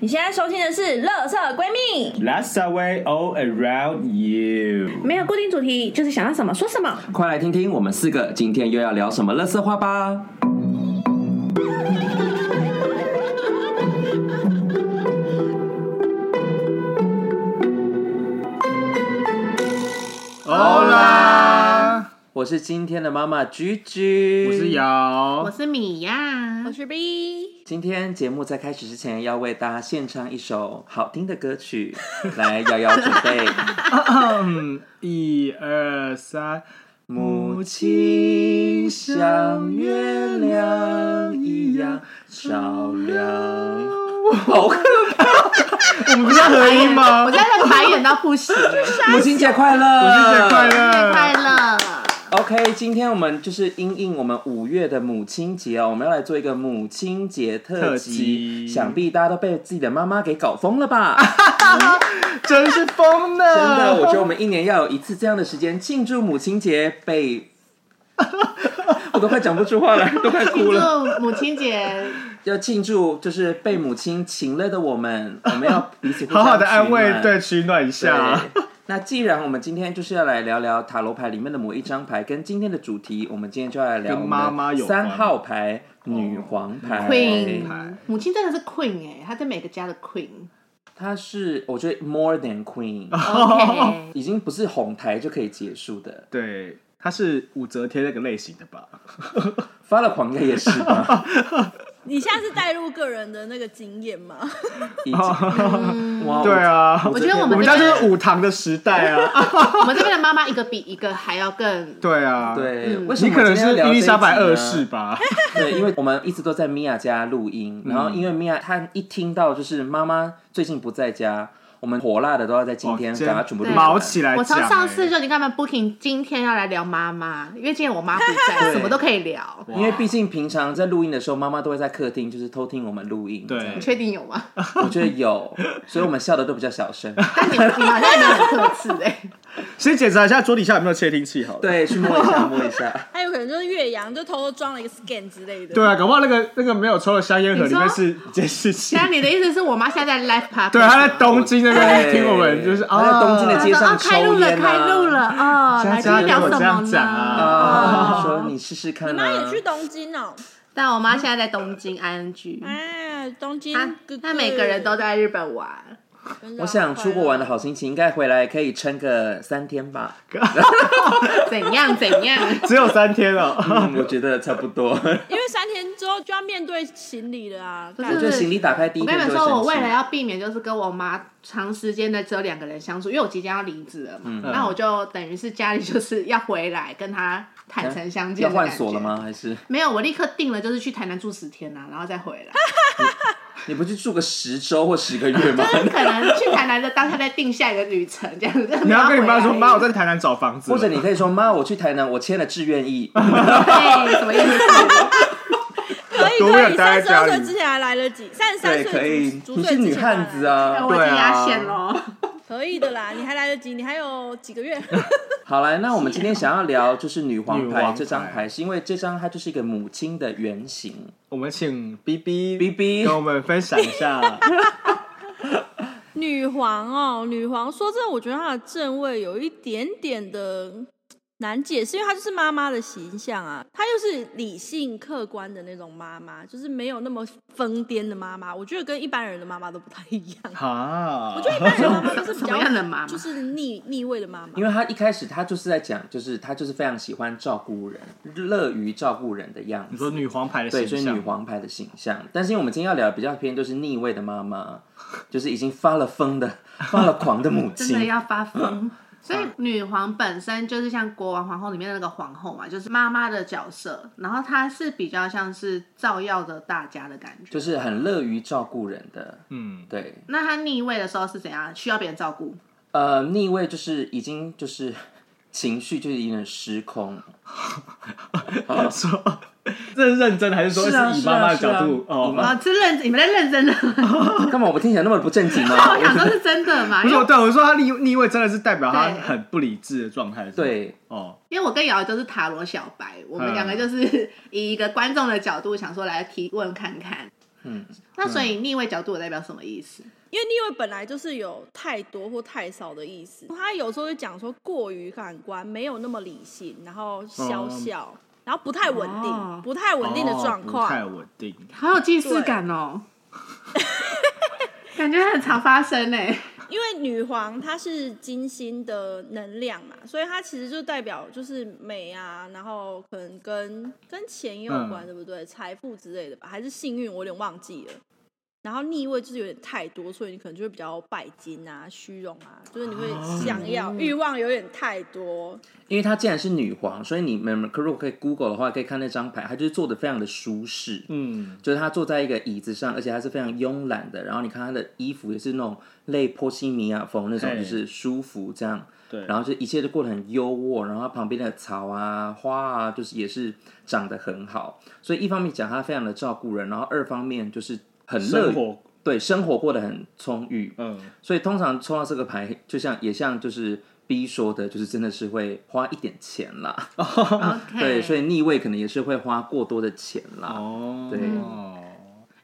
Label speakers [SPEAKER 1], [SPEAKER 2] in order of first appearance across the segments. [SPEAKER 1] 你现在收听的是《乐色闺蜜》，
[SPEAKER 2] That's the way all around you。
[SPEAKER 1] 没有固定主题，就是想要什么说什么。
[SPEAKER 3] 快来听听我们四个今天又要聊什么乐色话吧！
[SPEAKER 2] 好啦，
[SPEAKER 3] 我是今天的妈妈居居，
[SPEAKER 2] 我是。瑶
[SPEAKER 4] 我，是米娅，
[SPEAKER 1] 我是 B，
[SPEAKER 3] 今天节目在开始之前，要为大家献唱一首好听的歌曲，来瑶瑶准备。
[SPEAKER 2] 嗯，一二三，
[SPEAKER 3] 母亲像月亮一样照亮。好可
[SPEAKER 2] 我们不是要合音吗？
[SPEAKER 4] 我
[SPEAKER 2] 母
[SPEAKER 4] 在那个白眼到不行，
[SPEAKER 3] 怕！母亲节快乐！
[SPEAKER 2] 亲节快乐，
[SPEAKER 4] 快！
[SPEAKER 2] 哎
[SPEAKER 4] 乐。
[SPEAKER 3] OK，今天我们就是因应我们五月的母亲节哦，我们要来做一个母亲节特
[SPEAKER 2] 特
[SPEAKER 3] 辑。
[SPEAKER 2] 辑
[SPEAKER 3] 想必大家都被自己的妈妈给搞疯了吧？
[SPEAKER 2] 真是疯了，
[SPEAKER 3] 真的，我觉得我们一年要有一次这样的时间庆祝母亲节被。 我都快讲不出话来，都快哭
[SPEAKER 4] 庆
[SPEAKER 3] 了。
[SPEAKER 4] 祝母亲
[SPEAKER 2] 哎
[SPEAKER 4] 节，
[SPEAKER 3] 要庆祝，就是被母亲请了的 我们，我们要彼此互相啊
[SPEAKER 2] 好好的安
[SPEAKER 3] 取
[SPEAKER 2] 慰，
[SPEAKER 3] 暖
[SPEAKER 2] 对，取暖一下。
[SPEAKER 3] 对。那既然我们今天就是要来聊聊塔罗牌里面的某一张牌，跟今天的主题，我们今天就要来聊
[SPEAKER 2] 跟妈妈有关
[SPEAKER 3] 三号牌女皇牌。
[SPEAKER 4] Queen，母亲真的是 Queen 哎、她在每个家的 Queen。
[SPEAKER 3] 她是我觉得 more than queen，
[SPEAKER 4] OK，
[SPEAKER 3] 已经不是哄抬就可以结束的，
[SPEAKER 2] 对，他是武则天那个类型的吧？
[SPEAKER 3] 发了狂应该也是 吧，
[SPEAKER 1] 你现在是带入个人的那个经验吗？
[SPEAKER 3] 已经哇，
[SPEAKER 2] 对啊，
[SPEAKER 4] 我觉得我
[SPEAKER 2] 我
[SPEAKER 4] 们
[SPEAKER 2] 们
[SPEAKER 4] 这
[SPEAKER 2] 家就
[SPEAKER 4] 边
[SPEAKER 2] 是，舞堂的时代啊。
[SPEAKER 4] 我们这边的妈妈一个比一个还要更。
[SPEAKER 2] 对啊，，
[SPEAKER 3] 对，为什么
[SPEAKER 2] 你可能
[SPEAKER 3] 我今天要
[SPEAKER 2] 是
[SPEAKER 3] 聊
[SPEAKER 2] 伊丽莎白
[SPEAKER 3] 这一
[SPEAKER 2] 二
[SPEAKER 3] 集呢
[SPEAKER 2] 世吧？
[SPEAKER 3] 对，因为我们一直都在米娅家录音，然后因为米娅她一听到就是妈妈最近不在家，我们火辣的都要在今天
[SPEAKER 2] 哦
[SPEAKER 3] 把它全部录
[SPEAKER 4] 对
[SPEAKER 3] 完
[SPEAKER 2] 毛起来
[SPEAKER 4] 我
[SPEAKER 2] 讲
[SPEAKER 4] 从
[SPEAKER 2] 欸。
[SPEAKER 4] 上次就已经跟他们 booking，今天要来聊妈妈，因为今天我妈不在，什么都可以聊。
[SPEAKER 3] 因为毕竟平常在录音的时候，妈妈都会在客厅就是偷听我们录音。这样
[SPEAKER 2] 对
[SPEAKER 4] 你，确定有吗？
[SPEAKER 3] 我觉得有， 所以我们笑的都比较小 声。
[SPEAKER 4] 但你你好像也没有很克制哎、
[SPEAKER 2] 先检查一下桌底下有没有窃听器好了。
[SPEAKER 3] 对，去摸一下，摸一下。
[SPEAKER 1] 他有可能就是岳阳，就偷偷装了一个 scan 之类的。
[SPEAKER 2] 对啊，搞不好那个那个没有抽的香烟盒
[SPEAKER 4] 你
[SPEAKER 2] 里
[SPEAKER 4] 说
[SPEAKER 2] 面是监视器
[SPEAKER 4] 现。在你的意思是我妈现在在 live party？
[SPEAKER 2] 对，他在东京那边
[SPEAKER 3] 对
[SPEAKER 2] 听我们就是
[SPEAKER 3] 她哎在
[SPEAKER 2] 啊，
[SPEAKER 3] 东京的街上
[SPEAKER 4] 啊开
[SPEAKER 3] 抽
[SPEAKER 4] 路了，
[SPEAKER 3] 烟
[SPEAKER 4] 开路了
[SPEAKER 3] 啊。
[SPEAKER 4] 啊！来 今
[SPEAKER 2] 家
[SPEAKER 4] 天
[SPEAKER 2] 家
[SPEAKER 4] 聊
[SPEAKER 2] 跟我
[SPEAKER 4] 什
[SPEAKER 2] 这样
[SPEAKER 4] 么
[SPEAKER 2] 讲
[SPEAKER 4] 呢？
[SPEAKER 3] 啊，说你试试
[SPEAKER 1] 你
[SPEAKER 3] 看
[SPEAKER 1] 妈
[SPEAKER 3] 啊
[SPEAKER 1] 也。去东京哦、
[SPEAKER 4] 但我妈现在在东京安居，
[SPEAKER 2] 嗯
[SPEAKER 1] 哎，东京
[SPEAKER 4] 她
[SPEAKER 1] 哥哥，
[SPEAKER 4] 啊她每个人都在日本玩，
[SPEAKER 1] 真的好快乐。
[SPEAKER 3] 我想出国玩的好心情，应该回来可以撑个三天 吧。
[SPEAKER 4] 怎样怎 样？
[SPEAKER 2] 只有三天了。哦
[SPEAKER 3] 嗯，我觉得差不 多。我
[SPEAKER 1] 因为三天之后就要面对行李了啊。
[SPEAKER 4] 不是
[SPEAKER 1] 感
[SPEAKER 3] 觉
[SPEAKER 1] 觉
[SPEAKER 3] 得行李打开第一
[SPEAKER 4] 我跟
[SPEAKER 3] 天
[SPEAKER 4] 你
[SPEAKER 3] 就
[SPEAKER 4] 们
[SPEAKER 3] 会
[SPEAKER 4] 说，我
[SPEAKER 3] 生
[SPEAKER 4] 为了
[SPEAKER 3] 气。
[SPEAKER 4] 要避免就是跟我妈长时间的只有两个人相处，因为我即将要离职了
[SPEAKER 2] 嗯
[SPEAKER 3] 嗯
[SPEAKER 4] 嘛，那我就等于是家里就是要回来跟她坦诚相见。
[SPEAKER 3] 要换锁了？吗？还是
[SPEAKER 4] 没有，我立刻定了，就是去台南住十天啊，然后再回来。
[SPEAKER 3] 你不去住个十周或十个月吗？
[SPEAKER 4] 就是可能去台南的当下再定下一个旅程，这样子。
[SPEAKER 2] 你要跟你妈说，
[SPEAKER 4] 没有
[SPEAKER 2] 妈，
[SPEAKER 4] 要
[SPEAKER 2] 我
[SPEAKER 4] 回来
[SPEAKER 2] 在台南找房子了，
[SPEAKER 3] 或者你可以说妈，我去台南，我签了志愿意。
[SPEAKER 4] 对哎什么意思？
[SPEAKER 1] 可以
[SPEAKER 2] 多
[SPEAKER 1] 可
[SPEAKER 2] 远
[SPEAKER 1] 以，
[SPEAKER 2] 待
[SPEAKER 1] 三
[SPEAKER 2] 在家里
[SPEAKER 1] 十二岁之前还来得及，三十三
[SPEAKER 3] 对，
[SPEAKER 1] 岁
[SPEAKER 3] 可以，
[SPEAKER 1] 足
[SPEAKER 3] 你是
[SPEAKER 1] 足岁
[SPEAKER 3] 女
[SPEAKER 1] 之前还来
[SPEAKER 3] 汉
[SPEAKER 1] 得及
[SPEAKER 3] 子，啊。
[SPEAKER 4] 我已
[SPEAKER 2] 对
[SPEAKER 4] 经
[SPEAKER 2] 啊
[SPEAKER 4] 压线喽。
[SPEAKER 1] 可以的啦，你还来得及，你还有几个月。
[SPEAKER 3] 好来，那我们今天想要聊就是女皇
[SPEAKER 2] 女
[SPEAKER 3] 牌
[SPEAKER 2] 皇
[SPEAKER 3] 这张
[SPEAKER 2] 牌
[SPEAKER 3] 牌，是因为这张它就是一个母亲的原型。
[SPEAKER 2] 我们请 B B
[SPEAKER 3] BB
[SPEAKER 2] 跟我们分享一 下。
[SPEAKER 1] 女皇哦，女皇，说真的，我觉得她的正位有一点点的嗯难解释，因为她就是妈妈的形象啊，她又是理性客观的那种妈妈，就是没有那么疯癫的妈妈。我觉得跟一般人的妈妈都不太一样，
[SPEAKER 2] 啊，我
[SPEAKER 1] 我觉得一般人的妈妈都是 比
[SPEAKER 4] 什
[SPEAKER 1] 较
[SPEAKER 4] 么样的妈妈
[SPEAKER 1] 就是逆逆位的妈妈
[SPEAKER 3] 因。为她一开始她就是在讲，就是她就是非常喜欢照顾人，乐于照顾人的样
[SPEAKER 2] 你
[SPEAKER 3] 子。
[SPEAKER 2] 说女皇牌的
[SPEAKER 3] 对，
[SPEAKER 2] 形
[SPEAKER 3] 所
[SPEAKER 2] 象，
[SPEAKER 3] 以女皇牌的形象。但是因为我们今天要聊的比较偏，就是逆位的妈妈，就是已经发了疯的、发了狂的母
[SPEAKER 4] 真的
[SPEAKER 3] 亲。
[SPEAKER 4] 要发
[SPEAKER 2] 嗯
[SPEAKER 4] 疯。所以女皇本身就是像国王、皇后里面的那个皇后嘛，就是妈妈的角色，然后她是比较像是照耀着大家的感觉。
[SPEAKER 3] 就是很乐于照顾人的，
[SPEAKER 2] 嗯，
[SPEAKER 3] 对，
[SPEAKER 4] 那她逆位的时候是怎样？需要别人照顾，
[SPEAKER 3] 呃，逆位就是已经就是情绪就是有点失控，
[SPEAKER 2] 说这是认真还是说
[SPEAKER 3] 是啊
[SPEAKER 2] 以妈妈的
[SPEAKER 3] 是啊
[SPEAKER 2] 角度？
[SPEAKER 3] 是啊以
[SPEAKER 2] 哦，
[SPEAKER 3] 妈
[SPEAKER 4] 啊，是认你们在认真的，
[SPEAKER 3] 干嘛我听起来那么不正经吗？
[SPEAKER 4] 我想说是真的嘛？
[SPEAKER 2] 不
[SPEAKER 4] 因
[SPEAKER 2] 是，
[SPEAKER 4] 为
[SPEAKER 2] 对我说她逆逆位真的是代表她
[SPEAKER 4] 对
[SPEAKER 2] 很不理智的状态。是吗，
[SPEAKER 3] 对，
[SPEAKER 2] 哦，
[SPEAKER 4] 因为我跟瑶瑶都是塔罗小白，我们两个就是以一个观众的角度想说来提问看看。
[SPEAKER 3] 嗯，
[SPEAKER 4] 那所以逆位角度有代表什么意思？
[SPEAKER 1] 因为逆位本来就是有太多或太少的意思，他有时候会讲说过于感官，没有那么理性，然后消笑，然后不太稳定，
[SPEAKER 4] 哦
[SPEAKER 1] 不太稳定的状
[SPEAKER 2] 哦不太
[SPEAKER 1] 况。
[SPEAKER 2] 稳定。
[SPEAKER 4] 好有既视感哦， 感觉很常发生欸呢。
[SPEAKER 1] 因为女皇她是金星的能量嘛，所以它其实就代表就是美啊，然后可能跟跟钱也有关，
[SPEAKER 2] 嗯
[SPEAKER 1] 对不对？财富之类的吧，还是幸运，我有点忘记了。然后逆位就是有点太多，所以你可能就会比较拜金啊、虚荣啊，就是你会想要、欲望有点太多。
[SPEAKER 3] 因为她既然是女皇，所以你们如果可以 Google 的话，可以看那张牌，她就是坐的非常的舒适，
[SPEAKER 2] 嗯，
[SPEAKER 3] 就是她坐在一个椅子上，而且她是非常慵懒的。然后你看她的衣服也是那种类波西米亚风那种，
[SPEAKER 2] 嘿
[SPEAKER 3] 就是舒服这样。
[SPEAKER 2] 对。
[SPEAKER 3] 然后就一切都过得很优渥，然后它旁边的草啊、花啊，就是也是长得很好。所以一方面讲她非常的照顾人，然后二方面就是很
[SPEAKER 2] 嗯
[SPEAKER 3] 乐
[SPEAKER 2] 生活，
[SPEAKER 3] 对生活过得很充裕。
[SPEAKER 2] 嗯，
[SPEAKER 3] 所以通常抽到这个牌，就像也像就是 B 说的，就是真的是会花一点钱啦。
[SPEAKER 4] OK，
[SPEAKER 3] 对，所以逆位可能也是会花过多的钱啦。
[SPEAKER 2] 哦，
[SPEAKER 3] 对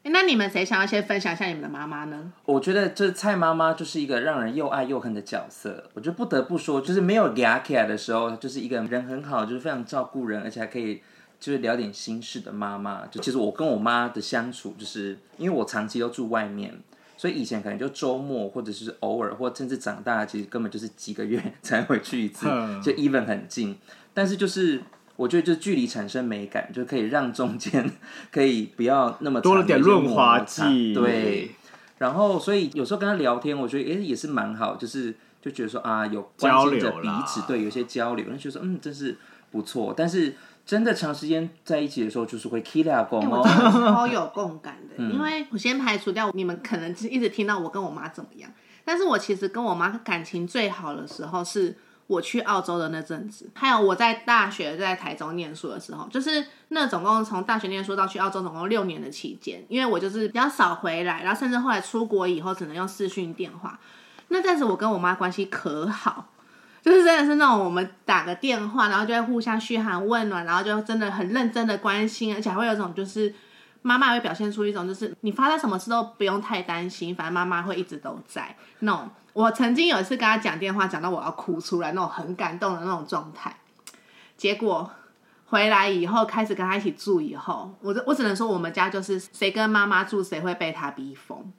[SPEAKER 4] 诶那你们谁想要先分享一下你们的妈妈呢？
[SPEAKER 3] 我觉得这蔡妈妈就是一个让人又爱又恨的角色。我就不得不说，就是没有牙起来的时候，就是一个人很好，就是非常照顾人，而且还可以就是聊点心事的妈妈。就其实我跟我妈的相处，就是因为我长期都住外面。所以以前可能就周末，或者是偶尔，或甚至长大，其实根本就是几个月才回去一次，
[SPEAKER 2] 嗯
[SPEAKER 3] 就 even 很近。但是就是我觉得，就是距离产生美感，就可以让中间可以不要那么
[SPEAKER 2] 多了
[SPEAKER 3] 长的
[SPEAKER 2] 点
[SPEAKER 3] 一些
[SPEAKER 2] 润滑
[SPEAKER 3] 摩擦
[SPEAKER 2] 剂
[SPEAKER 3] 对，然后，所以有时候跟他聊天，我觉得诶也是蛮好，就是就觉得说啊，有关心着
[SPEAKER 2] 交流
[SPEAKER 3] 彼
[SPEAKER 2] 啦
[SPEAKER 3] 此，对，有些交流，那就说嗯，真是不错。但是真的长时间在一起的时候，就是会 kill 啊，公
[SPEAKER 4] 诶我
[SPEAKER 3] 哦，
[SPEAKER 4] 真的超有共感的，因为我先排除掉你们可能是一直听到我跟我妈怎么样，但是我其实跟我妈感情最好的时候是我去澳洲的那阵子，还有我在大学在台中念书的时候，就是那总共从大学念书到去澳洲总共六年的期间，因为我就是比较少回来，然后甚至后来出国以后只能用视讯电话。那但是我跟我妈关系可好，就是真的是那种我们打个电话，然后就会互相嘘寒问暖，然后就真的很认真的关心，而且还会有一种就是妈妈会表现出一种就是你发生什么事都不用太担心，反正妈妈会一直都在那种。我曾经有一次跟她讲电话，讲到我要哭出来那种很感动的那种状态，结果回来以后开始跟她一起住以后，我只我只能说我们家就是谁跟妈妈住谁会被她逼疯。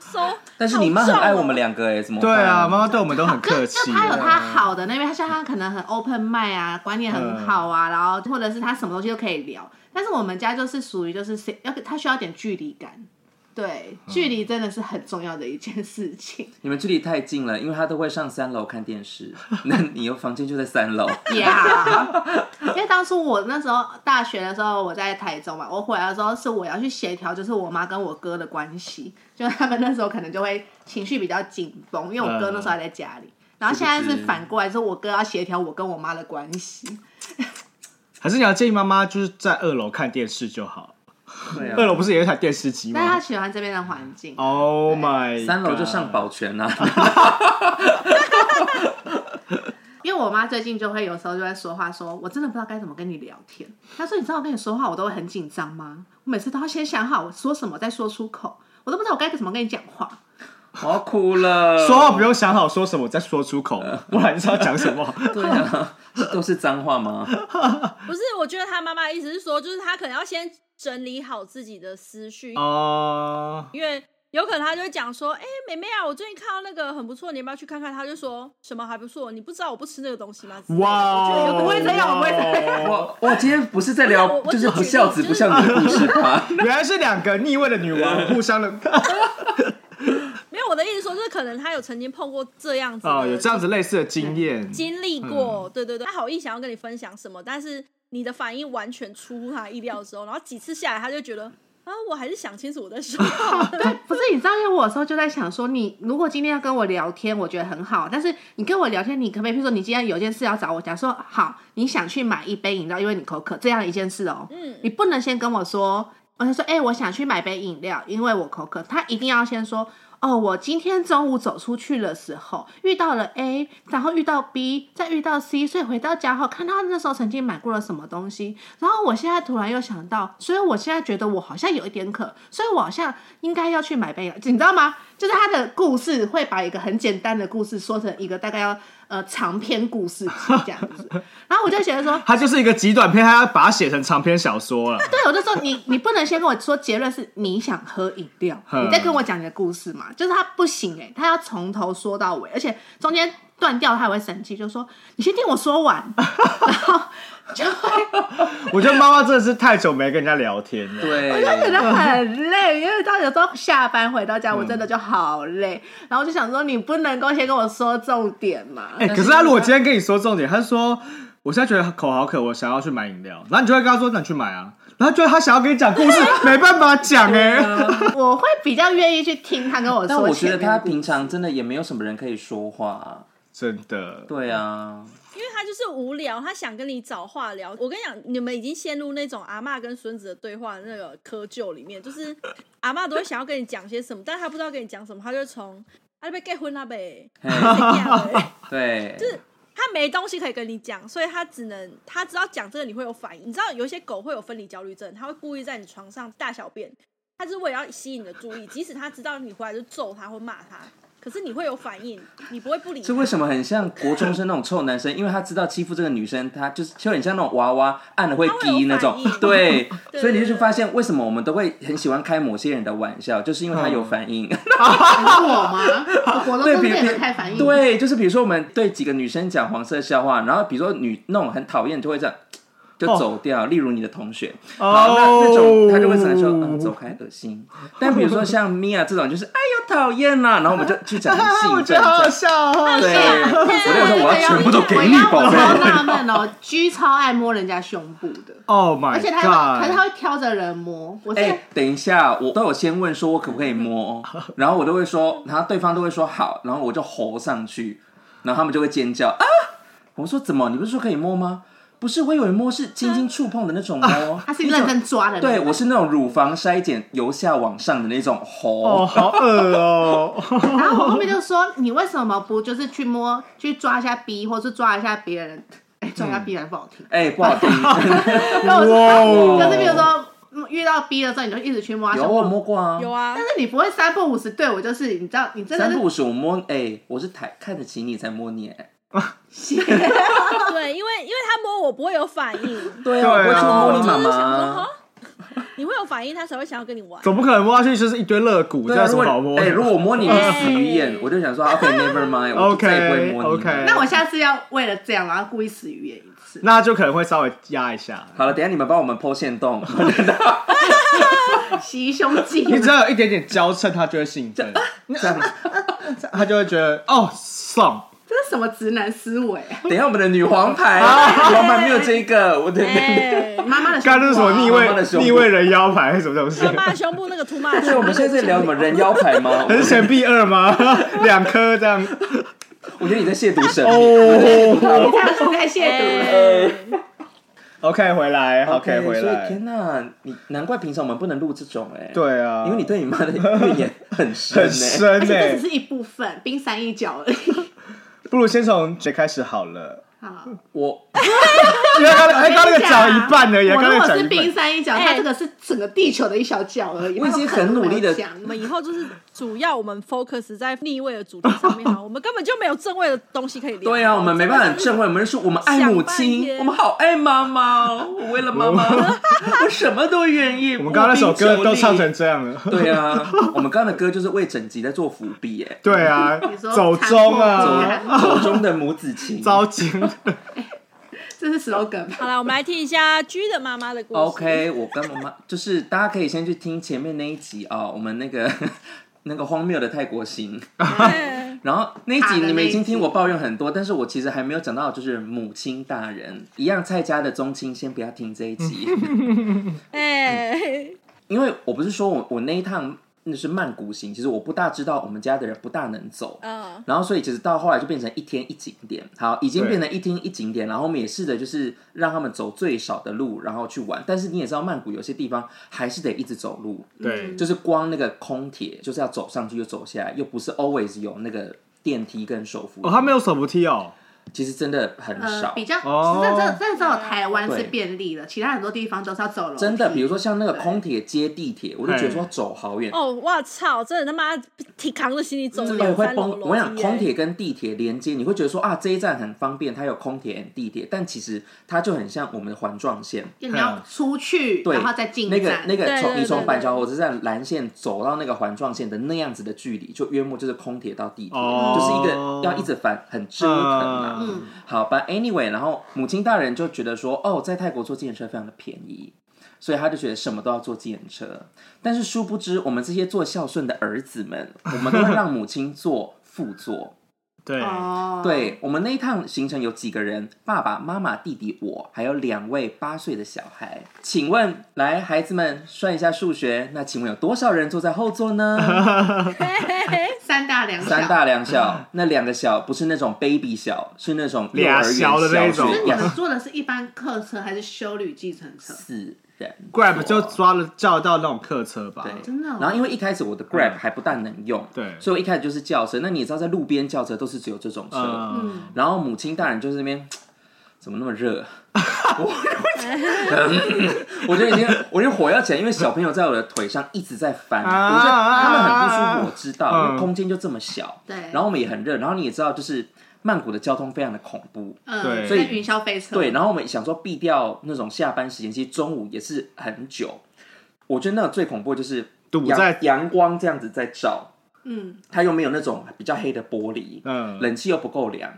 [SPEAKER 1] 收、
[SPEAKER 3] 但是你妈很爱
[SPEAKER 4] 哦
[SPEAKER 3] 我们
[SPEAKER 1] 俩，
[SPEAKER 3] 两个哎，怎么
[SPEAKER 2] 对啊，
[SPEAKER 3] 办
[SPEAKER 2] 妈？妈对我们都很客气啊
[SPEAKER 4] 就。他有他好的那边，他像他可能很 open mind 啊，观念很好啊，然后或者是他什么东西都可以聊。但是我们家就是属于就是谁要他需要点距离感，对，距离真的是很重要的一件事情。
[SPEAKER 3] 你们距离太近了，因为她都会上三楼看 电视，那你又房间就在三楼，
[SPEAKER 4] 呀、因为当初我那时候大学的时候，我在台中嘛，我回来的时候是我要去协调，就是我妈跟我哥的关系，就他们那时候可能就会情绪比较紧绷，因为我哥那时候还在家里。然后现在是反过来，是我哥要协调我跟我妈的关系。
[SPEAKER 2] 还是你要建议妈妈就是在二楼看电视就好。
[SPEAKER 3] 对
[SPEAKER 2] 二楼
[SPEAKER 3] 啊，
[SPEAKER 2] 不是也有一台电视机
[SPEAKER 4] 但是他
[SPEAKER 2] 吗
[SPEAKER 4] 喜欢这边的环境。
[SPEAKER 2] ？Oh my！
[SPEAKER 3] 三楼就
[SPEAKER 2] God
[SPEAKER 3] 上。保全啊，
[SPEAKER 4] 因为我妈最近就会有时候就会说话说，我真的不知道该怎么跟你聊天。她说：“你知道我跟你说话，我都会很紧张吗？我每次都要先想好我说什么再说出口，我都不知道我该怎么跟你讲话。
[SPEAKER 3] 我要哭 了，
[SPEAKER 2] 说话不用想好说什么，再说出口，不然你知道讲什么。
[SPEAKER 3] 对啊，都是脏话吗？
[SPEAKER 2] 哦
[SPEAKER 1] 不是，我觉得他妈妈的意思是说，就是他可能要先整理好自己的思绪，
[SPEAKER 2] 哦，
[SPEAKER 1] 因为有可能他就会讲说，哎、妹妹啊，我最近看到那个很不错，你要不要去看看？他就说什么还不错，你不知道我不吃那个东西吗？之类的
[SPEAKER 2] 哇！哦
[SPEAKER 1] 我觉得有可
[SPEAKER 4] 不
[SPEAKER 1] 能
[SPEAKER 4] 会这样我不会这
[SPEAKER 2] 样。
[SPEAKER 3] 我我今天不是在
[SPEAKER 1] 不是
[SPEAKER 3] 聊，
[SPEAKER 1] 我
[SPEAKER 3] 就是
[SPEAKER 1] 我只
[SPEAKER 3] 不
[SPEAKER 1] 举
[SPEAKER 3] 孝子
[SPEAKER 1] 例
[SPEAKER 3] 不孝女的故事吧？
[SPEAKER 2] 原来是两个逆位的女王互相的
[SPEAKER 1] 没有我的意思说，就是可能他有曾经碰过这样子的
[SPEAKER 2] 哦，有这样嗯子类似的经验。
[SPEAKER 1] 经历过，对对对，他好意想要跟你分享什么，但是你的反应完全出乎他意料的时候，然后几次下来，他就觉得啊，我还是想清楚我再说。
[SPEAKER 4] 对，不是你知道，因为我有时候就在想说，你如果今天要跟我聊天，我觉得很好，但是你跟我聊天，你可不可以，譬如说你今天有件事要找我讲，说好，你想去买一杯饮料，因为你口渴，这样一件事哦、
[SPEAKER 1] 嗯，
[SPEAKER 4] 你不能先跟我说，我就说，哎、我想去买杯饮料，因为我口渴。他一定要先说，哦，我今天中午走出去的时候遇到了 A，然后遇到 B，再遇到 C，所以回到家后看到那时候曾经买过了什么东西，然后我现在突然又想到，所以我现在觉得我好像有一点渴，所以我好像应该要去买杯，你知道吗？就是他的故事会把一个很简单的故事说成一个大概要呃长篇故事集这样子， 然后我就觉得说，
[SPEAKER 2] 它就是一个极短篇，它要把它写成长篇小说了。
[SPEAKER 4] 对，我就说你，你不能先跟我说结论是你想喝饮料，
[SPEAKER 2] 嗯
[SPEAKER 4] 你再跟我讲你的故事嘛，就是他不行哎、他要从头说到尾，而且中间断掉他还会生气，就说你先听我 说完，然后就会
[SPEAKER 2] 我觉得妈妈真的是太久没跟人家聊天了。
[SPEAKER 4] 我就觉
[SPEAKER 3] 对，嗯
[SPEAKER 4] 得很累，因为到有时候下班回到家，我真的就好累，然后我就想说你不能够先跟我说重点嘛，
[SPEAKER 2] 哎、可是他如果今天跟你说重点，他说我现在觉得口好渴，我想要去买饮料，然后你就会跟他说那你去买啊，然后就他想要跟你讲故事，没办法讲哎、
[SPEAKER 4] 我会比较愿意去听他跟我
[SPEAKER 3] 但
[SPEAKER 4] 说
[SPEAKER 3] 我觉
[SPEAKER 4] 前
[SPEAKER 3] 得
[SPEAKER 4] 面的故事。
[SPEAKER 3] 他平常真的也没有什么人可以说话啊。
[SPEAKER 2] 真的，
[SPEAKER 3] 对 啊，
[SPEAKER 1] 因为他就是无聊，他想跟你找话聊。我跟你讲，你们已经陷入那种阿嬷跟孙子的对话那个窠臼里面，就是阿嬷都会想要跟你讲些什么，但是他不知道跟你讲什么，他就从啊，你被结婚了呗，
[SPEAKER 3] 嘿
[SPEAKER 1] 怎样 呗
[SPEAKER 3] 对，
[SPEAKER 1] 他没东西可以跟你讲，所以他只能他只要讲这个你会有反应。你知道有一些狗会有分离焦虑症，它会故意在你床上大小便，它是为了要吸引你的注意，即使他知道你回来就揍他或骂他，可是你会有反应，你不会不理
[SPEAKER 3] 这
[SPEAKER 1] 他。
[SPEAKER 3] 为什么很像国中生那种臭男生？因为他知道欺负这个女生，他就是就很像那种娃娃按了会
[SPEAKER 1] 他会
[SPEAKER 3] 滴
[SPEAKER 1] 有
[SPEAKER 3] 那种
[SPEAKER 1] 反应，
[SPEAKER 3] 对，
[SPEAKER 1] 对
[SPEAKER 3] 所以你就是发现为什么我们都会很喜欢开某些人的玩笑，就是因为
[SPEAKER 1] 嗯
[SPEAKER 3] 他有反应。
[SPEAKER 4] 你说我吗？哦我活动
[SPEAKER 3] 对，
[SPEAKER 4] 真
[SPEAKER 3] 比
[SPEAKER 4] 的
[SPEAKER 3] 如
[SPEAKER 4] 也太反应，，
[SPEAKER 3] 对，就是比如说我们对几个女生讲黄色笑话，然后比如说女那种很讨厌就会这样。就
[SPEAKER 1] 哦
[SPEAKER 3] 走掉，例如你的同学，然后那那种他就会只能说嗯走开，恶 心。但比如说像 Mia 这种，就是哎呦讨厌啦，然后我们就去讲很
[SPEAKER 2] 我
[SPEAKER 3] 兴
[SPEAKER 2] 觉
[SPEAKER 3] 奋
[SPEAKER 2] 得，好
[SPEAKER 3] 这
[SPEAKER 2] 好
[SPEAKER 3] 样
[SPEAKER 2] 笑哦。
[SPEAKER 3] 对，我
[SPEAKER 4] 啊
[SPEAKER 3] 那时候我要全部都给你，
[SPEAKER 2] 啊
[SPEAKER 4] 我
[SPEAKER 3] 宝
[SPEAKER 4] 要我
[SPEAKER 3] 贝。
[SPEAKER 4] 超纳 闷哦，居超爱摸人家胸部的，
[SPEAKER 2] Oh my
[SPEAKER 4] 而
[SPEAKER 2] god！
[SPEAKER 4] 且他会，可是他会挑着人摸。我是、
[SPEAKER 3] 哎、等一下，我都有先问说我可不可以 摸，然后我都会说，然后对方都会说好，然后我就吼上去，然后他们就会尖叫啊！我说怎么？你不是说可以摸吗？不是，我以为摸是轻轻触碰的那种 摸，
[SPEAKER 4] 啊他是认真抓的，
[SPEAKER 3] 对我是那种乳房筛检由下往上的那种吼。
[SPEAKER 2] 哦，好恶哦。
[SPEAKER 4] 然后 我后面就说，你为什么不就是去摸、去抓一下 B，或是抓一下别人？哎、抓一下 B 还不好听。
[SPEAKER 3] 哎、不好听，嗯
[SPEAKER 4] 然后我
[SPEAKER 2] 哇
[SPEAKER 4] 说，
[SPEAKER 2] 哦
[SPEAKER 4] 就是比如说嗯遇到 B 的时候，你就一直去摸他胸
[SPEAKER 3] 有我
[SPEAKER 4] 部。
[SPEAKER 3] 摸过啊，
[SPEAKER 1] 有啊
[SPEAKER 4] 但，是你不会三不五十对我，就是你知道，你真的
[SPEAKER 3] 三
[SPEAKER 4] 是
[SPEAKER 3] 不五时我摸，哎、我是抬看得起你才摸你、哎
[SPEAKER 1] 对，因为因为他摸我不会有反应，
[SPEAKER 3] 对啊，我
[SPEAKER 2] 对
[SPEAKER 3] 会去
[SPEAKER 2] 啊
[SPEAKER 3] 摸你妈
[SPEAKER 1] 就是想说
[SPEAKER 3] 妈
[SPEAKER 1] 哈。，你会有反应，他才会想要跟你玩。
[SPEAKER 2] 总不可能摸下去就是一堆肋骨，这
[SPEAKER 3] 对啊，
[SPEAKER 2] 有
[SPEAKER 3] 如
[SPEAKER 2] 什
[SPEAKER 3] 果
[SPEAKER 2] 么好摸的？
[SPEAKER 3] 哎、如果我摸你你死鱼眼
[SPEAKER 1] 哎，
[SPEAKER 3] 我就想说，OK，never、mind，我就
[SPEAKER 2] OK，
[SPEAKER 3] 再也不会摸你了。
[SPEAKER 2] OK
[SPEAKER 4] 那我下次要为了这样，然后故意死鱼眼一次。
[SPEAKER 2] 那就可能会稍微压一下。
[SPEAKER 3] 好了，等一下你们帮我们剖线 洞，哦
[SPEAKER 4] 袭胸记，
[SPEAKER 2] 你只要有一点点娇嗔，他就会兴奋，
[SPEAKER 3] 这样。
[SPEAKER 2] 他就会觉得哦爽。
[SPEAKER 4] 这是什么直男思维啊？
[SPEAKER 3] 等一下我们的女皇牌，女皇牌没有这个，我的。
[SPEAKER 1] 哎，
[SPEAKER 4] 妈妈的胸
[SPEAKER 2] 刚刚
[SPEAKER 4] 部啊
[SPEAKER 2] 是什么逆
[SPEAKER 3] 妈妈的
[SPEAKER 2] 位
[SPEAKER 3] 胸部
[SPEAKER 2] 逆位人妖牌还是什么东西
[SPEAKER 1] 他？妈的胸部那个图妈的胸
[SPEAKER 3] 对，
[SPEAKER 1] 部，
[SPEAKER 3] 我们现在在聊什么人妖牌吗？
[SPEAKER 2] 还是钱币二吗？ 两颗这样。
[SPEAKER 3] 我觉得你在亵渎神明。
[SPEAKER 2] 哦
[SPEAKER 4] 你这样是在亵渎了。
[SPEAKER 1] 哎
[SPEAKER 2] ，OK，回来，OK，回
[SPEAKER 3] 所以
[SPEAKER 2] 来。
[SPEAKER 3] 天哪，你难怪平常我们不能录这种哎。
[SPEAKER 2] 对啊，
[SPEAKER 3] 因为你对你妈的怨言很深
[SPEAKER 2] 很
[SPEAKER 3] 哎。
[SPEAKER 2] 深
[SPEAKER 4] 而且这只
[SPEAKER 2] 呢。
[SPEAKER 4] 是一部分，冰山一角 而已。
[SPEAKER 2] 不如先从谁开始好了？
[SPEAKER 4] 好，
[SPEAKER 3] 我
[SPEAKER 2] 因为刚刚哎，刚那个讲一半而已，
[SPEAKER 4] 我
[SPEAKER 2] 刚
[SPEAKER 4] 如
[SPEAKER 2] 那
[SPEAKER 4] 果
[SPEAKER 2] 个讲
[SPEAKER 4] 是
[SPEAKER 2] 一半。
[SPEAKER 4] 冰山一角，
[SPEAKER 1] 哎
[SPEAKER 4] 它这个是整个地球的一小角而已。
[SPEAKER 3] 我已经很努力地
[SPEAKER 4] 它可
[SPEAKER 1] 我
[SPEAKER 4] 能没
[SPEAKER 1] 们
[SPEAKER 4] 有
[SPEAKER 1] 以后就是主要我们 focus 在逆位的主题上 面哈，我们根本就没有正位的东西可以聊。
[SPEAKER 3] 对啊，我们没办法很正位，我们是说我们爱母
[SPEAKER 1] 想半
[SPEAKER 3] 亲，
[SPEAKER 1] 天
[SPEAKER 3] 我们好爱妈妈哦，我为了妈妈， 我什么都愿意。
[SPEAKER 2] 我们刚刚那首歌都唱
[SPEAKER 3] 成。
[SPEAKER 2] 成这样了。
[SPEAKER 3] 对啊，我们刚刚的歌就是为整集在做伏 笔耶、
[SPEAKER 2] 对啊
[SPEAKER 4] 你，说
[SPEAKER 2] 走中啊，
[SPEAKER 4] 残
[SPEAKER 3] 手手中的母子情。
[SPEAKER 2] 糟精。
[SPEAKER 4] 这是 slogan 吧
[SPEAKER 1] 好了，我们来听一下 G 的妈妈的故事。
[SPEAKER 3] OK，我跟妈妈就是大家可以先去听前面那一集哦，我们那个 那个荒谬的泰国行，
[SPEAKER 1] 哎
[SPEAKER 3] 然后那一
[SPEAKER 4] 好
[SPEAKER 3] 集
[SPEAKER 4] 的
[SPEAKER 3] 你们已经听
[SPEAKER 4] 那一集
[SPEAKER 3] 我抱怨很多，但是我其实还没有讲到就是母亲大人一样，蔡家的宗亲先不要听这一集，
[SPEAKER 1] 哎，
[SPEAKER 3] 因为我不是说我我那一趟。那是曼谷行，其实我不大知道我们家的人不大能走，
[SPEAKER 1] 嗯，
[SPEAKER 3] 然后所以其实到后来就变成一天一景点，好，已经
[SPEAKER 2] 对
[SPEAKER 3] 变成一天一景点，然后我们也试着就是让他们走最少的路，然后去玩。但是你也知道，曼谷有些地方还是得一直走路，
[SPEAKER 2] 对，
[SPEAKER 3] 就是光那个空铁就是要走上去又走下来，又不是 always 有那个电梯跟手扶
[SPEAKER 2] 哦，他没
[SPEAKER 3] 有，
[SPEAKER 2] 有手扶梯哦，
[SPEAKER 3] 其实真的很
[SPEAKER 4] 呃
[SPEAKER 3] 少，，
[SPEAKER 4] 比较
[SPEAKER 2] 哦
[SPEAKER 4] 这这这只有台湾是
[SPEAKER 3] 对
[SPEAKER 4] 便利了，其他很多地方都是要走楼梯。
[SPEAKER 3] 真的，比如说像那个空铁接地铁，我就觉得说走好远，
[SPEAKER 1] 哦，哇操，真的他妈提扛着行李走
[SPEAKER 3] 对，
[SPEAKER 1] 两
[SPEAKER 3] 会
[SPEAKER 1] 三楼
[SPEAKER 3] 崩。
[SPEAKER 1] 楼
[SPEAKER 3] 我想
[SPEAKER 1] 梯耶哎
[SPEAKER 3] 空铁跟地铁连接，你会觉得说啊，这一站很方便，它有空铁 and 地铁，但其实它就很像我们的环状线。
[SPEAKER 4] 就你要出去，
[SPEAKER 3] 对，
[SPEAKER 4] 然后再进
[SPEAKER 3] 那个
[SPEAKER 4] 站
[SPEAKER 3] 那个
[SPEAKER 1] 对
[SPEAKER 3] 从
[SPEAKER 1] 对
[SPEAKER 3] 你从
[SPEAKER 1] 对
[SPEAKER 3] 板
[SPEAKER 1] 对
[SPEAKER 3] 桥火车站蓝线走到那个环状线的那样子的距离，就约莫就是空铁到地铁，
[SPEAKER 2] 哦
[SPEAKER 3] 就是一个要一直反很折腾啊。
[SPEAKER 2] 嗯
[SPEAKER 3] 好吧，anyway，然后母亲大人就觉得说，哦，在泰国坐自行车非常的便宜。所以他就觉得什么都要坐自行车，但是殊不知我们这些做孝顺的儿子们，我们都会让母亲坐副座。
[SPEAKER 2] 对，
[SPEAKER 4] 哦，
[SPEAKER 3] 对我们那一趟行程有几个人？爸爸妈妈、弟弟、我，还有两位八岁的小孩。请问，来孩子们算一下数学，那请问有多少人坐在后座呢？
[SPEAKER 4] 三大两小，
[SPEAKER 3] 三大两小，那两个小不是那种 baby 小，是那种幼
[SPEAKER 2] 俩
[SPEAKER 3] 儿园
[SPEAKER 2] 小的那
[SPEAKER 3] 小
[SPEAKER 2] 一种
[SPEAKER 3] 学
[SPEAKER 4] 所以你
[SPEAKER 3] 两
[SPEAKER 4] 们坐的是一般客车还是修旅计程车？
[SPEAKER 3] 四人
[SPEAKER 2] Grab
[SPEAKER 3] 坐
[SPEAKER 2] 就抓了叫到那种客车吧，
[SPEAKER 3] 对，
[SPEAKER 4] 真的哦
[SPEAKER 3] 然后因为一开始我的 Grab 还不大能用，
[SPEAKER 2] 嗯对
[SPEAKER 3] 所以我一开始就是轿车。那你也知道，在路边轿车都是只有这种车，
[SPEAKER 2] 嗯，
[SPEAKER 3] 然后母亲大人就是那边怎么那么 热，我我就已 经我就火要起来，因为小朋友在我的腿上一直在翻，
[SPEAKER 2] 啊
[SPEAKER 3] 我觉得他们很不舒服，我知道，因
[SPEAKER 2] 嗯
[SPEAKER 3] 为空间就这么小，
[SPEAKER 4] 对
[SPEAKER 3] 然后我们也很热，然后你也知道，就是曼谷的交通非常的恐怖。
[SPEAKER 4] 嗯，
[SPEAKER 2] 对
[SPEAKER 4] 在
[SPEAKER 2] 所以
[SPEAKER 4] 云霄飞车，
[SPEAKER 3] 对，然后我们想说避掉那种下班时间，其实中午也是很久。我觉得那种最恐怖的就是
[SPEAKER 2] 堵
[SPEAKER 3] 阳
[SPEAKER 2] 在
[SPEAKER 3] 阳光这样子在照，
[SPEAKER 4] 嗯，
[SPEAKER 3] 它又没有那种比较黑的玻璃，
[SPEAKER 2] 嗯
[SPEAKER 3] 冷气又不够凉，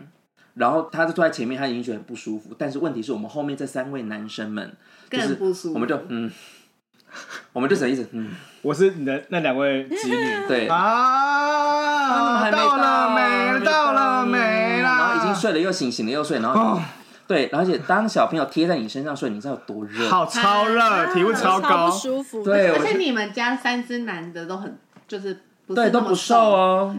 [SPEAKER 3] 然后他就坐在前面，他已经觉得很不舒服。但是问题是我们后面这三位男生们，就
[SPEAKER 4] 更
[SPEAKER 3] 是
[SPEAKER 4] 不舒服
[SPEAKER 3] 我们就嗯，我们就只能一直嗯，
[SPEAKER 2] 我是你的那两位子女
[SPEAKER 3] 对。
[SPEAKER 2] 啊，
[SPEAKER 3] 还没
[SPEAKER 2] 到了没了？到了没了？
[SPEAKER 3] 嗯然后已经睡了又醒，醒了又睡，然后
[SPEAKER 2] 哦，
[SPEAKER 3] 对，而且当小朋友贴在你身上睡，你知道有多热？
[SPEAKER 2] 好超热，
[SPEAKER 4] 啊
[SPEAKER 2] 体温超高
[SPEAKER 1] 不，舒服。
[SPEAKER 3] 对
[SPEAKER 4] 而
[SPEAKER 3] 我
[SPEAKER 4] 且
[SPEAKER 3] 是
[SPEAKER 4] 你们家三只男的都很就是不是
[SPEAKER 3] 对，
[SPEAKER 4] 那
[SPEAKER 3] 都
[SPEAKER 4] 么
[SPEAKER 3] 不瘦， 哦，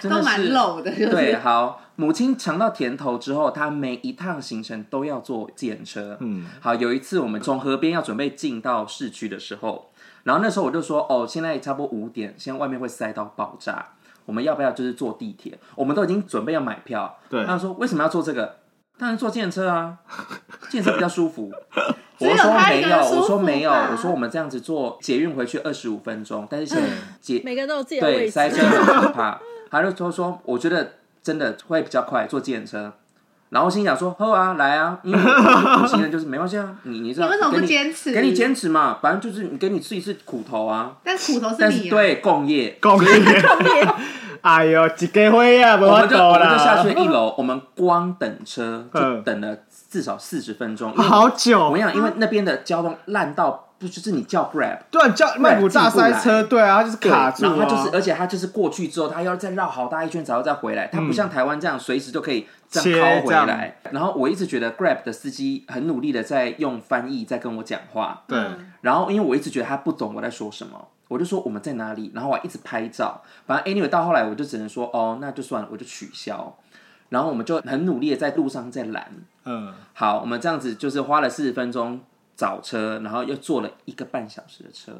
[SPEAKER 3] 真的是
[SPEAKER 4] 都蛮露的，就是
[SPEAKER 3] 对，好，母亲尝到甜头之后，她每一趟行程都要坐计程车。
[SPEAKER 2] 嗯
[SPEAKER 3] 嗯，好，有一次我们从河边要准备进到市区的时候，然后那时候我就说，哦，现在差不多五点，现在外面会塞到爆炸，我们要不要就是坐地铁？我们都已经准备要买票。
[SPEAKER 2] 对
[SPEAKER 3] 他说为什么要坐这个？当然坐计程车啊，计程车比较舒 服。我
[SPEAKER 4] 有
[SPEAKER 3] 说
[SPEAKER 4] 他一
[SPEAKER 3] 没
[SPEAKER 4] 个
[SPEAKER 3] 有
[SPEAKER 4] 人，舒
[SPEAKER 3] 我说
[SPEAKER 4] 服
[SPEAKER 3] 没有，
[SPEAKER 4] 吧
[SPEAKER 3] 我说我们这样子坐捷运回去二十五分钟，但是现在捷
[SPEAKER 1] 每个人都有自己的
[SPEAKER 3] 对，
[SPEAKER 1] 位置
[SPEAKER 3] 塞。车很可怕。 他就说说，我觉得真的会比较快坐计程车。然后我心想说，喝啊，来啊，因为我我行人就是没关系啊，你你知道，
[SPEAKER 4] 你为什么不
[SPEAKER 3] 给你
[SPEAKER 4] 坚持
[SPEAKER 3] 给你坚持嘛，反正就是你给你吃一次苦头啊。
[SPEAKER 4] 但苦头是
[SPEAKER 3] 但是
[SPEAKER 4] 你啊，
[SPEAKER 3] 对共业，
[SPEAKER 2] 恭喜！ 哎呦，一家伙啊，无
[SPEAKER 3] 我
[SPEAKER 2] 法
[SPEAKER 3] 们
[SPEAKER 2] 度
[SPEAKER 3] 就我们就下
[SPEAKER 2] 啦
[SPEAKER 3] 去，一楼，我们光等车就
[SPEAKER 2] 嗯
[SPEAKER 3] 等了至少四十分钟，因为
[SPEAKER 2] 好
[SPEAKER 3] 我跟
[SPEAKER 2] 久
[SPEAKER 3] 你，讲，因为那边的交通烂到不就是你叫 Grab，
[SPEAKER 2] 对啊，叫曼谷大塞车，对啊，它就是
[SPEAKER 3] 对
[SPEAKER 2] 卡住
[SPEAKER 3] 然后
[SPEAKER 2] 啊，
[SPEAKER 3] 他就是，而且他就是过去之后，他要再绕好大一圈才要再回来，他不像台湾这样随时就可以这
[SPEAKER 2] 嗯
[SPEAKER 3] 样
[SPEAKER 2] 切
[SPEAKER 3] 抛
[SPEAKER 2] 这
[SPEAKER 3] 回
[SPEAKER 2] 样
[SPEAKER 3] 来。然后我一直觉得 Grab 的司机很努力的在用翻译在跟我讲话，
[SPEAKER 2] 对，
[SPEAKER 3] 然后因为我一直觉得他不懂我在说什么。我就说我们在哪里，然后我还一直拍照，反正 anyway 到后来我就只能说哦，那就算了，我就取消。然后我们就很努力的在路上在拦，
[SPEAKER 2] 嗯，
[SPEAKER 3] 好，我们这样子就是花了四十分钟找车，然后又坐了一个半小时的车，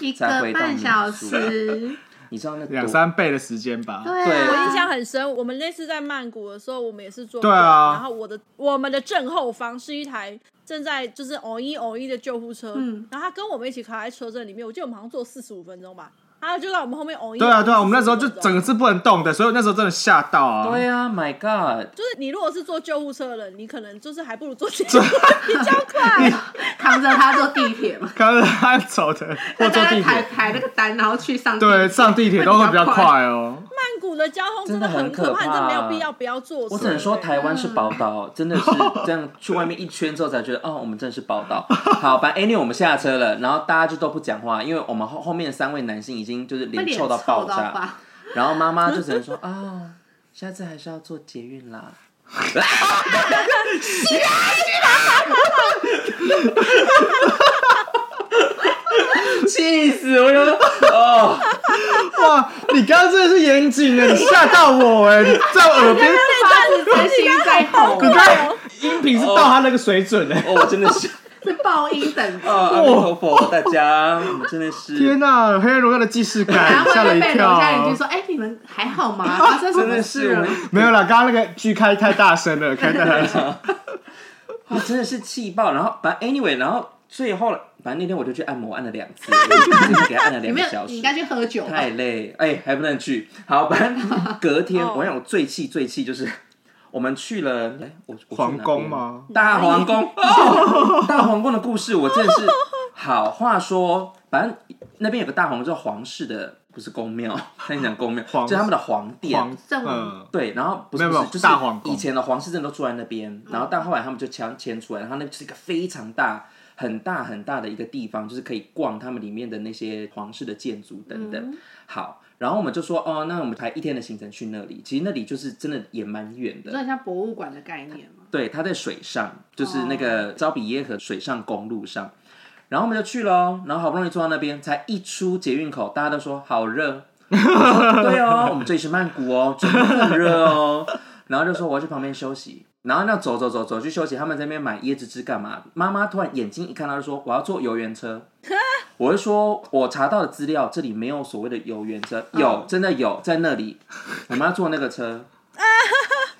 [SPEAKER 4] 一
[SPEAKER 3] 才
[SPEAKER 4] 个
[SPEAKER 3] 回到
[SPEAKER 4] 半
[SPEAKER 3] 民宿
[SPEAKER 4] 小时，
[SPEAKER 3] 你知道那多
[SPEAKER 2] 两三倍的时间吧，
[SPEAKER 4] 对
[SPEAKER 3] 对
[SPEAKER 1] 我
[SPEAKER 4] 啊，
[SPEAKER 1] 印象很深，我们那次在曼谷的时候，我们也是坐
[SPEAKER 2] 对啊
[SPEAKER 1] 然后我的我们的正后方是一台正在就是偶一偶一的救护车，
[SPEAKER 4] 嗯
[SPEAKER 1] 然后他跟我们一起卡在车阵里面，我记得我们好像坐四十五分钟吧，他就在我们后面偶一。
[SPEAKER 2] 对啊，对啊，我们那时候就整
[SPEAKER 1] 个
[SPEAKER 2] 个是不能动的，所以我那时候真的吓到啊。，
[SPEAKER 3] 对啊，My God！
[SPEAKER 1] 就是你如果是坐救护车的人，你可能就是还不如坐捷运比较快。
[SPEAKER 4] 扛着他坐地铁嘛
[SPEAKER 2] 刚刚他走的或
[SPEAKER 4] 大
[SPEAKER 2] 坐
[SPEAKER 4] 家
[SPEAKER 2] 地
[SPEAKER 4] 抬
[SPEAKER 2] 铁，
[SPEAKER 4] 抬那个单，然后去上
[SPEAKER 2] 对，上地铁都会比较快哦。
[SPEAKER 1] 曼谷的交通
[SPEAKER 3] 真
[SPEAKER 1] 真
[SPEAKER 3] 的
[SPEAKER 1] 很
[SPEAKER 3] 很
[SPEAKER 1] 可
[SPEAKER 3] 可
[SPEAKER 1] 怕，
[SPEAKER 3] 怕
[SPEAKER 1] 你真的没有必要不要坐车。欸
[SPEAKER 3] 我只能说台湾是宝岛，真的是这样去外面一圈之后才觉得，哦，我们真的是宝岛。好，反正 anyway 我们下车了，然后大家就都不讲话，因为我们后后面三位男性已经就是
[SPEAKER 4] 会
[SPEAKER 3] 脸
[SPEAKER 4] 脸
[SPEAKER 3] 臭到爆炸，
[SPEAKER 4] 吧？
[SPEAKER 3] 然后妈妈就只能说啊、下次还是要做捷运啦。气死我！了！哦，
[SPEAKER 2] 哇，你刚刚真的是严谨的，你吓到我哎！你在我耳 边，
[SPEAKER 4] 发自真心在吼，
[SPEAKER 2] 你在
[SPEAKER 4] 哦
[SPEAKER 2] 音频是到他那个水准哎！
[SPEAKER 3] 哦，我真的是，
[SPEAKER 4] 是爆 音等级。
[SPEAKER 3] 哦，阿弥陀佛，大家，我真的是，
[SPEAKER 2] 天哪、黑暗荣耀的既视
[SPEAKER 4] 然
[SPEAKER 3] 哎
[SPEAKER 2] 感，
[SPEAKER 4] 后
[SPEAKER 2] 吓了
[SPEAKER 4] 会
[SPEAKER 2] 一
[SPEAKER 4] 被楼下邻
[SPEAKER 2] 跳
[SPEAKER 4] 居。说：“哎，你们还好吗？发生什
[SPEAKER 3] 哦真
[SPEAKER 4] 么
[SPEAKER 3] 的
[SPEAKER 4] 事啊
[SPEAKER 3] 是我
[SPEAKER 4] 了
[SPEAKER 3] 们？”
[SPEAKER 2] 没有啦，刚刚那个剧开太大声了，开太 大
[SPEAKER 4] 哎
[SPEAKER 2] 声。
[SPEAKER 3] 我 真的是气爆。然后反正 anyway，然后最后反正那天我就去按摩，按了两次，我就真的是给他按了
[SPEAKER 4] 你
[SPEAKER 3] 两
[SPEAKER 4] 没
[SPEAKER 3] 个
[SPEAKER 4] 有，
[SPEAKER 3] 小
[SPEAKER 4] 你
[SPEAKER 3] 时
[SPEAKER 4] 应。该去喝酒吧
[SPEAKER 3] 太。累，哎、还不能去。好，反正隔天，
[SPEAKER 1] 哦
[SPEAKER 3] 我想我最气最气就是我们去了，哎、我我去哪
[SPEAKER 2] 皇
[SPEAKER 3] 边
[SPEAKER 2] 宫吗？
[SPEAKER 3] 大皇宫，哦大皇宫的故事，我真的是好话说，反正那边有个大皇宫，叫皇室的，不是宫 庙，他讲宫庙，
[SPEAKER 2] 皇
[SPEAKER 3] 就是他们的皇殿。
[SPEAKER 2] 皇
[SPEAKER 4] 正
[SPEAKER 2] 嗯，
[SPEAKER 3] 对，然后不
[SPEAKER 2] 没有
[SPEAKER 3] 是不
[SPEAKER 2] 没有
[SPEAKER 3] 是，就是
[SPEAKER 2] 大嗯皇宫
[SPEAKER 3] 以前的皇室真的都住在那边，然后但后来他们就迁迁出来，然后那就是一个非常大、很大、很大的一个地方，就是可以逛他们里面的那些皇室的建筑等等。
[SPEAKER 2] 嗯
[SPEAKER 3] 好，然后我们就说哦，那我们排一天的行程去那里，其实那里就是真的也蛮远的。
[SPEAKER 4] 有点像博物馆的概念嘛。
[SPEAKER 3] 对，它在水上，就是那个招比耶河水上公路上。然后我们就去了哦，然后好不容易坐到那边，才一出捷运口，大家都说好热。我说对哦，我们这里是曼谷哦，真的很热哦。然后就说我要去旁边休息，然后那走走走走去休息，他们在那边买椰子汁干嘛？妈妈突然眼睛一看，她就说我要坐游园车。我就说，我查到的资料，这里没有所谓的游园车，有真的有在那里，我们要坐那个车。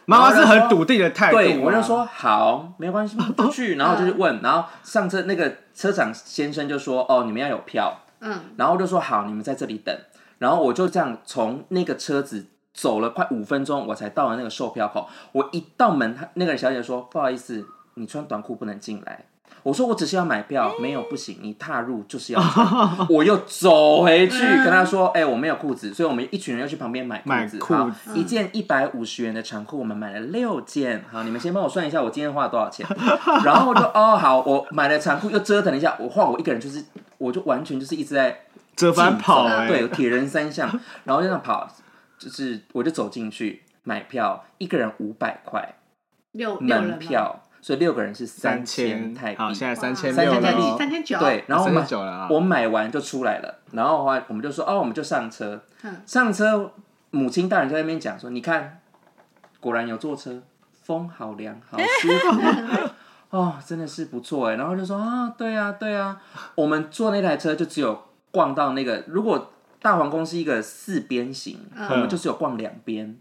[SPEAKER 2] 妈妈是很笃定的态度啊。嗯
[SPEAKER 3] 对，我就说好，没关系，不去。然后我就去问，然后上车那个车长先生就说：“哦，你们要有票。”
[SPEAKER 4] 嗯，
[SPEAKER 3] 然后我就说好，你们在这里等。然后我就这样从那个车子走了快五分钟，我才到了那个售票口。我一到门，他那个小姐说：“不好意思，你穿短裤不能进来。”我说：“我只是要买票，没有不行，你踏入就是 要穿。”我又走回去跟他说：“哎、我没有裤子，所以我们一群人要去旁边买
[SPEAKER 2] 买
[SPEAKER 3] 裤子。
[SPEAKER 2] 裤
[SPEAKER 3] 好
[SPEAKER 2] 子
[SPEAKER 3] 一件一百五十元的长裤，我们买了六件。好，你们先帮我算一下，我今天花了多少钱。” 然后我就哦好，我买了长裤，又折腾了一下，我换我一个人就是，我就完全就是一直在
[SPEAKER 2] 折返跑
[SPEAKER 3] 竞走
[SPEAKER 2] 哎、
[SPEAKER 3] 啊对，有铁人三项，然后就这样跑，就是我就走进去买票，一个人五百块
[SPEAKER 4] 六六人
[SPEAKER 3] 门
[SPEAKER 4] 嘛，
[SPEAKER 3] 票，所以六个人是
[SPEAKER 2] 三
[SPEAKER 3] 千
[SPEAKER 2] 千
[SPEAKER 3] 泰币，
[SPEAKER 2] 好，现在三千
[SPEAKER 4] 三
[SPEAKER 2] 六
[SPEAKER 4] 千
[SPEAKER 3] 3600
[SPEAKER 2] 了
[SPEAKER 4] 泰币，
[SPEAKER 2] 哦
[SPEAKER 4] 三，千九，
[SPEAKER 3] 对，，然后我
[SPEAKER 2] 三
[SPEAKER 3] 买
[SPEAKER 2] 千九了啊
[SPEAKER 3] 我买完就出来了，然后的话我们就说哦，我们就上车，
[SPEAKER 4] 嗯
[SPEAKER 3] 上车，母亲大人就在那边讲说，你看，果然有坐车，风好凉，好舒服。哦，真的是不错哎，然后就说啊，对啊，对啊，我们坐那台车就只有逛到那个，如果大皇宫是一个四边形，我们就只有逛两边，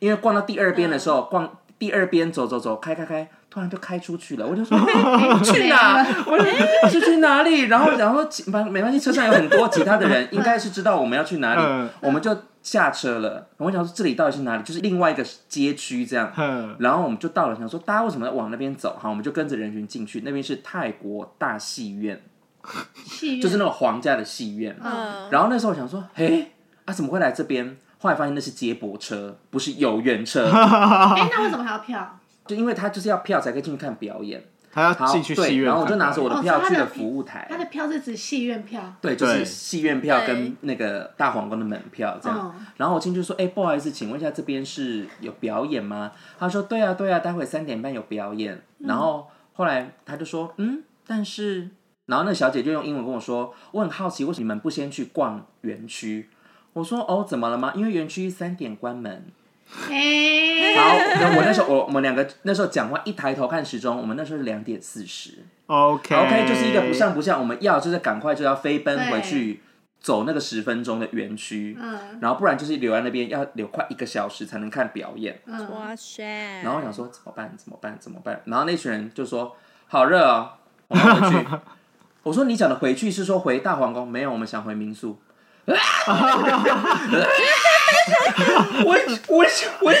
[SPEAKER 3] 因为逛到第二边的时候，逛第二边走走走，开开开，突然就开出去了，我就说、哎去哪？ 我就是去哪里？然后然后其没关系，车上有很多其他的 人，应该是知道我们要去哪里
[SPEAKER 2] 嗯，
[SPEAKER 3] 我们就下车了。我想说这里到底是哪里？就是另外一个街区这样。
[SPEAKER 4] 嗯
[SPEAKER 2] 哼，
[SPEAKER 3] 然后我们就到了，想说大家为什么要往那边走？好，我们就跟着人群进去，那边是泰国大戏院，
[SPEAKER 4] 戏
[SPEAKER 3] 就是那
[SPEAKER 4] 种
[SPEAKER 3] 种皇家的戏院。
[SPEAKER 1] 嗯，
[SPEAKER 3] 然后那时候我想说，嘿，啊怎么会来这边？后来发现那是接驳车，不是游园 车，
[SPEAKER 4] 哎，
[SPEAKER 1] 哦
[SPEAKER 4] 那为什么还要票？
[SPEAKER 3] 就因为他就是要票才可以进去看表演。
[SPEAKER 2] 他要
[SPEAKER 3] 好，
[SPEAKER 2] 进去戏
[SPEAKER 3] 对
[SPEAKER 2] 院看看，
[SPEAKER 3] 然后我就拿着我的
[SPEAKER 4] 哦
[SPEAKER 3] 票
[SPEAKER 4] 所以他
[SPEAKER 3] 去
[SPEAKER 4] 的
[SPEAKER 3] 了服务台。
[SPEAKER 4] 他的票是指戏院票，
[SPEAKER 3] 对，就是
[SPEAKER 2] 对
[SPEAKER 3] 戏院票跟
[SPEAKER 1] 对
[SPEAKER 3] 那个大皇宫的门票这样
[SPEAKER 4] 嗯。
[SPEAKER 3] 然后我进去说：“哎、不好意思，请问一下这边是有表演吗？”他说：“对啊，对啊，待会三点半有表演。”然后后来他就说：“嗯，但是……”然后那小姐就用英文跟我说：“我很好奇，为什么你们不先去逛园区？”我说：“哦，怎么了吗？因为园区三点关门。”然
[SPEAKER 4] 哎，
[SPEAKER 3] 后然后我那时候我我们两个那时候讲话一抬头看时钟，我们那时候是两点四十。
[SPEAKER 2] OK
[SPEAKER 3] OK，就是一个不上不下，我们要就是赶快就要飞奔回
[SPEAKER 4] 对
[SPEAKER 3] 去走那个十分钟的园区，
[SPEAKER 4] 嗯
[SPEAKER 3] 然后不然就是留在那边要留快一个小时才能看表演。
[SPEAKER 4] 嗯，
[SPEAKER 1] 哇塞，
[SPEAKER 3] 然后我想说怎么办？怎么办？怎么办？然后那群人就说好热哦，我们要回去。我说你讲的回去是说回大皇宫？没有，我们想回民宿。 我我我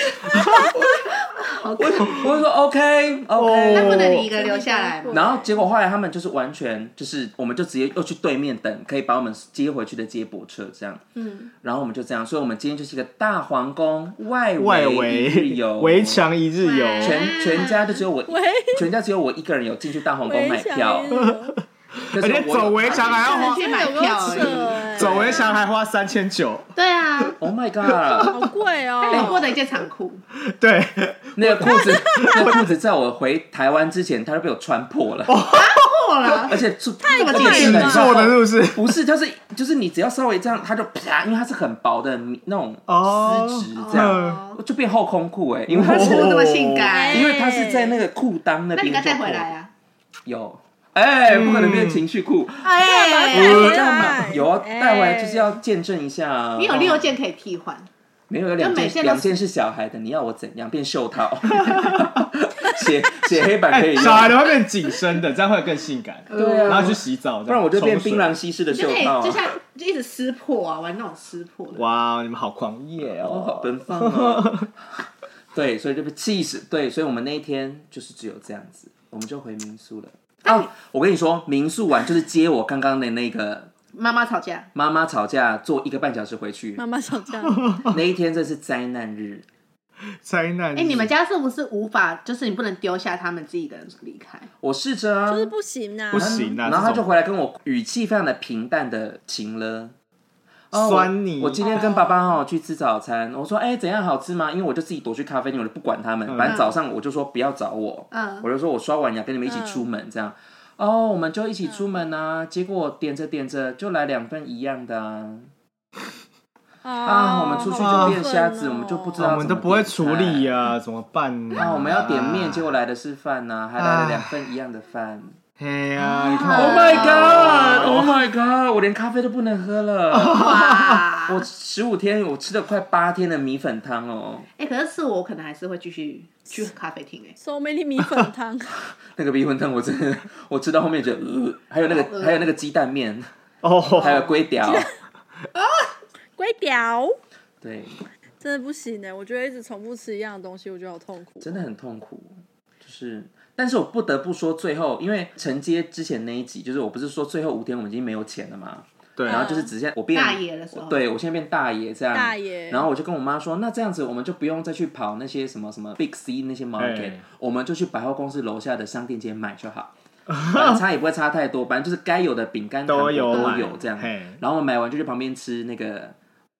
[SPEAKER 4] 好可
[SPEAKER 3] 我我说 OK
[SPEAKER 2] 哦
[SPEAKER 3] OK，
[SPEAKER 4] 那不能你一个留下来吗？
[SPEAKER 1] 对
[SPEAKER 3] 然后结果后来他们就是完全就是，我们就直接又去对面等可以把我们接回去的接驳车这样。
[SPEAKER 4] 嗯，
[SPEAKER 3] 然后我们就这样，所以我们今天就是一个大皇宫外
[SPEAKER 2] 外
[SPEAKER 3] 围一日
[SPEAKER 2] 围
[SPEAKER 3] 游
[SPEAKER 2] 围，墙一日游，
[SPEAKER 3] 全全家就只有我
[SPEAKER 1] 围，
[SPEAKER 3] 全家只有我一个人有进去大皇宫买
[SPEAKER 1] 围墙
[SPEAKER 3] 票
[SPEAKER 1] 也，有，
[SPEAKER 2] 而
[SPEAKER 3] 而
[SPEAKER 2] 且走围墙啊还要花
[SPEAKER 4] 去
[SPEAKER 1] 那
[SPEAKER 4] 买
[SPEAKER 1] 有
[SPEAKER 4] 票
[SPEAKER 1] 够
[SPEAKER 4] 而
[SPEAKER 1] 扯
[SPEAKER 4] 已。
[SPEAKER 1] 哎，
[SPEAKER 2] 走围墙还花三千九，
[SPEAKER 4] 对啊，
[SPEAKER 1] 哦
[SPEAKER 3] Oh my god！
[SPEAKER 1] 好贵哦，
[SPEAKER 4] 那
[SPEAKER 3] 啊
[SPEAKER 4] 你 获得一件长裤，
[SPEAKER 2] 对， 哦
[SPEAKER 3] 那个裤子，那个裤子在我回台湾之前，它都被我穿破了。
[SPEAKER 4] 错了
[SPEAKER 3] 而。且这太
[SPEAKER 1] 快了
[SPEAKER 2] 是你做的是不是？
[SPEAKER 3] 不是，就是就是你只要稍微这样，它就啪，因为它是很薄的那种
[SPEAKER 2] 哦
[SPEAKER 3] 丝质，这样、
[SPEAKER 4] 哦
[SPEAKER 3] 就变后空裤哎、因为它
[SPEAKER 4] 他
[SPEAKER 3] 是
[SPEAKER 4] 哦是那么性感，
[SPEAKER 1] 哎
[SPEAKER 3] 因为它是在那个裤裆那边就破。
[SPEAKER 4] 那你应该带回来啊。
[SPEAKER 3] 有，哎、不可能变情趣裤，
[SPEAKER 4] 嗯
[SPEAKER 1] 哎
[SPEAKER 3] 有
[SPEAKER 1] 对
[SPEAKER 3] 这样嘛有啊，
[SPEAKER 1] 哎
[SPEAKER 3] 带回来就是要见证一下啊。
[SPEAKER 4] 你有六件可以替
[SPEAKER 3] 哦
[SPEAKER 4] 换，
[SPEAKER 3] 没有有两
[SPEAKER 4] 就每
[SPEAKER 3] 件，
[SPEAKER 4] 件都是
[SPEAKER 3] 两件是小孩的，你要我怎样变袖 套？写写黑板可以
[SPEAKER 2] 哎，
[SPEAKER 3] 用，
[SPEAKER 2] 小孩的会变紧身的，这样会更性感。
[SPEAKER 3] 对啊，
[SPEAKER 2] 然后去洗澡，
[SPEAKER 3] 不然我就变槟榔
[SPEAKER 2] 西。
[SPEAKER 3] 西施的
[SPEAKER 4] 就
[SPEAKER 3] 袖
[SPEAKER 4] 可以
[SPEAKER 3] 套、啊。
[SPEAKER 4] 就像就一直撕破啊，玩那种撕破的。
[SPEAKER 2] 哇，你们好狂野
[SPEAKER 3] 哦，好
[SPEAKER 2] 哦！
[SPEAKER 3] 奔放 哦。对，所以就被气死。对，所以我们那一天就是只有这样子，我们就回民宿了。啊，我跟你说，民宿完就是接我刚刚的那个
[SPEAKER 4] 妈妈吵架，
[SPEAKER 3] 妈妈吵架，坐一个半小时回去。
[SPEAKER 1] 妈妈吵 架，
[SPEAKER 3] 那一天真是灾难日，
[SPEAKER 2] 灾难日。
[SPEAKER 3] 嗯
[SPEAKER 4] 哎、你们家是不是无法？就是你不能丢下他们自己一个人 离开？
[SPEAKER 3] 我试着啊，
[SPEAKER 1] 就是不行啊
[SPEAKER 2] 不。行啊！
[SPEAKER 3] 然后
[SPEAKER 2] 这
[SPEAKER 3] 他就
[SPEAKER 2] 种
[SPEAKER 3] 回来跟我语气非常的平淡的情了。哦我
[SPEAKER 2] 酸你
[SPEAKER 3] 我今天跟爸爸哈去吃早餐，我说哎、怎样好吃吗？因为我就自己躲去咖啡厅，我就不管他
[SPEAKER 2] 嗯
[SPEAKER 3] 们。反正早上我就说不要找我，
[SPEAKER 4] 嗯
[SPEAKER 3] 我就说我刷完牙跟你们一起出门这
[SPEAKER 1] 嗯
[SPEAKER 3] 样。哦，我们就一起出门啊。结果点着点着就来两份一样的啊啊！我们出去就
[SPEAKER 1] 哦
[SPEAKER 3] 变瞎子，我们就不知道
[SPEAKER 2] 我们都
[SPEAKER 3] 怎么
[SPEAKER 2] 不会
[SPEAKER 3] 点菜
[SPEAKER 2] 处理呀，怎么办呢？
[SPEAKER 3] 啊。我们要点面，结果来的是饭呐、还来了两份一样的饭。
[SPEAKER 2] 哎呀，你看
[SPEAKER 3] Oh
[SPEAKER 2] 我
[SPEAKER 3] my god! Oh my god! 我连咖啡都不能喝了。
[SPEAKER 4] 哇！
[SPEAKER 3] 我十五天，我吃了快八天的米粉汤哦，
[SPEAKER 4] 哎、可是是我，我可能还是会继续去咖啡厅哎、
[SPEAKER 1] So many 米粉汤，
[SPEAKER 3] 那个米粉汤我真的，我吃到后面觉得，呃还有那个还有那个鸡蛋面，还有
[SPEAKER 2] 哦，
[SPEAKER 3] 龟屌，
[SPEAKER 1] 龟表
[SPEAKER 3] 对，
[SPEAKER 1] 真的不行呢。我觉得一直重复吃一样的东西，我觉得好痛苦。
[SPEAKER 3] 真的很痛苦。就是，但是我不得不说，最后因为承接之前那一集，就是我不是说最后五天我们已经没有钱了嘛，
[SPEAKER 2] 对，
[SPEAKER 3] 然后就是只剩我变
[SPEAKER 4] 嗯大爷的时候，，
[SPEAKER 3] 对我现在变大爷这样，
[SPEAKER 1] 大爷
[SPEAKER 3] 然后我就跟我妈说，那这样子我们就不用再去跑那些什么什么 Big C 那些 market，
[SPEAKER 2] 哎
[SPEAKER 3] 我们就去百货公司楼下的商店街买 就好，反正差也不会差太多，反正就是该有的饼干糖
[SPEAKER 2] 都
[SPEAKER 3] 果
[SPEAKER 2] 有
[SPEAKER 3] 都
[SPEAKER 2] 买
[SPEAKER 3] 有这样
[SPEAKER 2] 嘿。
[SPEAKER 3] 然后我们买完就去旁边吃那个，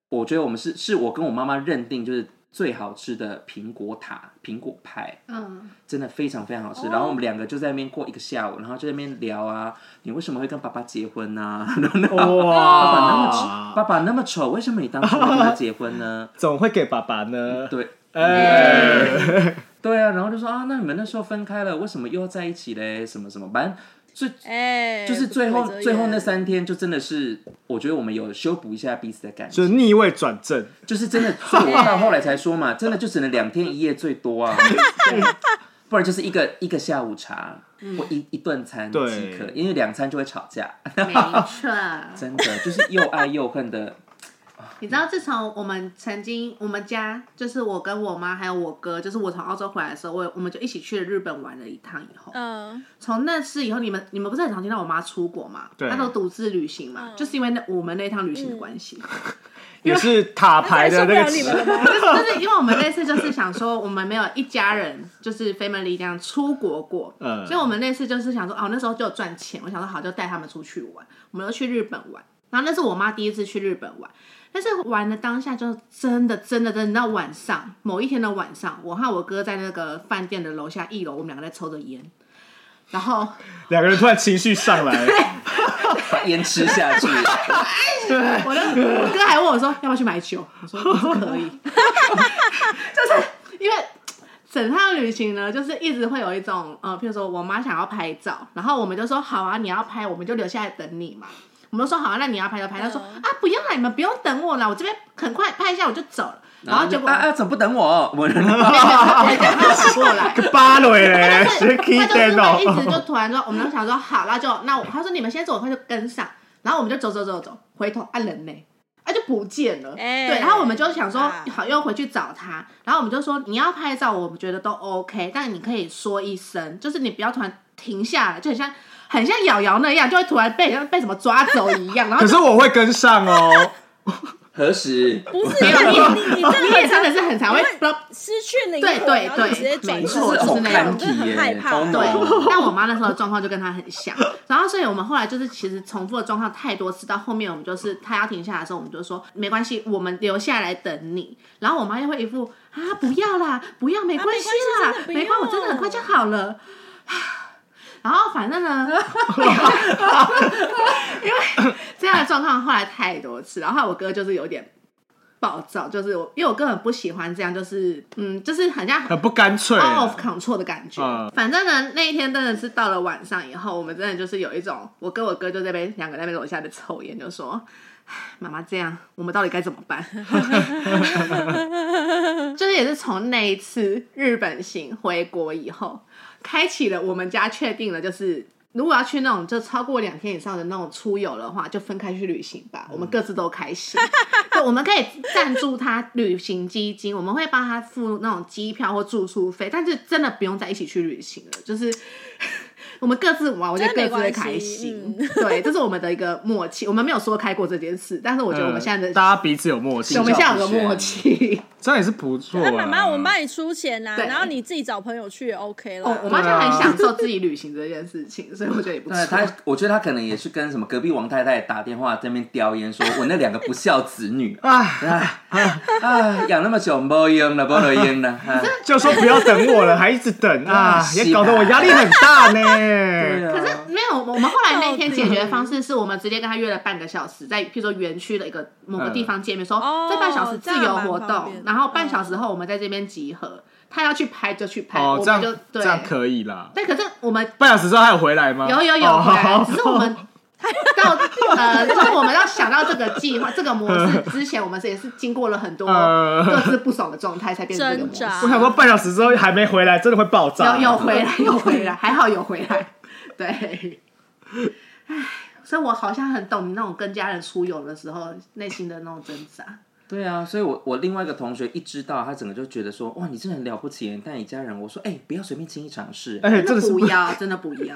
[SPEAKER 3] 我觉得我们是是我跟我妈妈认定就是最好吃的苹果塔、苹果派。
[SPEAKER 4] 嗯，
[SPEAKER 3] 真的非常非常好吃。然
[SPEAKER 1] 哦
[SPEAKER 3] 后我们两个就在那边过一个下午，然后就在那边聊啊，你为什么会跟爸爸结婚呢、 然后那个
[SPEAKER 2] 哦
[SPEAKER 3] 爸爸那么丑， 爸
[SPEAKER 2] 哇，
[SPEAKER 3] 爸那么丑，为什么你当初会跟他结 婚呢？
[SPEAKER 2] 总会给爸爸呢。
[SPEAKER 3] 对。
[SPEAKER 2] 哎，
[SPEAKER 3] 对啊，然后就说啊，那你们那时候分开了，为什么又要在一起嘞？什么什么，反正最
[SPEAKER 1] 哎，
[SPEAKER 3] 就是最后
[SPEAKER 1] 不可以这样
[SPEAKER 3] 最后那三天，就真的是我觉得我们有修补一下彼此的感
[SPEAKER 2] 就
[SPEAKER 3] 情，
[SPEAKER 2] 是逆位转正，
[SPEAKER 3] 就是真的，所以我到后来才说 嘛，真的就只能两天一夜最多啊，不然就是一个一个下午茶
[SPEAKER 1] 嗯
[SPEAKER 3] 或一一顿餐
[SPEAKER 2] 对
[SPEAKER 3] 即可，因为两餐就会吵架，
[SPEAKER 4] 没错。
[SPEAKER 3] 真的就是又爱又恨的，
[SPEAKER 4] 你知道，自从我们曾经我们家就是我跟我妈还有我哥，就是我从澳洲回来的时候，我我们就一起去了日本玩了一趟以后，
[SPEAKER 1] 嗯，
[SPEAKER 4] 从那次以后，你们你们不是很常听到我妈出国嘛？
[SPEAKER 2] 对
[SPEAKER 4] 她都独自旅行嘛，
[SPEAKER 1] 嗯
[SPEAKER 4] 就是因为那我们那趟旅行的关系。
[SPEAKER 2] 也是塔牌的那
[SPEAKER 1] 那
[SPEAKER 2] 个
[SPEAKER 1] 真的受
[SPEAKER 2] 词
[SPEAKER 1] 不了你们了吧？
[SPEAKER 4] 就是因为我们那次就是想说，我们没有一家人就是 family 这样出国过，
[SPEAKER 2] 嗯
[SPEAKER 4] 所以我们那次就是想说，哦，那时候就有赚钱，我想说好就带他们出去玩，我们就去日本玩。然后那是我妈第一次去日本玩，但是玩的当下就真的真的真的到晚上某一天的晚上，我和我哥在那个饭店的楼下一楼，我们两个在抽着烟，然后
[SPEAKER 2] 两个人突然情绪上来，
[SPEAKER 3] 把烟吃下去，
[SPEAKER 4] 我的我哥还问我说要不要去买酒，我说我说可以，就是因为。整趟旅行呢，就是一直会有一种，呃，譬如说我妈想要拍照，然后我们就说好啊，你要拍，我们就留下来等你嘛。我们就说好啊，那你要拍就拍。她说
[SPEAKER 1] 嗯
[SPEAKER 4] 啊，不用啦，你们不用等我啦，我这边很快拍一下我就走了。然后结果
[SPEAKER 3] 啊啊，怎么不等我？我
[SPEAKER 4] 她有醒过来，
[SPEAKER 2] 个芭蕾嘞，
[SPEAKER 4] 但
[SPEAKER 2] 谁
[SPEAKER 4] 是
[SPEAKER 2] 哎 k i d
[SPEAKER 4] 他就是会一直就
[SPEAKER 2] 哦？
[SPEAKER 4] 突然说，我们就想说好，那就那我他说你们先走，他就跟上，然后我们就走走走走，回头啊人呢？啊就不见了，
[SPEAKER 1] 哎
[SPEAKER 4] 对，然后我们就想说
[SPEAKER 1] 啊
[SPEAKER 4] 好又回去找他，然后我们就说你要拍照，我们觉得都 OK，但你可以说一声，就是你不要突然停下来，就很像很像瑶瑶那样，就会突然被人家被什么抓走一样，然后
[SPEAKER 2] 可
[SPEAKER 4] 就是
[SPEAKER 2] 我会跟上哦，
[SPEAKER 3] 何时？
[SPEAKER 1] 不是啊，你你你真
[SPEAKER 4] 你
[SPEAKER 1] 的
[SPEAKER 4] 也真
[SPEAKER 1] 很常
[SPEAKER 4] 的是很常会
[SPEAKER 1] 因为失去灵
[SPEAKER 4] 对
[SPEAKER 1] 魂，
[SPEAKER 4] 对
[SPEAKER 1] 然后你直接
[SPEAKER 4] 对
[SPEAKER 1] 转
[SPEAKER 4] 没
[SPEAKER 1] 身
[SPEAKER 4] 错
[SPEAKER 1] 走
[SPEAKER 4] 就是
[SPEAKER 1] 出
[SPEAKER 4] 那
[SPEAKER 1] 去
[SPEAKER 4] 样
[SPEAKER 1] 我真的很害怕
[SPEAKER 3] 好。难
[SPEAKER 4] 对
[SPEAKER 3] 哦，
[SPEAKER 4] 但我妈那时候的状况就跟她很像，然后所以我们后来就是其实重复的状况太多次，到后面我们就是她要停下来的时候，我们就说没关系，我们留下来等你。然后我妈又会一副啊不要啦，不要没关系啦，
[SPEAKER 1] 啊
[SPEAKER 4] 没关
[SPEAKER 1] 没关系真的不
[SPEAKER 4] 系，我
[SPEAKER 1] 用
[SPEAKER 4] 真的很快就好了。唉 然后反正呢， 因为这样的状况后来太多次，然后我哥就是有点暴躁，就是我因为我根本不喜欢这样，就是嗯，就是很像
[SPEAKER 2] 很不干脆啊。
[SPEAKER 4] out 哦 of control 的感觉。
[SPEAKER 2] 嗯
[SPEAKER 4] 反正呢，那一天真的是到了晚上以后，我们真的就是有一种，我跟我哥就在那边两个在那边楼下的抽烟，就说。 唉妈妈这样，我们到底该怎么办？ 就是也是从那一次日本行回国以后，开启了我们家确定了，就是如果要去那种就超过两天以上的那种出游的话，就分开去旅行吧。我们各自都开 心，对，我们可以赞助他旅行基金，我们会帮他付那种机票或住宿费，但是真的不用再一起去旅行了，就是 我们各自玩，我觉得
[SPEAKER 1] 真的
[SPEAKER 4] 各
[SPEAKER 1] 没
[SPEAKER 4] 自会
[SPEAKER 1] 关系
[SPEAKER 4] 开心。对，这是我们的一个默契，我们没有说开过这件事，但是我觉得我们现在
[SPEAKER 2] 呃
[SPEAKER 4] 的。
[SPEAKER 2] 大家彼此有默契哦
[SPEAKER 4] 我，们现在有
[SPEAKER 3] 照
[SPEAKER 4] 个
[SPEAKER 3] 不宣
[SPEAKER 4] 默契，
[SPEAKER 2] 这样也是不错啊。
[SPEAKER 1] 那哎妈妈，我们帮你出钱呐、
[SPEAKER 4] 对
[SPEAKER 1] 然后你自己找朋友去也 OK 了。
[SPEAKER 3] 哦
[SPEAKER 4] 我我妈现
[SPEAKER 2] 对啊
[SPEAKER 4] 在很享受自己旅行这件事情，所以我觉得也不
[SPEAKER 3] 对
[SPEAKER 4] 错。
[SPEAKER 3] 他，我觉得他可能也是跟什么隔壁王太太打电话在那边叼烟，说我那两个不孝子女，
[SPEAKER 2] 啊，
[SPEAKER 3] 啊啊， 养那么久没用了，没得用了。啊
[SPEAKER 2] 就说不要等我了，还一直 等啊，
[SPEAKER 3] 是吧
[SPEAKER 2] 也搞得我压力很大
[SPEAKER 3] 对
[SPEAKER 2] 呢。
[SPEAKER 3] 啊
[SPEAKER 4] 可是没有，我们后来那天解决的方式是我们直接跟他约了半个小时，在譬如说园区的一个某个地方见面，说
[SPEAKER 1] 哦
[SPEAKER 4] 这半小时自由活
[SPEAKER 1] 这样蛮方
[SPEAKER 4] 动
[SPEAKER 1] 便，的
[SPEAKER 4] 然后半小时后我们在这边集合，他要去拍就去拍，
[SPEAKER 2] 哦，
[SPEAKER 4] 我
[SPEAKER 2] 这样
[SPEAKER 4] 们就对
[SPEAKER 2] 这。样可以啦。
[SPEAKER 4] 但可是我们
[SPEAKER 2] 半小时之后还有回来吗？
[SPEAKER 4] 有有有
[SPEAKER 2] 哦
[SPEAKER 4] 回来，只是我们到呃，就是我们要想到这个计划、这个模式之前，我们也是经过了很多
[SPEAKER 2] 呃
[SPEAKER 4] 各自不爽的状态才变成这个模式
[SPEAKER 1] 挣。扎
[SPEAKER 2] 我想说半小时之后还没回来，真的会爆炸。
[SPEAKER 4] 有有回来，有 回来，还好有回来。对，唉，所以我好像很懂你那种跟家人出游的时候内心的那种挣扎。
[SPEAKER 3] 对啊，所以我我另外一个同学一知道，他整个就觉得说，哇，你真的很了不起耶，但你家人，我说，哎、不要随便轻易尝试。
[SPEAKER 2] 而且哎真的是
[SPEAKER 4] 不要，真的不 要。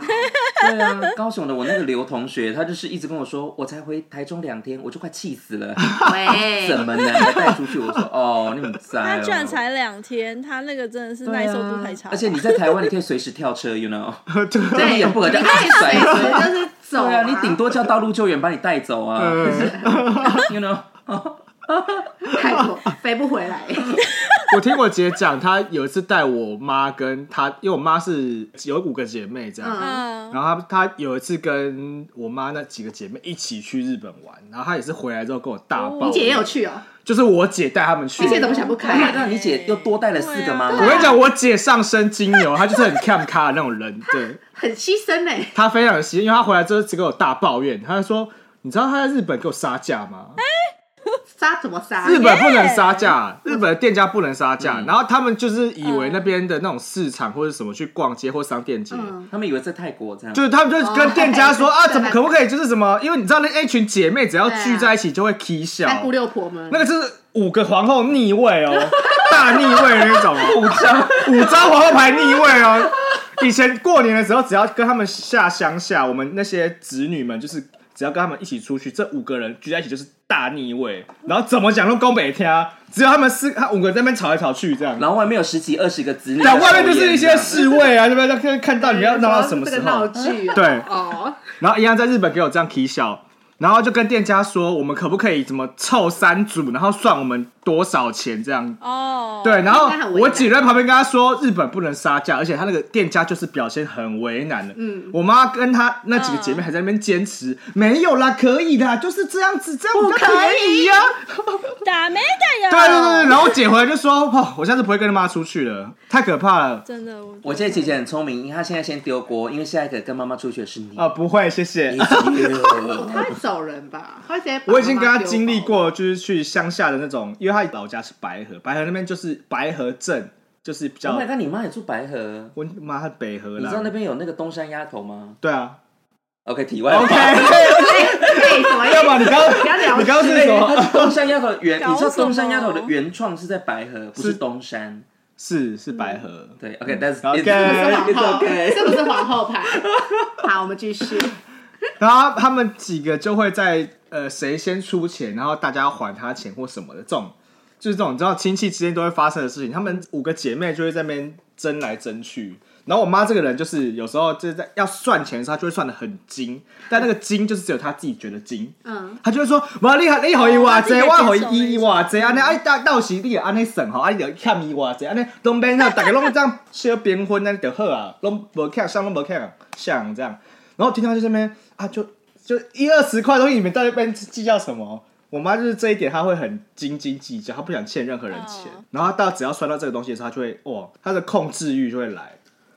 [SPEAKER 3] 对啊，高雄的我那个刘同学，他就是一直跟我说，我才回台中两天，我就快气死了，怎
[SPEAKER 4] 喂，
[SPEAKER 3] 么能还带出去？我说，哦，你们栽、哦，
[SPEAKER 1] 他居然才两天，他那个真的是
[SPEAKER 3] 对啊
[SPEAKER 1] 耐受度太差了。
[SPEAKER 3] 而且你在台湾，你可以随时跳车，you know，
[SPEAKER 4] 对
[SPEAKER 3] 一言不合就
[SPEAKER 4] 你
[SPEAKER 3] 啊
[SPEAKER 4] 可以
[SPEAKER 3] 甩
[SPEAKER 4] 随时
[SPEAKER 3] 车。
[SPEAKER 4] 就是 走、
[SPEAKER 3] 对啊，你顶多叫道路救援把你带走啊
[SPEAKER 2] 嗯，
[SPEAKER 3] ，you know。
[SPEAKER 4] 泰国飞不回来。
[SPEAKER 2] 我听我姐讲，她有一次带我妈跟她，因为我妈是有五个姐妹这样，
[SPEAKER 4] 嗯
[SPEAKER 1] 嗯，
[SPEAKER 2] 然后她她有一次跟我妈那几个姐妹一起去日本玩，然后她也是回来之后跟我大
[SPEAKER 1] 哦
[SPEAKER 2] 爆，
[SPEAKER 4] 你姐也有去哦、
[SPEAKER 2] 就是我姐带他们去
[SPEAKER 4] 你。姐怎么想不
[SPEAKER 3] 那
[SPEAKER 4] 开？
[SPEAKER 3] 啊那你姐又多带了四个妈妈，
[SPEAKER 1] 对啊
[SPEAKER 2] 我跟你讲，我姐上升金牛，她就是很 cam 卡的那种人，对
[SPEAKER 4] 很牺牲呢、
[SPEAKER 2] 她非常的心，因为她回来之后只给我大抱怨，她就说：“你知道她在日本给我杀价吗？”
[SPEAKER 4] 啊杀怎么杀？
[SPEAKER 2] 日本不能杀价，日本的店家不能杀价，然后他们就是以为那边的那种市场或者什么去逛街或商店街，
[SPEAKER 4] 嗯，
[SPEAKER 3] 他们以为在泰国这样
[SPEAKER 2] 就。是他们就跟店家说
[SPEAKER 4] 哦
[SPEAKER 2] 啊，
[SPEAKER 4] 对啊
[SPEAKER 2] 怎么可不可以就是什么？因为你知道那那一群姐妹只要聚在一起就会 k 笑，
[SPEAKER 4] 三姑六婆们
[SPEAKER 2] 那。个就是五个皇后逆位 哦，大逆位的那种哦，五张五张皇后牌逆位哦。以前过年的时候，只要跟他们下乡下，我们那些子女们就是只要跟他们一起出去，这五个人聚在一起就是大逆位，然后怎么讲都攻北天，只有他们四他五个在那边吵来吵去这
[SPEAKER 4] 嗯
[SPEAKER 2] 样。
[SPEAKER 3] 然后外面有十几二十个子女，
[SPEAKER 2] 但外面就是一
[SPEAKER 3] 抽
[SPEAKER 2] 些
[SPEAKER 3] 烟
[SPEAKER 2] 侍卫啊，这边看看到你要闹到什么时
[SPEAKER 4] 这个闹
[SPEAKER 2] 候？
[SPEAKER 4] 剧啊？
[SPEAKER 2] 对
[SPEAKER 4] 哦，
[SPEAKER 2] 然后一样在日本给我这样 k 笑，然后就跟店家说，我们可不可以怎么凑三组，然后算我们多少钱这样
[SPEAKER 1] 哦，
[SPEAKER 2] 对，然后
[SPEAKER 4] 那很为
[SPEAKER 2] 我
[SPEAKER 4] 难
[SPEAKER 2] 姐在旁边跟她说，日本不能杀价，而且她那个店家就是表现很为难的。
[SPEAKER 4] 嗯啊
[SPEAKER 2] 我妈跟她那几个姐妹还在那边坚持，没有啦，可以的，啊就是这样子，这样不可以呀、
[SPEAKER 1] 打没打呀？
[SPEAKER 2] 对对对对，然后我姐回来就说，哦，我下次不会跟她妈出去了，太可怕了。
[SPEAKER 1] 真的，我
[SPEAKER 3] 我这姐姐很聪明，她现在先丢锅，因为下一个跟妈妈出去的是你。
[SPEAKER 2] 啊、不会，谢谢。
[SPEAKER 4] 他会走人吧？他会直接把
[SPEAKER 2] 我已经跟她
[SPEAKER 4] 妈妈丢
[SPEAKER 2] 经历
[SPEAKER 4] 包
[SPEAKER 2] 过，就是去乡下的那种，因为她老家是白河，白河那边就是白河镇，就是比
[SPEAKER 3] Oh
[SPEAKER 2] 较
[SPEAKER 3] my god！你妈也住白河，
[SPEAKER 2] 我妈她北河
[SPEAKER 3] 你知道那
[SPEAKER 2] 啦。
[SPEAKER 3] 边有那个东山丫头吗
[SPEAKER 2] 对啊
[SPEAKER 3] ？OK，题外话。
[SPEAKER 2] ，OK，
[SPEAKER 4] 哎，什么意
[SPEAKER 2] 要么你刚
[SPEAKER 4] 不要聊
[SPEAKER 2] 你刚刚是什么？
[SPEAKER 3] 她哎是东山丫头的原，
[SPEAKER 1] 搞
[SPEAKER 3] 你知道
[SPEAKER 1] 什么
[SPEAKER 3] 东山丫头的原创是在白河，不是东山。
[SPEAKER 2] 是是白河。
[SPEAKER 4] 嗯
[SPEAKER 3] 对，OK，that's
[SPEAKER 2] 嗯 OK
[SPEAKER 3] it's-
[SPEAKER 4] 思？
[SPEAKER 3] 哎 it's
[SPEAKER 4] 皇后
[SPEAKER 3] OK。
[SPEAKER 4] 是不是皇后牌？好，我们继续。
[SPEAKER 2] 然后他们几个就会在呃谁先出钱，然后大家要还他钱或什么的这种就是这种你知道亲戚之间都会发生的事情，她们五个姐妹就会在那边争来争去。然后我妈这个人就是有时候就是在要算钱的时候，她就会算的很精，但那个精就是只有她自己觉得精，
[SPEAKER 4] 嗯，
[SPEAKER 2] 她就会说：“哇，你好，你好一哇这，
[SPEAKER 1] 哦
[SPEAKER 2] 我
[SPEAKER 1] 她
[SPEAKER 2] 好
[SPEAKER 1] 自己可以接受那
[SPEAKER 2] 一
[SPEAKER 1] 种
[SPEAKER 2] 哇这，安尼哎到到时你也安尼算吼，啊你就欠伊哇这，安尼拢免那大家拢这样小平分安尼就好啊，拢无欠上拢无欠像这样。然后听到就这边啊，就就一二十块东西，你们到底边计较什么？我妈就是这一点，她会很斤斤计较，她不想欠任何人钱。
[SPEAKER 4] 嗯
[SPEAKER 1] 哦
[SPEAKER 2] 然后她到只要算到这个东西的时候，她就会哇，她的控制欲就会来。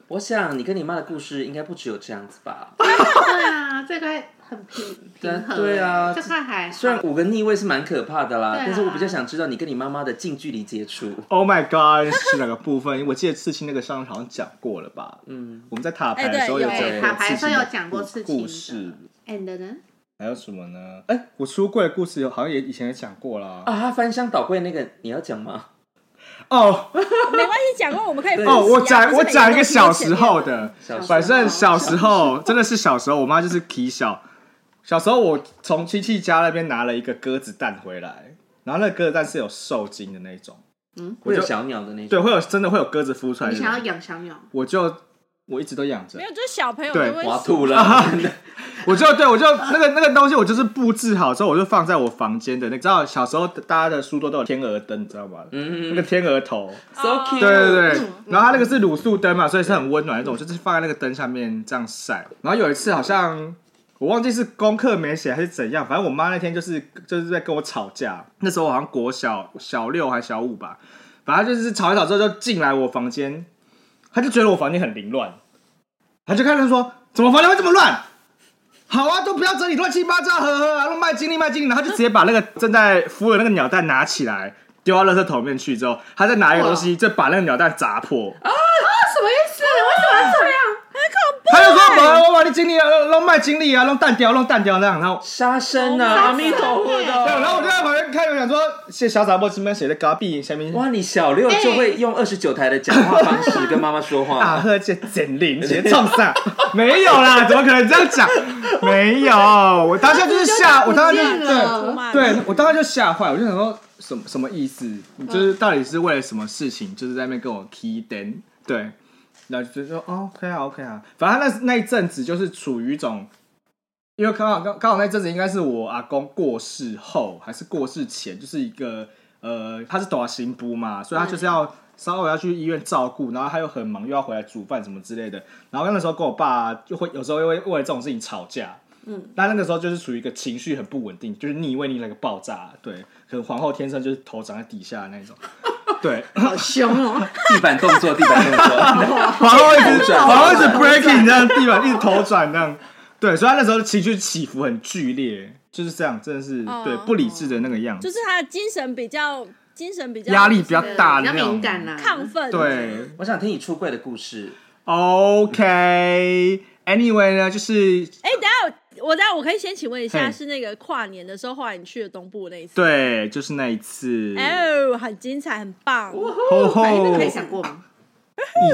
[SPEAKER 3] 我想你跟你妈的故事应该不只有这样子吧？
[SPEAKER 4] 对啊，这个很平
[SPEAKER 3] 对
[SPEAKER 4] 平和，欸
[SPEAKER 3] 对啊
[SPEAKER 4] 这块还好
[SPEAKER 3] 虽然五个逆位是蛮可怕的啦，
[SPEAKER 4] 对啊
[SPEAKER 3] 但是我比较想知道你跟你妈妈的近距离接触。
[SPEAKER 2] Oh my god，是哪个部分？我记得刺青那个上好像讲过了吧？
[SPEAKER 3] 嗯，
[SPEAKER 2] 我们在塔牌的时候
[SPEAKER 1] 哎对
[SPEAKER 2] 讲
[SPEAKER 3] 有
[SPEAKER 2] 过，
[SPEAKER 4] 塔牌的时候有讲过刺青的
[SPEAKER 2] 故事，
[SPEAKER 4] and 呢？
[SPEAKER 2] 还有什么呢？哎、我出柜的故事好像也以前也讲过啦。
[SPEAKER 3] 啊，她翻箱倒柜那个你要讲吗？
[SPEAKER 2] 哦
[SPEAKER 1] 没关系，讲过我们可以分析啊
[SPEAKER 2] 哦，我讲我讲一个小时候，
[SPEAKER 1] 不是每个人都听
[SPEAKER 2] 的，
[SPEAKER 3] 小
[SPEAKER 1] 得前面
[SPEAKER 3] 时候
[SPEAKER 2] 反正小时候真的是小时候，我妈就是皮小。小时候我从亲戚家那边拿了一个鸽子蛋回来，然后那个鸽子蛋是有受精的那种，
[SPEAKER 3] 会有小鸟的那种。
[SPEAKER 2] 对，会有真的会有鸽子孵出来
[SPEAKER 4] 你
[SPEAKER 2] 的
[SPEAKER 4] 想要
[SPEAKER 2] 种。
[SPEAKER 4] 养小鸟？
[SPEAKER 2] 我就我一直都养着
[SPEAKER 1] 没，有，就是小朋友都
[SPEAKER 2] 对
[SPEAKER 1] 会
[SPEAKER 3] 滑
[SPEAKER 1] 说
[SPEAKER 3] 吐 了，
[SPEAKER 2] 我就对我就那个那个东西，我就是布置好之后，我就放在我房间的那，你知道小时候大家的书桌都有天鹅灯，你知道吗？那个
[SPEAKER 3] 嗯
[SPEAKER 2] 天鹅头，
[SPEAKER 3] ，so cute，
[SPEAKER 2] 对对对，然后它那个是卤素灯嘛，所以是很温暖那种，就是放在那个灯下面这样晒。然后有一次好像我忘记是功课没写还是怎样，反正我妈那天就是就是在跟我吵架。那时候我好像国小小六还小五吧，反正就是吵一吵之后就进来我房间，她就觉得我房间很凌乱，她就开始说怎么房间会这么乱？好啊，都不要整理乱七八糟，呵呵啊，弄卖精力卖精力，然后就直接把那个正在孵的那个鸟蛋拿起来丢到垃圾桶里面去之后，他再拿一个东西，就把那个鸟蛋砸破。
[SPEAKER 4] 什么意思？为什么要这样？
[SPEAKER 2] 他就说：“把我把你精力啊，弄卖精力啊，弄蛋掉，弄蛋掉这样。”然后，
[SPEAKER 3] 杀生啊，
[SPEAKER 1] 哦
[SPEAKER 3] 阿弥陀佛
[SPEAKER 2] 对
[SPEAKER 3] 的。
[SPEAKER 2] 然后我就在旁边看，我想说：“谢小杂波这边谁的隔壁下面
[SPEAKER 3] 哇，你小六就会用二十九台的讲话方式跟妈妈说
[SPEAKER 2] 啊，
[SPEAKER 3] 话，
[SPEAKER 2] 呵，这整零，直接撞 上，没有啦，怎么可能这样讲？没有，我当下就是吓，我当下就是
[SPEAKER 4] 不见了
[SPEAKER 2] 对。”对，我当时就吓坏，我就想说什么什么意思？你就是到底是为了什么事情？就是在那边跟我 key den，对，然后就说哦，OK 啊，OK 啊，反正那那一阵子就是处于一种，因为刚好刚刚好那阵子应该是我阿公过世后还是过世前，就是一个呃，他是短行部嘛，所以他就是要。稍微要去医院照顾，然后他又很忙，又要回来煮饭什么之类的。然后那时候跟我爸就会有时候会为了这种事情吵架，那那个时候就是处于一个情绪很不稳定，就是逆位逆那个爆炸，对，可能皇后天生就是头长在底下的那 种，对，
[SPEAKER 4] 好凶哦！
[SPEAKER 3] 地板动作，地板动作，
[SPEAKER 2] 皇后一直
[SPEAKER 3] 转
[SPEAKER 2] 皇后一直 breaking 这样地板一直头转这样，对，所以他那时候情绪起伏很剧烈，就是这样，真的是
[SPEAKER 1] 哦
[SPEAKER 2] 对不理智的那个样
[SPEAKER 1] 就
[SPEAKER 2] 子，
[SPEAKER 1] 是他的精神比较精神比较呃
[SPEAKER 2] 压力比 较大
[SPEAKER 4] 比
[SPEAKER 2] 的
[SPEAKER 4] 较
[SPEAKER 2] 那种
[SPEAKER 4] 敏，感啊啦，
[SPEAKER 1] 亢奋，
[SPEAKER 2] 对，
[SPEAKER 3] 我想听你出柜的故事。
[SPEAKER 2] ，OK。Anyway 呢，就是
[SPEAKER 1] 哎、等一下我我等一下我可以先请问一下，
[SPEAKER 2] 嘿
[SPEAKER 1] 是那个跨年的时候，后来你去了东部那一次，
[SPEAKER 2] 对，就是那一次，
[SPEAKER 1] 哦，很精彩，很棒。好，
[SPEAKER 2] 吼吼
[SPEAKER 4] 反正可以想过吗？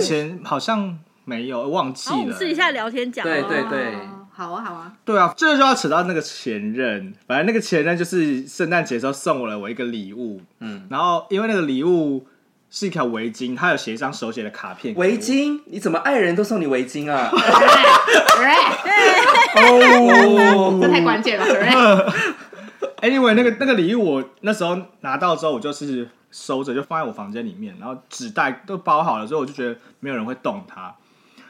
[SPEAKER 2] 以前好像没有忘记
[SPEAKER 1] 哦我们
[SPEAKER 2] 了，
[SPEAKER 1] 试一下聊天讲。
[SPEAKER 3] 对对对
[SPEAKER 4] 哦好啊好啊，
[SPEAKER 2] 对啊，这就要扯到那个前任。反正那个前任就是圣诞节的时候送我了我一个礼物，
[SPEAKER 3] 嗯，
[SPEAKER 2] 然后因为那个礼物是一条围巾，它有写一张手写的卡片。
[SPEAKER 3] 围？巾，你怎么爱人都送你围巾 啊？
[SPEAKER 4] Hooray，hooray，
[SPEAKER 2] 哦，
[SPEAKER 4] 这太关键了，hooray，
[SPEAKER 2] Anyway，那个那个礼物我那时候拿到之后，我就是收着，就放在我房间里面，然后纸袋都包好了，所以我就觉得没有人会动它。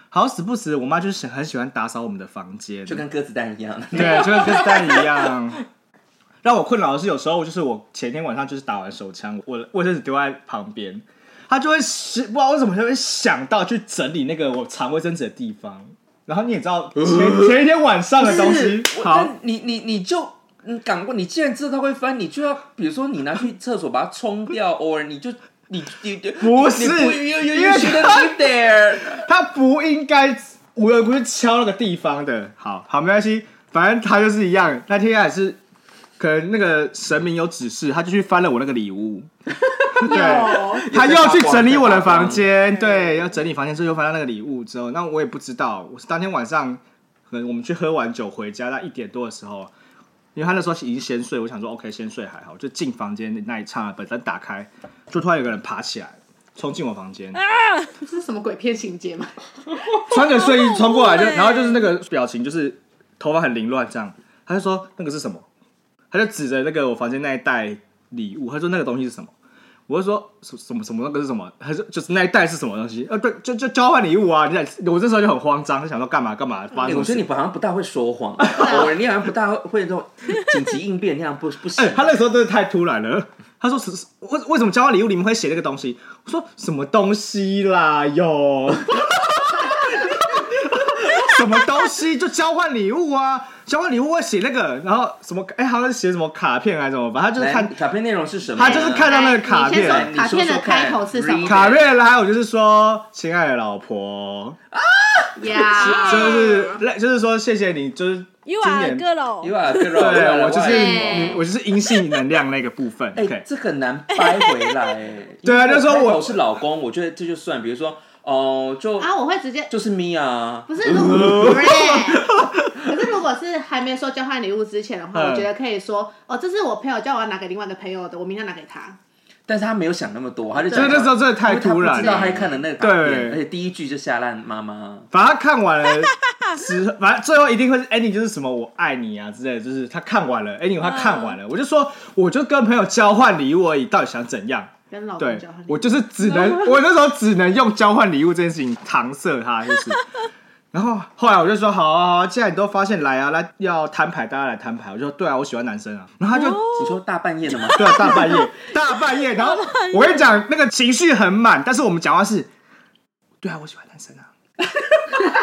[SPEAKER 2] 好死不死，我妈就是很喜欢打扫我们的房间，
[SPEAKER 3] 就跟鸽子蛋一样。
[SPEAKER 2] 对，就跟鸽子蛋一样。 让我困扰的是，有时候就是我前天晚上就是打完手枪，我的卫生纸丢在旁边，他就会是不知道为什么就会想到去整理那个我藏卫生纸的地方。然后你也知道 前前一天晚上的东西，
[SPEAKER 3] 我
[SPEAKER 2] 好，
[SPEAKER 3] 但你你你就你赶过，你既然知道它会翻，你就要比如说你拿去厕所把它冲掉，or 你就你你你
[SPEAKER 2] 不是
[SPEAKER 3] 你不 you you
[SPEAKER 2] 因为
[SPEAKER 3] you shouldn't be there。
[SPEAKER 2] 他不应该无缘无故去敲那个地方的。好好，没关系，反正他就是一样。那天也是，可能那个神明有指示，他就去翻了我那个礼物。对，他又去整理我的房 间，对，要整理房间之后又翻到那个礼物之后，那我也不知道，我是当天晚上，可能我们去喝完酒回家，那一点多的时候，因为他那时候已经先睡，我想说 OK 先睡还好，就进房间那一刹那，本灯打开，就突然有个人爬起来，冲进我房间，
[SPEAKER 4] 这是什么鬼片情节吗？
[SPEAKER 2] 穿着睡衣冲过来就，
[SPEAKER 1] 好恐怖欸
[SPEAKER 2] 然后就是那个表情，就是头发很凌乱这样。他就说那个是什么？他就指着那个我房间那一袋礼物，他说那个东西是什么？我就说什什么什么那个是什么？他说就是那一袋是什么东西？呃，对，就就交换礼物啊！你想，我这时候就很慌张，就想说干嘛干嘛发生什
[SPEAKER 3] 哎我啊
[SPEAKER 2] 么
[SPEAKER 3] 觉
[SPEAKER 2] 事
[SPEAKER 3] 得你好像不大会说谎， 我你好像不大会会那种紧急应变那样，不不行啊
[SPEAKER 2] 哎、。他那时候真的太突然了。他说：“是是为为什么交换礼物你们会写那个东西？”我说：“什么东西啦哟？ 什么东西就交换礼物啊？交换礼物会写那个，然后什么？哎、好像是写什么卡片还是什么吧？他就是
[SPEAKER 3] 来
[SPEAKER 2] 看
[SPEAKER 3] 卡片内啊容是什么
[SPEAKER 2] 他
[SPEAKER 3] 呢？
[SPEAKER 2] 就是看到那个卡片
[SPEAKER 4] 哎你先说卡片的
[SPEAKER 3] 你说说看
[SPEAKER 4] 开头是什么
[SPEAKER 3] read？
[SPEAKER 2] 卡片，然后我就是说：‘亲爱的老婆，
[SPEAKER 4] 呀，
[SPEAKER 2] 就是
[SPEAKER 3] 啊
[SPEAKER 2] 就是说谢谢你，就是今
[SPEAKER 1] You are a
[SPEAKER 2] 年
[SPEAKER 1] girl，
[SPEAKER 3] You are a girl，you are
[SPEAKER 2] 对
[SPEAKER 3] a
[SPEAKER 2] 我就是
[SPEAKER 3] wife
[SPEAKER 2] 女我就是阴性能量那个部分。
[SPEAKER 3] 哎、
[SPEAKER 2] OK，
[SPEAKER 3] 这很难掰回来、哎
[SPEAKER 2] 对啊
[SPEAKER 3] 因为
[SPEAKER 2] 就说我
[SPEAKER 3] 开头是老公，我觉得这就算。比如说，哦、就、
[SPEAKER 4] 啊，我会直接
[SPEAKER 3] 就是 Mia，啊
[SPEAKER 4] 不是如果可是如果是还没说交换礼物之前的话，
[SPEAKER 2] 嗯
[SPEAKER 4] 我觉得可以说哦，这是我朋友叫我要拿给另外一个朋友的，我明天拿给他。
[SPEAKER 3] 但是他没有想那么多，他就
[SPEAKER 2] 所
[SPEAKER 3] 讲
[SPEAKER 2] 以那时候真的太突然
[SPEAKER 3] 因为他不知道
[SPEAKER 2] 了
[SPEAKER 3] 他。看了那个卡片，
[SPEAKER 2] 对
[SPEAKER 3] 而且第一句就吓烂妈妈。
[SPEAKER 2] 反正他看完了之 后，反正最后一定会是 ending，就是什么我爱你啊之类的，就是他看完了
[SPEAKER 4] 嗯
[SPEAKER 2] ending，他看完了，我就说我就跟朋友交换礼物而已，到底想怎样？
[SPEAKER 4] 跟老公
[SPEAKER 2] 对
[SPEAKER 4] 交换礼
[SPEAKER 2] 我
[SPEAKER 4] 物，
[SPEAKER 2] 就是只 能，我那时候只能用交换礼物这件事情搪塞他， 就是。然后后来我就说好啊好啊，既然你都发现来啊，来要摊牌，大家来摊牌。我就说对啊，我喜欢男生 啊。然后他就
[SPEAKER 3] 你说大半夜的吗？
[SPEAKER 2] 对，啊大半
[SPEAKER 4] 哦
[SPEAKER 2] 夜，大半夜，然 后我跟你讲，那个情绪很满，但是我们讲话是，对啊，我喜欢男生啊。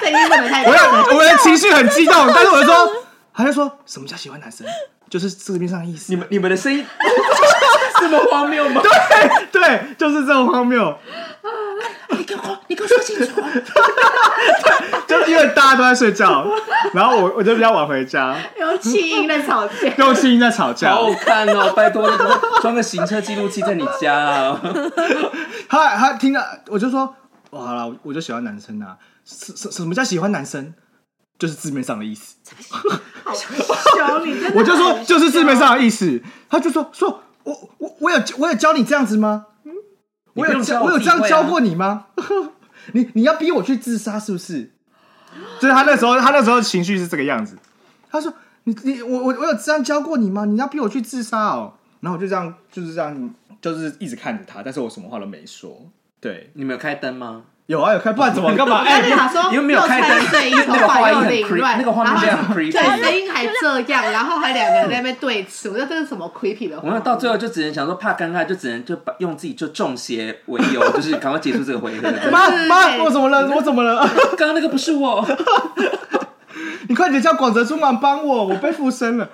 [SPEAKER 4] 这一定不能太
[SPEAKER 2] 我有我的情绪很激动，但是我就说，他就说什么叫喜欢男生，就是字面上的意思
[SPEAKER 3] 你。们你们的声音 这么荒谬吗？
[SPEAKER 2] 啊对，就是这种荒谬，
[SPEAKER 3] 你给我你给我说清楚啊。
[SPEAKER 2] 就是因为大家都在睡觉，然后我我就比较晚回家，
[SPEAKER 4] 有气音的吵架。
[SPEAKER 2] 跟我亲戚在吵架
[SPEAKER 3] 好。好看哦，拜托，装个行车记录器在你家啊！
[SPEAKER 2] 他他听到我就说，哇，好了，我就喜欢男生啊。什什什么叫喜欢男生？就是字面上的意思。
[SPEAKER 4] 好凶，你真的很
[SPEAKER 2] 我就说就是字面上的意思。他就说说我我我有我有教你这样子吗？我
[SPEAKER 3] 你不
[SPEAKER 2] 有
[SPEAKER 3] 用
[SPEAKER 2] 教
[SPEAKER 3] 教我
[SPEAKER 2] 我有这样
[SPEAKER 3] 体会啊
[SPEAKER 2] 教过你吗？ 你你要逼我去自杀是不是？就是他那时候他那时候情绪是这个样子。他说你你我我我有这样教过你吗？你要逼我去自杀哦。然后我就这样就是这样就是一直看着他，但是我什么话都没说。对，
[SPEAKER 3] 你们有开灯吗？
[SPEAKER 2] 有啊有看，不然怎么干嘛？
[SPEAKER 4] 我刚
[SPEAKER 2] 哎、
[SPEAKER 4] 才想说，
[SPEAKER 3] 因为没有
[SPEAKER 4] 哦又
[SPEAKER 3] 开灯
[SPEAKER 4] 穿睡衣，头
[SPEAKER 3] 那个
[SPEAKER 4] 发
[SPEAKER 3] 画面
[SPEAKER 4] 又
[SPEAKER 3] 很
[SPEAKER 4] 凌
[SPEAKER 3] creep-
[SPEAKER 4] 乱，
[SPEAKER 3] 那个画面非常 creepy
[SPEAKER 4] 然后对，声音还这样，然后还两个人在那边对峙，我觉得这是什么 creepy 的
[SPEAKER 3] 我
[SPEAKER 4] 话？
[SPEAKER 3] 们到最后就只能想说怕尴尬，就只能就把用自己就中邪为由，就是赶快结束这个回合。
[SPEAKER 2] 妈妈，
[SPEAKER 4] 对
[SPEAKER 2] 我怎么了？我怎么了？
[SPEAKER 3] 刚刚那个不是我，
[SPEAKER 2] 你快点叫广泽中满帮我，我被附身了。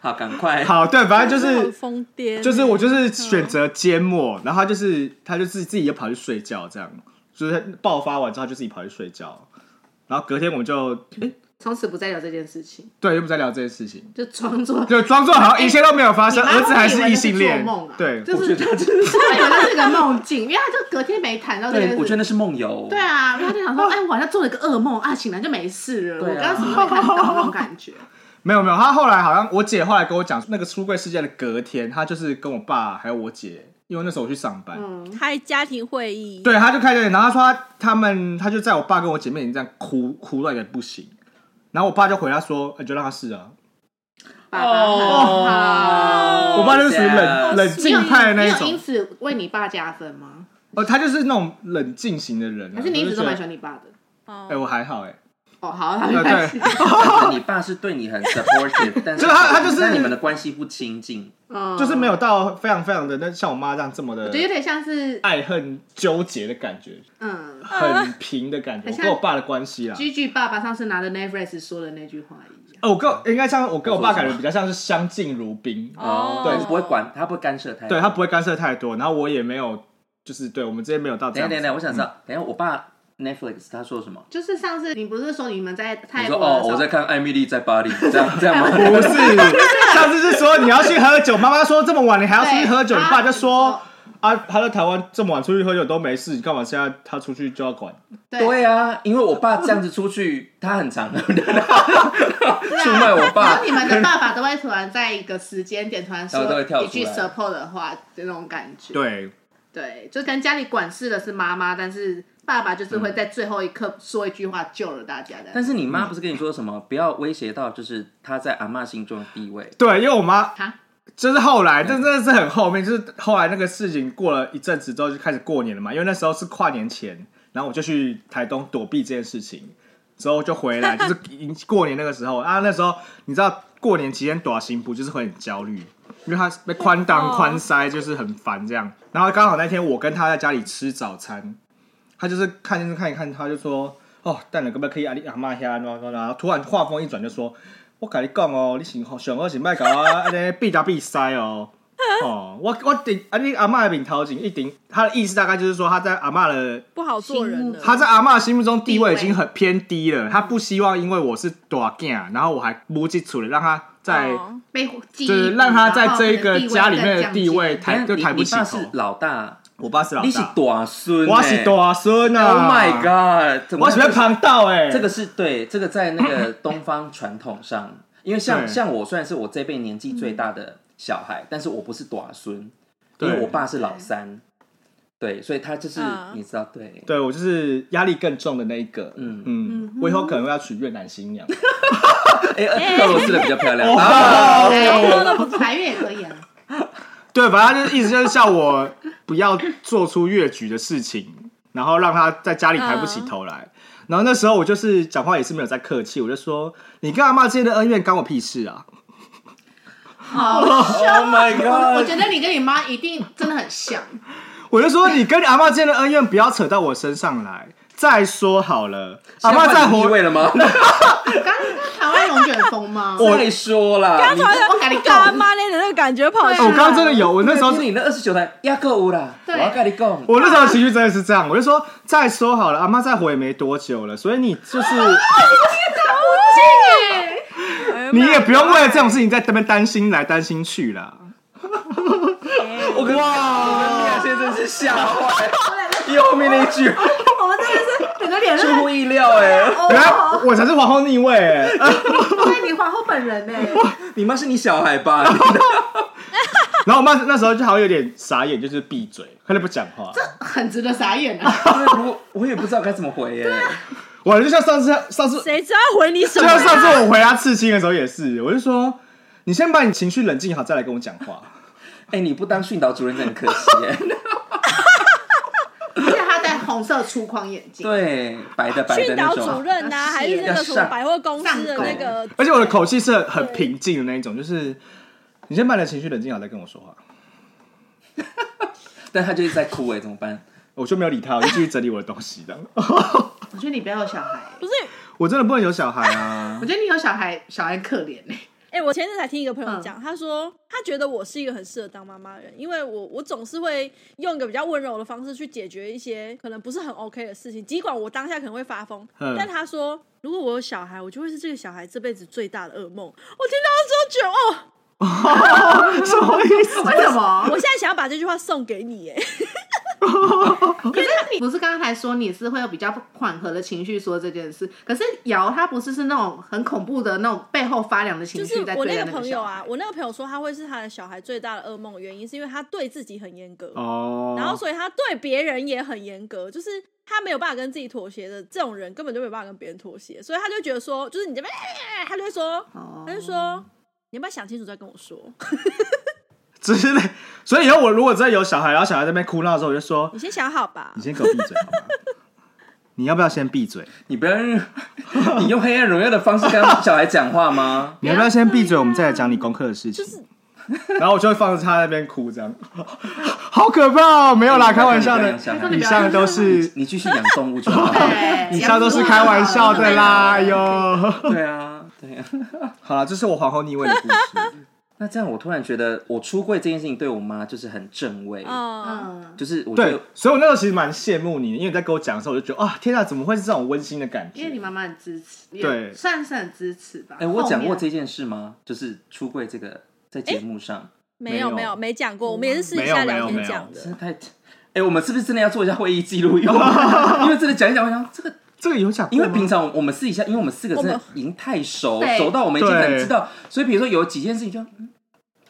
[SPEAKER 3] 好，赶快。
[SPEAKER 2] 好，对，反正就是
[SPEAKER 1] 很疯癫，
[SPEAKER 2] 就是我
[SPEAKER 4] 嗯
[SPEAKER 2] 就是选择缄默，然后他就是他就自己自己就跑去睡觉，这样就是他爆发完之后他就自己跑去睡觉，然后隔天我们就哎、
[SPEAKER 4] 从此不再聊这件事情，
[SPEAKER 2] 对又不再聊这件事情，
[SPEAKER 4] 就装作。
[SPEAKER 2] 就装作好像一切都没有发生，
[SPEAKER 4] 哎你妈
[SPEAKER 2] 儿子还
[SPEAKER 4] 会以
[SPEAKER 2] 是异
[SPEAKER 4] 为那是
[SPEAKER 2] 性恋，
[SPEAKER 4] 做梦啊
[SPEAKER 2] 对，
[SPEAKER 4] 就
[SPEAKER 3] 我
[SPEAKER 4] 是
[SPEAKER 3] 觉得他真的是，
[SPEAKER 4] 他以为那是个梦境，因为他就隔天没谈到这件
[SPEAKER 3] 对，
[SPEAKER 4] 事。
[SPEAKER 3] 我觉得那是梦游。
[SPEAKER 4] 对啊，然后他就想
[SPEAKER 2] 哦
[SPEAKER 4] 说，哎，我好像做了一个噩梦啊，醒来就没事了。我
[SPEAKER 3] 对啊
[SPEAKER 4] 刚刚什么都没看到那种 感觉。
[SPEAKER 2] 没有没有，他后来好像我姐后来跟我讲，那个出柜事件的隔天，他就是跟我爸还有我姐，因为那时候我去上班，
[SPEAKER 4] 嗯，
[SPEAKER 1] 开家庭会议，
[SPEAKER 2] 对，他就开始，然后他说他他们，他就在我爸跟我姐面前这样哭哭到一个不行，然后我爸就回他说，欸、就让他试啊，
[SPEAKER 4] 爸爸很哦好。
[SPEAKER 2] 我爸就是属于冷
[SPEAKER 3] Yes
[SPEAKER 2] 冷
[SPEAKER 4] 你有
[SPEAKER 2] 静派的那一
[SPEAKER 4] 你有
[SPEAKER 2] 种
[SPEAKER 4] 因，此为你爸加分
[SPEAKER 3] 嗯
[SPEAKER 4] 吗？
[SPEAKER 2] 哦，他就是那种冷静型的人、啊。
[SPEAKER 4] 还是你一直都蛮喜
[SPEAKER 2] 欢？
[SPEAKER 4] 欢你爸的？
[SPEAKER 2] 哎、我还好哎、
[SPEAKER 4] 哦，好，他
[SPEAKER 2] 呃
[SPEAKER 4] 没 关系。
[SPEAKER 3] 你爸是对你很 supportive，但是
[SPEAKER 2] 就是他他就是
[SPEAKER 3] 但你们的关系不亲近，
[SPEAKER 4] 嗯，
[SPEAKER 2] 就是没有到非常非常的那像我妈这样这么的
[SPEAKER 4] 我觉得有点像是，
[SPEAKER 2] 爱恨纠结的感觉，
[SPEAKER 4] 嗯
[SPEAKER 2] 很平的感觉。
[SPEAKER 4] 很
[SPEAKER 2] 我
[SPEAKER 4] 像
[SPEAKER 2] 跟我爸的关系啊，
[SPEAKER 4] ，G G 爸爸上次拿的 Netflix 说的那句话一样。
[SPEAKER 2] 哦，我跟我应该像我跟我爸
[SPEAKER 3] 我说什么
[SPEAKER 2] 感觉比较像是相敬如宾，
[SPEAKER 1] 哦，
[SPEAKER 3] 他不会管，他不会干涉太多。
[SPEAKER 2] 对他不会干涉太多，然后我也没有就是对我们之间没有到这
[SPEAKER 3] 等
[SPEAKER 2] 样子。
[SPEAKER 3] 一下，等一下，我想知道，等一下，我爸 Netflix 他说什么？
[SPEAKER 4] 就是上次你不是说你们在
[SPEAKER 3] 你
[SPEAKER 4] 泰
[SPEAKER 3] 说
[SPEAKER 4] 国的
[SPEAKER 3] 哦，
[SPEAKER 4] 时候
[SPEAKER 3] 我在看《艾米丽在巴黎》，这 样这样吗？
[SPEAKER 2] 不是，上次是说你要去喝酒，妈妈说这么晚你还要出去喝酒，
[SPEAKER 4] 对
[SPEAKER 2] 你爸就说。啊，他在台湾这么晚出去喝酒都没事，你干嘛现在他出去就要管？
[SPEAKER 4] 对
[SPEAKER 3] 对啊，因为我爸这样子出去，他很常 出卖我
[SPEAKER 4] 啊然
[SPEAKER 3] 爸
[SPEAKER 4] 后。你们的爸爸都会突然在一个时间点突然说
[SPEAKER 3] 然后都会跳出
[SPEAKER 4] 一
[SPEAKER 3] 来
[SPEAKER 4] 句 support 的话，这种感觉。
[SPEAKER 2] 对，
[SPEAKER 4] 对，就跟家里管事的是妈妈，但是爸爸就是会在最后一刻说一句话救了大家的。
[SPEAKER 3] 但是你妈不是跟你说什么不要威胁到，就是她在阿嬷心中的地位？
[SPEAKER 2] 对，因为我妈
[SPEAKER 4] 哈
[SPEAKER 2] 就是后来，这真的是很后面，就是后来那个事情过了一阵子之后就开始过年了嘛，因为那时候是跨年前，然后我就去台东躲避这件事情，之后就回来，就是已经过年那个时候啊，那时候你知道过年期间躲行不就是会很焦虑，因为他被宽档
[SPEAKER 1] 哦
[SPEAKER 2] 宽塞就是很烦这样，然后刚好那天我跟他在家里吃早餐，他就是看电视看一看，他就说哦，蛋了，可不可以阿里阿妈遐，然后然后突然话锋一转就说。我甲你讲哦，你想上好是莫甲我安尼闭打闭塞哦。哦， 我我顶啊，你阿嬷的面头前一定，他的意思大概就是说，他在阿嬷的，
[SPEAKER 1] 不好做人了。
[SPEAKER 2] 他在阿嬷心目中地位已经很偏低了，他不希望因为我是大囝，然后我还母鸡出来，让他在、
[SPEAKER 1] 哦
[SPEAKER 4] 被记忆
[SPEAKER 2] 就是让他在这一个家里面的地位
[SPEAKER 3] 但
[SPEAKER 2] 抬
[SPEAKER 3] 是
[SPEAKER 2] 就
[SPEAKER 3] 你
[SPEAKER 2] 抬不
[SPEAKER 3] 你
[SPEAKER 2] 起
[SPEAKER 3] 爸是
[SPEAKER 2] 头。
[SPEAKER 3] 老大，
[SPEAKER 2] 我爸是老
[SPEAKER 3] 你是
[SPEAKER 2] 大，
[SPEAKER 3] 大孙、欸，
[SPEAKER 2] 我是大孙
[SPEAKER 3] Oh
[SPEAKER 2] 啊
[SPEAKER 3] my god！怎么
[SPEAKER 2] 我喜欢旁道哎，
[SPEAKER 3] 这个是对，这个在那个东方传统上，因为像
[SPEAKER 2] 对
[SPEAKER 3] 像我虽然是我这辈年纪最大的小孩，但是我不是短孙，因
[SPEAKER 2] 对
[SPEAKER 3] 为我爸是老三，对，所以他就是、
[SPEAKER 1] 嗯
[SPEAKER 3] 你知道，对，
[SPEAKER 2] 对我就是压力更重的那一个，
[SPEAKER 3] 嗯
[SPEAKER 2] 嗯，我以后可能要娶越南新娘。
[SPEAKER 3] 哎、俄罗斯的比较漂亮，
[SPEAKER 2] 哦
[SPEAKER 3] 啊
[SPEAKER 4] 财运也可以啊。
[SPEAKER 2] 对，反正就是意思就是叫我不要做出越矩的事情，然后让他在家里抬不
[SPEAKER 3] 嗯
[SPEAKER 2] 起头来。然后那时候我就是讲话也是没有在客气，我就说你跟阿妈之间的恩怨干我屁事啊！
[SPEAKER 4] 好，
[SPEAKER 3] ，Oh my
[SPEAKER 4] 我
[SPEAKER 3] god！
[SPEAKER 4] 觉得你跟你妈一定真的很像。
[SPEAKER 2] 我就说你跟阿妈之间的恩怨不要扯到我身上来。再说好了，阿妈在
[SPEAKER 3] 地
[SPEAKER 2] 活，
[SPEAKER 3] 位了吗？
[SPEAKER 4] 刚刚台湾龙卷风 吗？
[SPEAKER 3] 再说啦，你
[SPEAKER 4] 我跟你讲
[SPEAKER 1] 干妈咧的那个感觉跑出
[SPEAKER 4] 对啊
[SPEAKER 2] 哦我
[SPEAKER 1] 来，
[SPEAKER 2] 刚刚真的有，我那时候
[SPEAKER 3] 听你那二十九台压够有啦，我
[SPEAKER 4] 对
[SPEAKER 3] 要跟你讲，
[SPEAKER 2] 我那时候情绪真的是这样，我就说再说好了，阿妈再活也没多久了，所以你就是
[SPEAKER 1] 哎呀
[SPEAKER 2] 你也不用为了这种事情在这边担心来担心去啦。
[SPEAKER 3] 我跟哇，米娅先生是吓坏了，因为后面那一句
[SPEAKER 4] 我们真的是整个脸
[SPEAKER 3] 出乎意料哎、
[SPEAKER 2] 原来我才是皇后逆位、欸，
[SPEAKER 4] 对你皇后本人呢、
[SPEAKER 3] 你妈是你小孩吧？
[SPEAKER 2] 然后我妈那时候就好像有点傻眼，就是闭嘴，她就不讲话。
[SPEAKER 4] 很值得傻眼啊！
[SPEAKER 3] 如果我也不知道该怎么回耶、
[SPEAKER 1] 啊
[SPEAKER 2] 我就像上次，上次
[SPEAKER 1] 谁知道回你什
[SPEAKER 2] 就
[SPEAKER 1] 么
[SPEAKER 2] 像
[SPEAKER 1] 啊？
[SPEAKER 2] 上次我回她刺青的时候也是，我就说你先把你情绪冷静好，再来跟我讲 话。
[SPEAKER 3] 哎、你不当训导主任真的很可惜耶。
[SPEAKER 4] 而且他戴红色粗框眼镜，
[SPEAKER 3] 对，白的白的
[SPEAKER 1] 训
[SPEAKER 3] 那
[SPEAKER 1] 导主
[SPEAKER 3] 种。
[SPEAKER 1] 任呐、
[SPEAKER 4] 那是
[SPEAKER 2] 哎
[SPEAKER 1] 还是那个什么百货公司的那个，
[SPEAKER 2] 而且我的口气是很平静的那一种，就是你先把你的情绪冷静好，再跟我说话。
[SPEAKER 3] 但他就是在哭哎，怎么办？
[SPEAKER 2] 我就没有理她，我就继续整理我的东西 的。
[SPEAKER 4] 我觉得你不要有小孩，
[SPEAKER 1] 不是。
[SPEAKER 2] 我真的不能有小孩啊
[SPEAKER 4] 我！觉得你有小孩，小孩可怜欸呢、
[SPEAKER 1] 哎、我前阵才听一个朋友
[SPEAKER 2] 嗯
[SPEAKER 1] 讲，他说他觉得我是一个很适合当妈妈的人，因为我我总是会用一个比较温柔的方式去解决一些可能不是很 OK 的事情，尽管我当下可能会发疯，
[SPEAKER 2] 嗯
[SPEAKER 1] 但他说如果我有小孩，我就会是这个小孩这辈子最大的噩梦。我听到之后觉得，哦，
[SPEAKER 2] 什么意思？
[SPEAKER 4] 为什么？
[SPEAKER 1] 我现在想要把这句话送给你，哎，
[SPEAKER 4] 可是你不是刚才说你是会有比较缓和的情绪说这件事，可是瑶她不是是那种很恐怖的那种背后发凉的情
[SPEAKER 1] 就是
[SPEAKER 4] 绪在
[SPEAKER 1] 我
[SPEAKER 4] 对
[SPEAKER 1] 那
[SPEAKER 4] 待
[SPEAKER 1] 个
[SPEAKER 4] 那个
[SPEAKER 1] 朋友
[SPEAKER 4] 小孩。
[SPEAKER 1] 啊，我那个朋友说他会是他的小孩最大的噩梦，原因是因为他对自己很严格，
[SPEAKER 2] 哦，
[SPEAKER 1] 然后所以他对别人也很严格，就是他没有办法跟自己妥协的这种人，根本就没有办法跟别人妥协，所以他就觉得说，就是你这边，他就会说，
[SPEAKER 4] 哦
[SPEAKER 1] 他就说。你要不要想清楚再跟我说？
[SPEAKER 2] 只是嗯所以以后我如果真的有小孩，然后小孩在那边哭闹的时候，我就说
[SPEAKER 1] 你先想好 吧
[SPEAKER 2] 你。先给我闭嘴好吗？你要不要先闭嘴？
[SPEAKER 3] 你不要用，你用黑暗荣耀的方式跟小孩讲话吗？
[SPEAKER 2] 你要不要先闭嘴？我们再来讲你功课的事情。然后我就会放着他在那边哭，这样， 好可怕哦！没有啦，开玩笑
[SPEAKER 3] 不要
[SPEAKER 2] 的
[SPEAKER 3] 用小孩，
[SPEAKER 2] 以上都是
[SPEAKER 3] 你继续养动物就 好。
[SPEAKER 4] 哦对，
[SPEAKER 2] 以上都是开玩笑的啦。哎呦，
[SPEAKER 3] 对啊，对啊。
[SPEAKER 2] 好啦，这是我皇后逆位的故事。
[SPEAKER 3] 那这样，我突然觉得我出柜这件事情对我妈就是很正位，
[SPEAKER 1] 嗯，
[SPEAKER 4] 嗯，
[SPEAKER 3] 就是我觉
[SPEAKER 2] 对
[SPEAKER 3] 得，
[SPEAKER 2] 所以我那时候其实蛮羡慕你的，因为你在跟我讲的时候，我就觉得啊，天啊，怎么会是这种温馨的感
[SPEAKER 4] 因为你
[SPEAKER 2] 觉？
[SPEAKER 4] 妈妈很支持，也
[SPEAKER 2] 对
[SPEAKER 4] 算是很支持吧。
[SPEAKER 3] 哎、我讲过
[SPEAKER 4] 后面啊
[SPEAKER 3] 这件事吗？就是出柜这个在节目上，
[SPEAKER 1] 没
[SPEAKER 2] 没
[SPEAKER 1] 有
[SPEAKER 2] 有
[SPEAKER 1] 没有没讲过，我们也是私底
[SPEAKER 2] 没有
[SPEAKER 1] 下
[SPEAKER 2] 没有
[SPEAKER 1] 聊天
[SPEAKER 2] 没有
[SPEAKER 1] 讲
[SPEAKER 3] 真
[SPEAKER 1] 的
[SPEAKER 3] 的。太……哎、我们是不是真的要做一下会议记录 用？因为 真的讲一讲，我想这个，
[SPEAKER 2] 这个有讲过
[SPEAKER 3] 因
[SPEAKER 2] 吗，
[SPEAKER 3] 为平常我们私底下，因为我们四个真
[SPEAKER 1] 我
[SPEAKER 3] 的
[SPEAKER 1] 们
[SPEAKER 3] 已经太熟，
[SPEAKER 4] 对
[SPEAKER 3] 熟到我们已经很
[SPEAKER 2] 对
[SPEAKER 3] 知道，所以比如说有几件事情就，嗯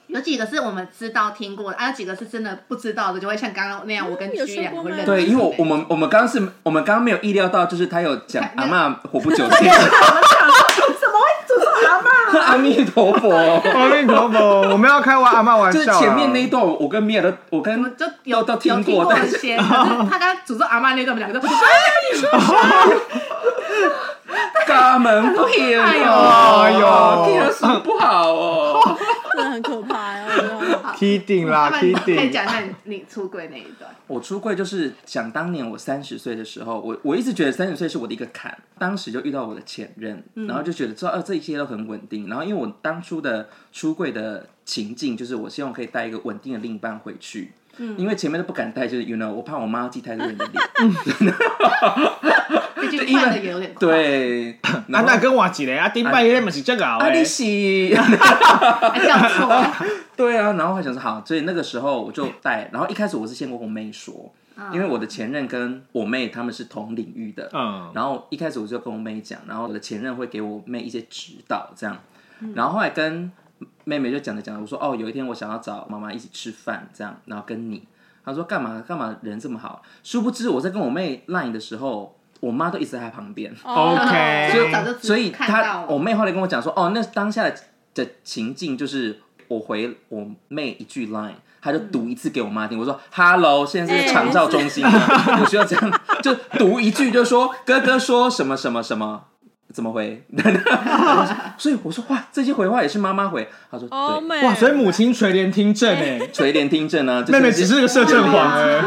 [SPEAKER 4] 有几个是我们知道听过的，还、啊有几个是真的不知道的，就会像刚刚那样，我跟
[SPEAKER 1] 有
[SPEAKER 4] 居
[SPEAKER 1] 说
[SPEAKER 4] 然
[SPEAKER 1] 过
[SPEAKER 4] 会
[SPEAKER 1] 吗
[SPEAKER 4] 认
[SPEAKER 3] 对，
[SPEAKER 4] 识
[SPEAKER 3] 因为我
[SPEAKER 4] 的
[SPEAKER 3] 我们我们刚刚是，我们刚刚没有意料到，就是他有讲
[SPEAKER 4] 看
[SPEAKER 3] 阿
[SPEAKER 4] 那
[SPEAKER 3] 嬷活不久 天，
[SPEAKER 4] 怎么会诅咒阿妈？
[SPEAKER 3] 阿弥陀 佛。
[SPEAKER 2] 阿弥陀佛，我们要开完阿妈玩
[SPEAKER 3] 就是
[SPEAKER 2] 笑啊。
[SPEAKER 3] 前面那一段，我跟米尔都，我
[SPEAKER 4] 我们
[SPEAKER 3] 跟
[SPEAKER 4] 就 有
[SPEAKER 3] 都都听
[SPEAKER 4] 有
[SPEAKER 3] 过
[SPEAKER 4] 过
[SPEAKER 3] 但
[SPEAKER 4] 一
[SPEAKER 3] 是
[SPEAKER 4] 些，可是他刚刚诅咒阿妈那段，我们两个都
[SPEAKER 3] 嘎门片
[SPEAKER 4] 哎呦
[SPEAKER 3] 哦，
[SPEAKER 2] 哎呦
[SPEAKER 3] 听得说不好哦。
[SPEAKER 1] 真的很可怕呀！我觉得
[SPEAKER 2] kidding
[SPEAKER 4] 阿
[SPEAKER 2] 啦
[SPEAKER 3] 啊
[SPEAKER 4] 妈，你可以
[SPEAKER 2] ，kidding。
[SPEAKER 4] 讲一下你你出轨那一段。
[SPEAKER 3] 我出柜就是想当年我三十岁的时候，我我一直觉得三十岁是我的一个坎，当时就遇到我的前任，
[SPEAKER 2] 嗯
[SPEAKER 3] 然后就觉得说，呃，这一切都很稳定。然后因为我当初的出柜的情境就是，我希望可以带一个稳定的另一半回去。
[SPEAKER 2] 嗯
[SPEAKER 3] 因为前面都不敢带，就是 you know，我怕我妈要记太多你的 脸。
[SPEAKER 4] 这句换的也有点快。
[SPEAKER 3] 对，
[SPEAKER 2] 啊，
[SPEAKER 3] 然后
[SPEAKER 2] 那跟我一个啊，顶摆迄个嘛是这个啊
[SPEAKER 3] 啊，你
[SPEAKER 2] 喂。
[SPEAKER 3] 是。
[SPEAKER 4] 还叫错，
[SPEAKER 3] 对啊，然后还想说好，所以那个时候我就带，然后一开始我是先跟我妹说，
[SPEAKER 2] 啊
[SPEAKER 3] 因为我的前任跟我妹他们是同领域的，
[SPEAKER 2] 嗯，
[SPEAKER 3] 然后一开始我就跟我妹讲，然后我的前任会给我妹一些指导这样，然后后来跟妹妹就讲着讲着，我说哦，有一天我想要找妈妈一起吃饭这样，然后跟你，她说干嘛干嘛人这么好，殊不知我在跟我妹 line 的时候，我妈都一直在她旁边，
[SPEAKER 1] 哦
[SPEAKER 2] OK
[SPEAKER 4] 所以早就
[SPEAKER 3] 所以
[SPEAKER 4] 看
[SPEAKER 3] 她
[SPEAKER 4] 到
[SPEAKER 3] 我
[SPEAKER 4] 了。
[SPEAKER 3] 妹后来跟我讲说，哦，那当下的情境就是我回我妹一句 line，她
[SPEAKER 4] 嗯
[SPEAKER 3] 就读一次给我妈听。我说，Hello，现在
[SPEAKER 4] 哎
[SPEAKER 3] 是长照中心吗， 我需要这样，就读一句，就说哥哥说什么什么什么。怎么回？ 所以我说哇，这些回话也是妈妈回。她说
[SPEAKER 1] 哦
[SPEAKER 3] 对，
[SPEAKER 1] 妹，
[SPEAKER 2] 哇，所以母亲垂帘听政哎，
[SPEAKER 3] 垂帘听政啊，这
[SPEAKER 2] 妹妹
[SPEAKER 3] 真
[SPEAKER 2] 只是个摄政王哎。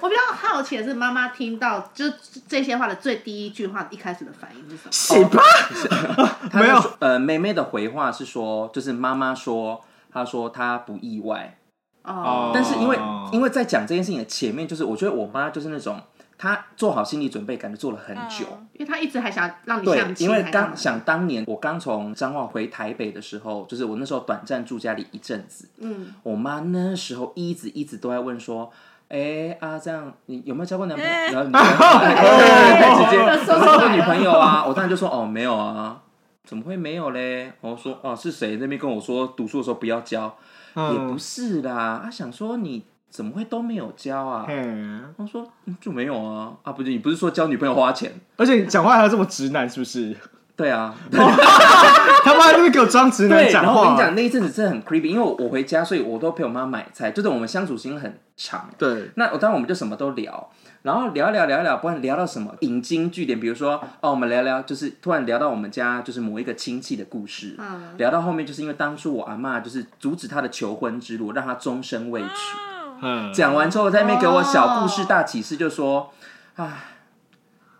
[SPEAKER 4] 我比较好奇的是，妈妈听到就是这些话的最第一句话，一开始的反应是什么？
[SPEAKER 2] 洗吧，
[SPEAKER 3] 她
[SPEAKER 2] 没有
[SPEAKER 3] 就说呃，妹妹的回话是说，就是妈妈说，她说她不意外，
[SPEAKER 4] 哦，
[SPEAKER 3] 但是因为
[SPEAKER 2] 哦
[SPEAKER 3] 因为在讲这件事情的前面，就是我觉得我妈就是那种她做好心理准备，感觉做了很久。
[SPEAKER 1] 嗯
[SPEAKER 4] 因为他一直还想让你
[SPEAKER 3] 对
[SPEAKER 4] 相，亲，
[SPEAKER 3] 因为
[SPEAKER 4] 还干
[SPEAKER 3] 刚
[SPEAKER 4] 嘛
[SPEAKER 3] 想当年我刚从彰化回台北的时候，就是我那时候短暂住家里一阵子，
[SPEAKER 4] 嗯，
[SPEAKER 3] 我妈那时候一直一直都在问说。哎、啊，这样你有没有交过男朋友？
[SPEAKER 1] 哎
[SPEAKER 3] 然后你太直
[SPEAKER 2] 哦
[SPEAKER 3] 接，有没有交过女朋友啊？我当然就说哦，没有啊，怎么会没有嘞？我说哦，是谁那边跟我说读书的时候不要交？也不
[SPEAKER 2] 嗯，
[SPEAKER 3] 是啦，他想说你怎么会都没有交啊？
[SPEAKER 2] 嗯
[SPEAKER 3] 他说、嗯、就没有啊，啊不对，你不是说交女朋友花钱？
[SPEAKER 2] 而且你讲话还要这么直男，是不是？
[SPEAKER 3] 对啊，
[SPEAKER 2] 他妈就是给我装直男
[SPEAKER 3] 对。然
[SPEAKER 2] 讲
[SPEAKER 3] 后我跟
[SPEAKER 2] 话啊
[SPEAKER 3] 你。讲，那一阵子真的很 creepy，因为我回家，所以我都陪我妈买菜，就是我们相处时间很长。
[SPEAKER 2] 对，
[SPEAKER 3] 那我当然我们就什么都聊，然后聊一聊聊一聊，不管聊到什么引经据典，比如说哦，我们聊聊就是突然聊到我们家就是某一个亲戚的故事，
[SPEAKER 4] 嗯
[SPEAKER 3] 聊到后面就是因为当初我阿嬷就是阻止她的求婚之路，让她终身未娶。
[SPEAKER 2] 嗯，
[SPEAKER 3] 讲完之后，在那边给我小故事
[SPEAKER 4] 哦
[SPEAKER 3] 大启示，就说：“唉，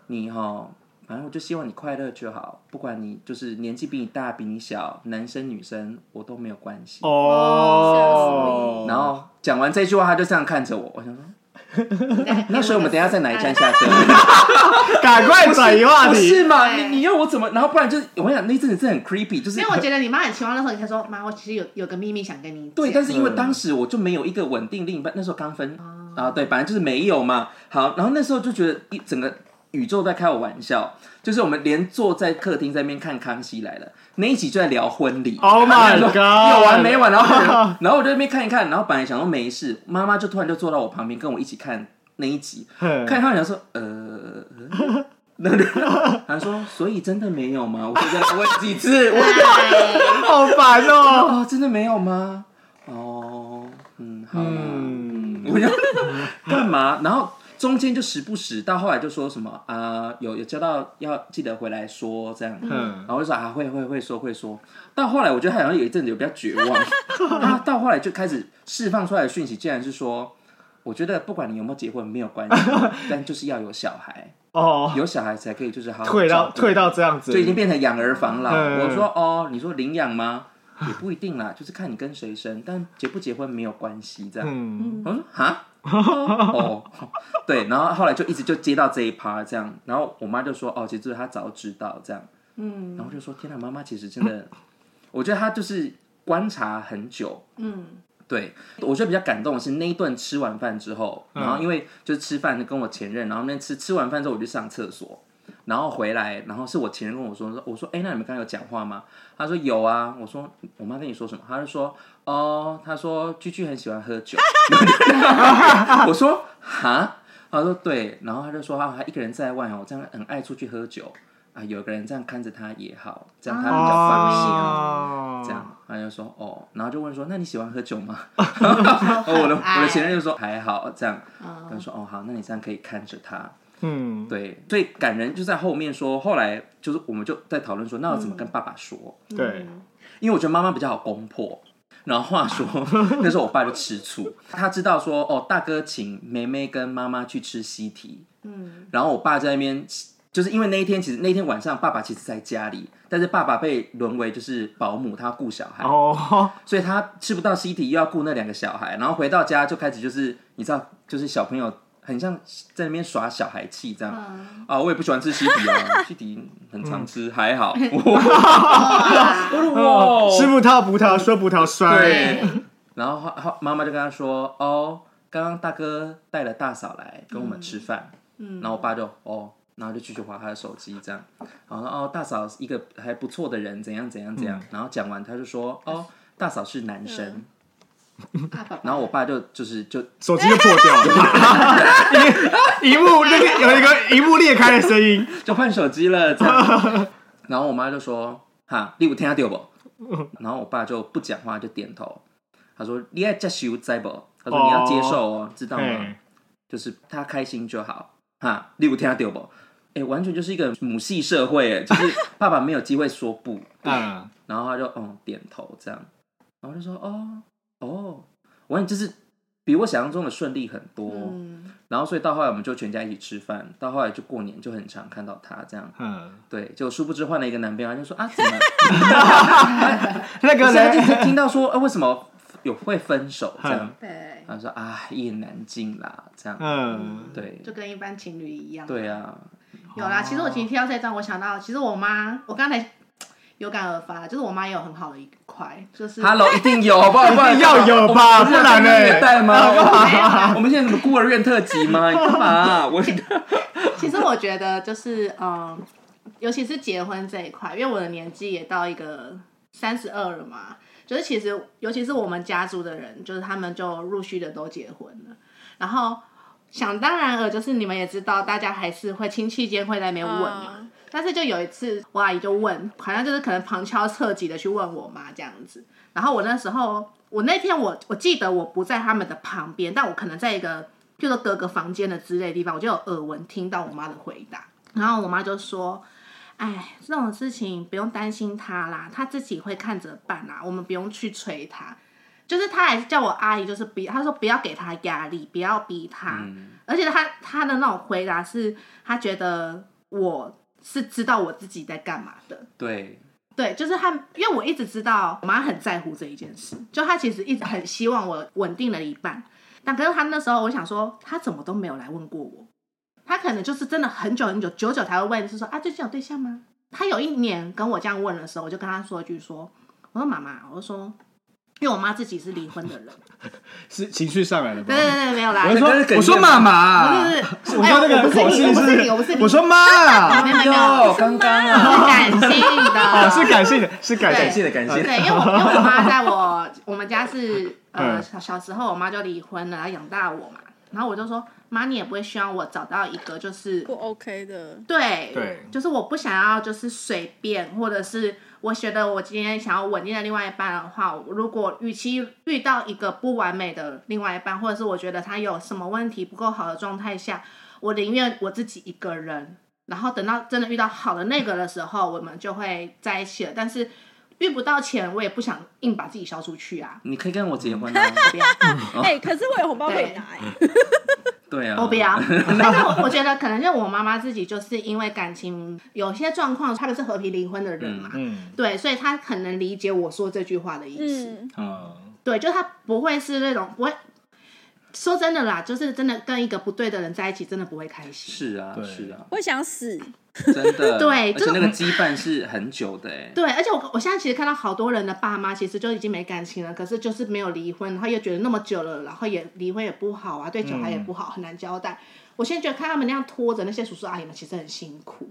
[SPEAKER 3] 你哈，反正我就希望你快乐就好，不管你就是年纪比你大、比你小，男生女生我都没有关系。
[SPEAKER 2] 哦，
[SPEAKER 3] 然后讲完这句话，他就这样看着我，我想说，
[SPEAKER 4] 哎
[SPEAKER 3] 那所以我们等一下在哪一站？下车？
[SPEAKER 2] 赶快转移话
[SPEAKER 3] 不
[SPEAKER 2] 题。
[SPEAKER 3] 是嘛？
[SPEAKER 4] 对
[SPEAKER 3] 你你要我怎么？然后不然就是我想那阵子真的很 creepy，就是
[SPEAKER 4] 因为我觉得你妈很期望那时候，你才说妈，我其实有有个秘密想跟你讲
[SPEAKER 3] 对，但是因
[SPEAKER 2] 嗯
[SPEAKER 3] 为当时我就没有一个稳定另一半，那时候刚分啊，对，反正就是没有嘛。好，然后那时候就觉得一整个宇宙在开我玩笑，就是我们连坐在客厅在那边看《康熙来了》那一集就在聊婚礼。
[SPEAKER 2] Oh my god！
[SPEAKER 3] 有完没完？然后然后我就在那边看一看，然后本来想说没事，妈妈就突然就坐到我旁边跟我一起看那一集，
[SPEAKER 2] 哼
[SPEAKER 3] 看一看，想说呃。 那就他说，所以真的没有吗？我就这样问几次，我
[SPEAKER 4] 哎
[SPEAKER 2] 好烦哦。
[SPEAKER 3] 哦，真的没有吗？哦，嗯，好啦，
[SPEAKER 2] 嗯
[SPEAKER 3] 我就 干嘛？然后中间就时不时到后来就说什么啊、有有教到要记得回来说这样，然
[SPEAKER 2] 嗯，
[SPEAKER 3] 后我就说啊，会会会说会说。到后来我觉得他好像有一阵子有比较绝望， 他到后来就开始释放出来的讯息，竟然是说。我觉得不管你有没有结婚没有关系，但就是要有小孩，
[SPEAKER 2] 哦，
[SPEAKER 3] 有小孩才可以就是好好
[SPEAKER 2] 退
[SPEAKER 3] 照
[SPEAKER 2] 到
[SPEAKER 3] 顾
[SPEAKER 2] 退到这样子，
[SPEAKER 3] 就已经变成养儿防老。
[SPEAKER 2] 嗯
[SPEAKER 3] 我说哦，你说领养吗？也不一定啦，就是看你跟谁生，但结不结婚没有关系这样。
[SPEAKER 2] 嗯，
[SPEAKER 3] 我说哈，哦，对，然后后来就一直就接到这一趴这样，然后我妈就说哦，其实就是她早知道这样，嗯，然后就说天哪，妈妈其实真的，我觉得她就是观察很久。
[SPEAKER 4] 嗯，
[SPEAKER 3] 对，我觉得比较感动的是那一顿吃完饭之后，然后因为就是吃饭跟我前任，然后那吃吃完饭之后我就上厕所，然后回来，然后是我前任跟我说，我说哎、那你们刚刚有讲话吗？他说有啊，我说我妈跟你说什么？他就说哦，他说居居很喜欢喝酒， 我说哈，他说对，然后他就说啊，他一个人在外哦，这样很爱出去喝酒啊，有个人这样看着他也好，这样他比较放心。
[SPEAKER 2] 哦，
[SPEAKER 3] 这样，他就说哦，然后就问说，那你喜欢喝酒 吗？哦，我的我的前任就说还好这样，他就说哦好，那你这样可以看着他，
[SPEAKER 2] 嗯，
[SPEAKER 3] 对，最感人就在后面说，后来就是我们就在讨论说，那要怎么跟爸爸说？
[SPEAKER 2] 对，
[SPEAKER 3] 因为我觉得妈妈比较好攻破。然后话说，那时候我爸就吃醋，他知道说哦，大哥请梅梅跟妈妈去吃西提，嗯，然后我爸在那边，就是因为那一天其实那天晚上爸爸其实在家里，但是爸爸被沦为就是保姆，他要顾小孩，
[SPEAKER 2] 哦，
[SPEAKER 3] 所以他吃不到西提，又要顾那两个小孩，然后回到家就开始就是你知道，就是小朋友很像在那边耍小孩气这样、啊，我也不喜欢吃西提啊，西提很常吃，还好，哇
[SPEAKER 2] 吃葡萄葡萄说葡萄酸，
[SPEAKER 3] 对，然后后后妈妈就跟他说：“哦，刚刚大哥带了大嫂来跟我们吃饭。”嗯，然后我爸就哦，然后就继续划他的手机这样。然后说：“哦，大嫂是一个还不错的人，怎样怎样怎样。然后讲完他就说：“哦，大嫂是男生。
[SPEAKER 4] 啊爸爸
[SPEAKER 3] 然后我爸就就是就
[SPEAKER 2] 手机就破掉了， 一一幕那个有一个一幕裂开的声音，
[SPEAKER 3] 就换手机了这样。 然后我妈就说：“哈，你有听到不？”然后我爸就不讲话，就点头。他说：“你要接受在不？”他说：“你要接受哦，知道吗？”
[SPEAKER 2] 哎，
[SPEAKER 3] 就是他开心就好哈。例如听到不？哎、完全就是一个母系社会，哎，就是爸爸没有机会说不，
[SPEAKER 2] 嗯，
[SPEAKER 3] 然后他就嗯点头这样，然后就说哦哦，完全就是比我想象中的顺利很多。
[SPEAKER 4] 嗯，
[SPEAKER 3] 然后所以到后来我们就全家一起吃饭，到后来就过年就很常看到他这样，
[SPEAKER 2] 嗯，
[SPEAKER 3] 对，就殊不知换了一个男朋友，他就说啊怎么？
[SPEAKER 2] 那个
[SPEAKER 3] 现 在就
[SPEAKER 2] 人，
[SPEAKER 3] 是听到说啊为什么有会分手这样，
[SPEAKER 4] 对，
[SPEAKER 3] 他说啊一言难尽啦这样，
[SPEAKER 2] 嗯，
[SPEAKER 3] 对
[SPEAKER 4] 就跟一般情侣一样。
[SPEAKER 3] 对啊，
[SPEAKER 4] 有啦，其实我今天听到这张，我想到，其实我妈，我刚才有感而发，就是我妈也有很好的一块，就是。
[SPEAKER 3] Hello，一定有，好不好？不然
[SPEAKER 2] 要有吧不然呢
[SPEAKER 3] 虐待吗？
[SPEAKER 4] 没有啦
[SPEAKER 3] 我们现在什么孤儿院特辑吗？你干嘛 啊？我
[SPEAKER 4] 其实我觉得就是嗯，尤其是结婚这一块，因为我的年纪也到一个三十二了嘛，就是其实尤其是我们家族的人，就是他们就陆续的都结婚了，然后想当然了，就是你们也知道，大家还是会亲戚间会在那边问嘛。
[SPEAKER 2] 啊
[SPEAKER 1] 嗯
[SPEAKER 4] 但是就有一次，我阿姨就问，好像就是可能旁敲侧击的去问我妈这样子。然后我那时候，我那天我我记得我不在他们的旁边，但我可能在一个就说哥哥房间的之类的地方，我就有耳闻听到我妈的回答。然后我妈就说：“哎，这种事情不用担心她啦，她自己会看着办啦，我们不用去催她。”就是她还叫我阿姨，就是不，她说不要给她压力，不要逼她。而且她她的那种回答是，她觉得我是知道我自己在干嘛的。
[SPEAKER 3] 对，
[SPEAKER 4] 对，就是他，因为我一直知道我妈很在乎这一件事，就她其实一直很希望我稳定了一半，但可是她那时候我想说，她怎么都没有来问过我，她可能就是真的很久很久，久久才会问，就是说啊，最近有对象吗？她有一年跟我这样问的时候，我就跟她说一句说，我说妈妈，我说，因为我妈自己是离婚的人，
[SPEAKER 2] 是情绪上来了吧
[SPEAKER 4] 对？啊对对，没有啦，
[SPEAKER 2] 我
[SPEAKER 4] 对
[SPEAKER 2] 说
[SPEAKER 3] 这个，
[SPEAKER 2] 我说妈妈，
[SPEAKER 4] 对对，
[SPEAKER 2] 我
[SPEAKER 4] 哎
[SPEAKER 2] 说那
[SPEAKER 4] 我
[SPEAKER 2] 个
[SPEAKER 4] 不是
[SPEAKER 2] 口
[SPEAKER 4] 你，
[SPEAKER 2] 气
[SPEAKER 4] 我不是你，我不是
[SPEAKER 2] 是，
[SPEAKER 4] 你，
[SPEAKER 2] 我说妈，
[SPEAKER 4] 没有没有没有
[SPEAKER 3] 哟，刚刚啊，
[SPEAKER 4] 哎是 感性
[SPEAKER 2] 哦，
[SPEAKER 4] 的，
[SPEAKER 2] 是感性的，是感性
[SPEAKER 3] 感
[SPEAKER 2] 的，
[SPEAKER 3] 谢的感谢的，
[SPEAKER 4] 对，因为我因为我妈在我我们家是呃
[SPEAKER 2] 嗯
[SPEAKER 4] 小小时候我妈就离婚了，然后养大我嘛，然后我就说妈，你也不会希望我找到一个就是
[SPEAKER 1] 不 OK 的，
[SPEAKER 4] 对
[SPEAKER 2] 对
[SPEAKER 4] 就是我不想要就是随便，或者是我觉得我今天想要稳定的另外一半的话，我如果与其遇到一个不完美的另外一半，或者是我觉得他有什么问题不够好的状态下，我宁愿我自己一个人。然后等到真的遇到好的那个的时候，我们就会在一起了。但是遇不到钱，我也不想硬把自己消出去啊。
[SPEAKER 3] 你可以跟我结婚啊，
[SPEAKER 4] 不要，
[SPEAKER 2] 哦
[SPEAKER 1] 哎、可是我有红包可以拿、 哎
[SPEAKER 3] 对啊，
[SPEAKER 4] 我不要。 但是我我觉得可能就我妈妈自己就是因为感情有些状况，他们是和平离婚的人嘛，
[SPEAKER 2] 嗯，
[SPEAKER 4] 对，所以他很能 理解我说这句话的意思。
[SPEAKER 1] 嗯，
[SPEAKER 2] 嗯，
[SPEAKER 4] 对，就他不会是那种不会，说真的啦，就是真的跟一个不对的人在一起，真的不会开心。
[SPEAKER 3] 是啊，
[SPEAKER 2] 对
[SPEAKER 3] 是啊，
[SPEAKER 1] 会想死。
[SPEAKER 3] 真的，
[SPEAKER 4] 对
[SPEAKER 3] 而
[SPEAKER 4] 嗯这
[SPEAKER 3] 且
[SPEAKER 4] 种
[SPEAKER 3] 那个羁绊是很久的哎，
[SPEAKER 4] 对，而且我我现在其实看到好多人的爸妈其实就已经没感情了，可是就是没有离婚，然后又觉得那么久了，然后也离婚也不好啊，对小
[SPEAKER 3] 嗯
[SPEAKER 4] 孩也不好，很难交代。我现在觉得看他们那样拖着那些叔叔阿姨们，其实很辛苦。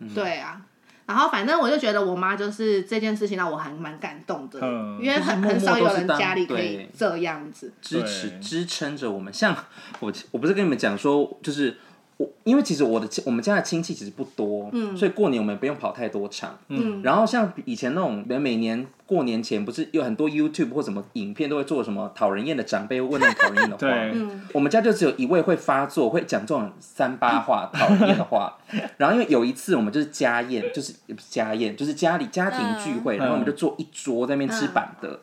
[SPEAKER 3] 嗯
[SPEAKER 4] 对啊，然后反正我就觉得我妈就是这件事情让我还蛮感动的，
[SPEAKER 2] 嗯
[SPEAKER 4] 因为
[SPEAKER 3] 就是
[SPEAKER 4] 很
[SPEAKER 3] 默默
[SPEAKER 4] 很少有
[SPEAKER 3] 都是
[SPEAKER 4] 人
[SPEAKER 3] 当
[SPEAKER 4] 家里可以
[SPEAKER 3] 对
[SPEAKER 4] 这样子。
[SPEAKER 3] 支持
[SPEAKER 2] 对
[SPEAKER 3] 支撑着我们。像我，我不是跟你们讲说，就是我，因为其实我的亲我们家的亲戚其实不多，嗯，所以过年我们不用跑太多场，嗯。然后像以前那种，每年过年前不是有很多 YouTube 或什么影片都会做什么讨人厌的长辈会问那种讨人厌的话，
[SPEAKER 2] 对
[SPEAKER 3] 我们家就只有一位会发作，会讲这种三八话、讨人厌的 话。然后因为有一次我们就是家宴，就是也不是家宴，就是家里家庭聚会，然后我们就坐一桌在那边吃板的。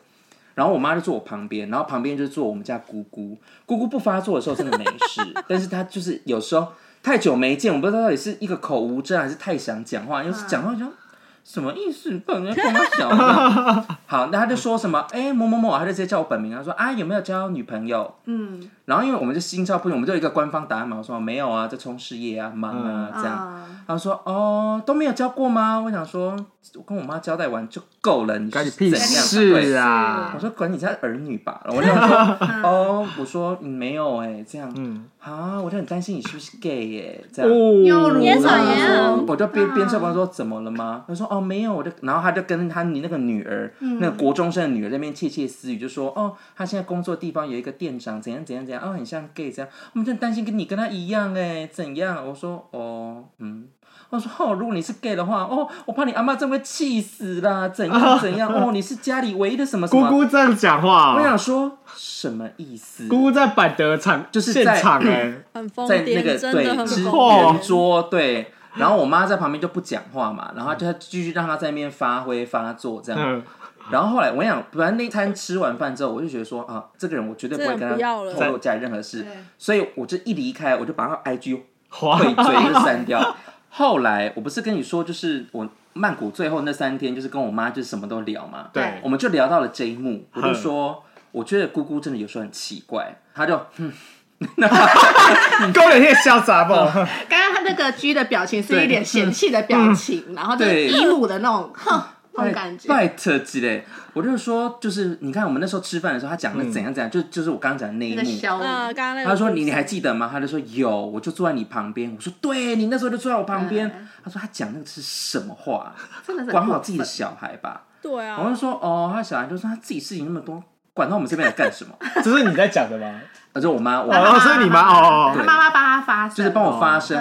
[SPEAKER 3] 然后我妈就坐我旁边，然后旁边就是坐我们家姑姑。姑姑不发作的时候真的没事，但是她就是有时候太久没见，我不知道她到底是一个口无遮拦，还是太想讲话，又是讲话就说什么意思，本人跟我讲。 好，那她就说什么？哎，某某某，她就直接叫我本名，她说啊，有没有交女朋友？
[SPEAKER 4] 嗯
[SPEAKER 3] 然后因为我们就心照不宣，我们就有一个官方答案嘛，我说没有啊，在冲事业啊，忙啊、这样。
[SPEAKER 4] 啊，
[SPEAKER 3] 然后说哦，都没有交过吗？我想说，我跟我妈交代完就够了，你
[SPEAKER 5] 干你
[SPEAKER 3] 是
[SPEAKER 5] 屁
[SPEAKER 3] 怎样
[SPEAKER 5] 事
[SPEAKER 3] 对
[SPEAKER 5] 啊
[SPEAKER 3] 我！说管你家儿女吧。然后我就想说哦，我说嗯没有哎、这样、
[SPEAKER 2] 嗯，
[SPEAKER 3] 啊，我就很担心你是不是 gay 耶、这样。
[SPEAKER 4] 又如
[SPEAKER 2] 哦，
[SPEAKER 1] 你也啊
[SPEAKER 4] 何
[SPEAKER 1] 怎样
[SPEAKER 3] 我就边边上班说怎么了吗？他说哦没有，我就然后他就跟他你那个女儿，
[SPEAKER 2] 嗯
[SPEAKER 3] 那个国中生的女儿在那边窃窃私语，就说哦，他现在工作地方有一个店长怎样怎样怎样，哦很像 gay 这样，我们就很担心跟你跟他一样哎怎样？我说哦嗯。我说哦，如果你是 gay 的话，哦，我怕你阿妈真会气死啦，怎样怎样？哦，你是家里唯一的什么什
[SPEAKER 2] 姑
[SPEAKER 3] 么？
[SPEAKER 2] 姑这样讲话
[SPEAKER 3] 我
[SPEAKER 2] 哦，
[SPEAKER 3] 想说什么意思？
[SPEAKER 2] 姑姑在板德场
[SPEAKER 3] 就是
[SPEAKER 2] 现
[SPEAKER 3] 在
[SPEAKER 2] 场哎，
[SPEAKER 1] 很疯
[SPEAKER 3] 在那
[SPEAKER 1] 癫，
[SPEAKER 3] 个
[SPEAKER 1] 真的
[SPEAKER 3] 对
[SPEAKER 1] 很
[SPEAKER 3] 支
[SPEAKER 1] 疯
[SPEAKER 2] 哇
[SPEAKER 1] 癫
[SPEAKER 3] 圆。桌对，然后我妈在旁边就不讲话嘛，然后就继续让她在那边发挥发作这样。
[SPEAKER 2] 嗯，
[SPEAKER 3] 然后后来我想，本来那餐吃完饭之后，我就觉得说啊，这个人我绝对不会跟
[SPEAKER 1] 这人
[SPEAKER 3] 他
[SPEAKER 1] 不要了
[SPEAKER 3] 透露家里任何事
[SPEAKER 4] 对，
[SPEAKER 3] 所以我就一离开，我就把他 IG
[SPEAKER 2] 哇，
[SPEAKER 3] 退追就删掉。后来我不是跟你说，就是我曼谷最后那三天，就是跟我妈就是什么都聊嘛，
[SPEAKER 2] 对
[SPEAKER 3] 我们就聊到了这一幕，我
[SPEAKER 1] 嗯
[SPEAKER 3] 就说，我觉得姑姑真的有时候很奇怪，她就哼，
[SPEAKER 2] 勾脸也潇洒不？
[SPEAKER 4] 刚刚他那个 G 的表情是
[SPEAKER 3] 对
[SPEAKER 4] 一脸嫌弃的表情，然后就是
[SPEAKER 3] 嗯对
[SPEAKER 4] 姨母的那 种哼那种
[SPEAKER 3] 拜
[SPEAKER 4] 感觉。
[SPEAKER 3] 拜特之类。我就说，就是你看我们那时候吃饭的时候，他讲的怎样怎样，就就是我刚刚讲的那一
[SPEAKER 4] 那个
[SPEAKER 3] 幕。
[SPEAKER 4] 小
[SPEAKER 1] 那嗯刚刚那个
[SPEAKER 3] 他说你
[SPEAKER 1] 故事
[SPEAKER 3] 你还记得吗？他就说有，我就坐在你旁边。我说对你那时候就坐在我旁边。
[SPEAKER 4] 嗯
[SPEAKER 3] 他说他讲那个是什么 话？
[SPEAKER 4] 真的是
[SPEAKER 3] 管好自己的小孩吧。
[SPEAKER 1] 对
[SPEAKER 4] 嗯
[SPEAKER 3] 我就
[SPEAKER 1] 啊，
[SPEAKER 3] 说哦，他小孩就说他自己事情那么多，管到我们这边来干 什么？
[SPEAKER 2] 这是你在讲的吗？
[SPEAKER 3] 他说我妈我
[SPEAKER 4] 啊
[SPEAKER 2] 哦，所以你妈哦
[SPEAKER 4] 他
[SPEAKER 2] 哦，
[SPEAKER 4] 妈妈帮他发声，
[SPEAKER 3] 就是帮我发声。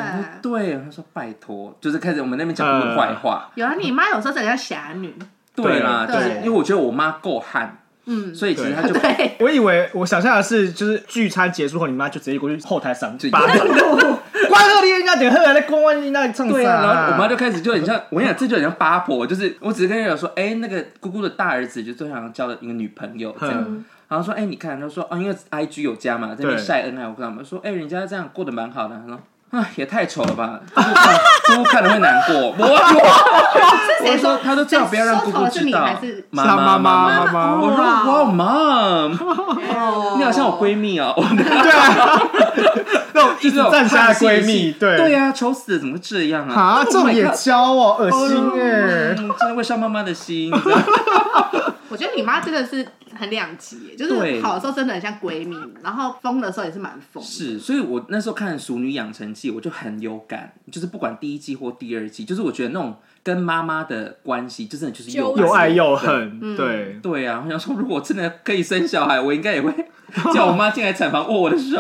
[SPEAKER 3] 我
[SPEAKER 4] 对
[SPEAKER 3] 说对，他说拜托，就是开始我们那边讲我们坏话。
[SPEAKER 4] 有啊，你妈有时候整个侠女，
[SPEAKER 3] 对啦，
[SPEAKER 4] 对
[SPEAKER 3] 就是因为我觉得我妈够悍，
[SPEAKER 4] 嗯，
[SPEAKER 3] 所以其实 她就
[SPEAKER 4] 对，
[SPEAKER 2] 我以为我想象的是，就是聚餐结束后，你妈就直接过去后台赏
[SPEAKER 3] 就
[SPEAKER 2] 巴掌， 关二你应该点喝来关关你那唱
[SPEAKER 3] 对
[SPEAKER 2] 啥
[SPEAKER 3] 啊，
[SPEAKER 2] 啊？
[SPEAKER 3] 然后我妈就开始就很像，我跟你讲，这就很像八婆，就是我只是跟她讲说，哎、那个姑姑的大儿子就最想交了一个女朋友这样，
[SPEAKER 2] 嗯
[SPEAKER 3] 然后说，哎、你看，她说，哦，因为 I G 有加嘛，在那边
[SPEAKER 2] 对
[SPEAKER 3] 晒恩爱，我跟他们说，哎、人家这样过得蛮好的，她说。啊，也太丑了吧！姑姑看 姑姑看了会难过。我我
[SPEAKER 4] 谁
[SPEAKER 3] 我说，
[SPEAKER 4] 说
[SPEAKER 3] 她说最好不要让姑姑
[SPEAKER 4] 是
[SPEAKER 3] 知
[SPEAKER 4] 你
[SPEAKER 3] 道
[SPEAKER 4] 还是。
[SPEAKER 3] 妈
[SPEAKER 2] 是她妈
[SPEAKER 3] 妈
[SPEAKER 2] 妈
[SPEAKER 3] 妈
[SPEAKER 2] 妈妈
[SPEAKER 3] 我说
[SPEAKER 4] 哇
[SPEAKER 3] 哇，mom，你好像我闺蜜哦。
[SPEAKER 2] 对啊，那种
[SPEAKER 3] 就
[SPEAKER 2] 一
[SPEAKER 3] 是
[SPEAKER 2] 直
[SPEAKER 3] 那种
[SPEAKER 2] 站下
[SPEAKER 3] 看
[SPEAKER 2] 的
[SPEAKER 3] 戏的
[SPEAKER 2] 闺
[SPEAKER 3] 戏
[SPEAKER 2] 蜜，对
[SPEAKER 3] 对啊，丑死了，怎么会这样啊？
[SPEAKER 2] 啊，这种也
[SPEAKER 3] Oh my god
[SPEAKER 2] 教哦，恶心哎
[SPEAKER 3] 嗯， 真的会伤妈妈的心。你知道吗
[SPEAKER 4] 我觉得你妈真的是很两极耶，就是
[SPEAKER 3] 对
[SPEAKER 4] 好的时候真的很像闺蜜，然后疯的时候也是蛮疯。
[SPEAKER 3] 是，所以我那时候看《熟女养成记》，我就很有感，就是不管第一季或第二季，就是我觉得那种跟妈妈的关系，就真的就是又
[SPEAKER 1] 纠缠
[SPEAKER 2] 又爱又
[SPEAKER 3] 对。
[SPEAKER 2] 恨，对，
[SPEAKER 3] 对啊，我想说，如果我真的可以生小孩，我应该也会 叫我妈进来产房握我的手。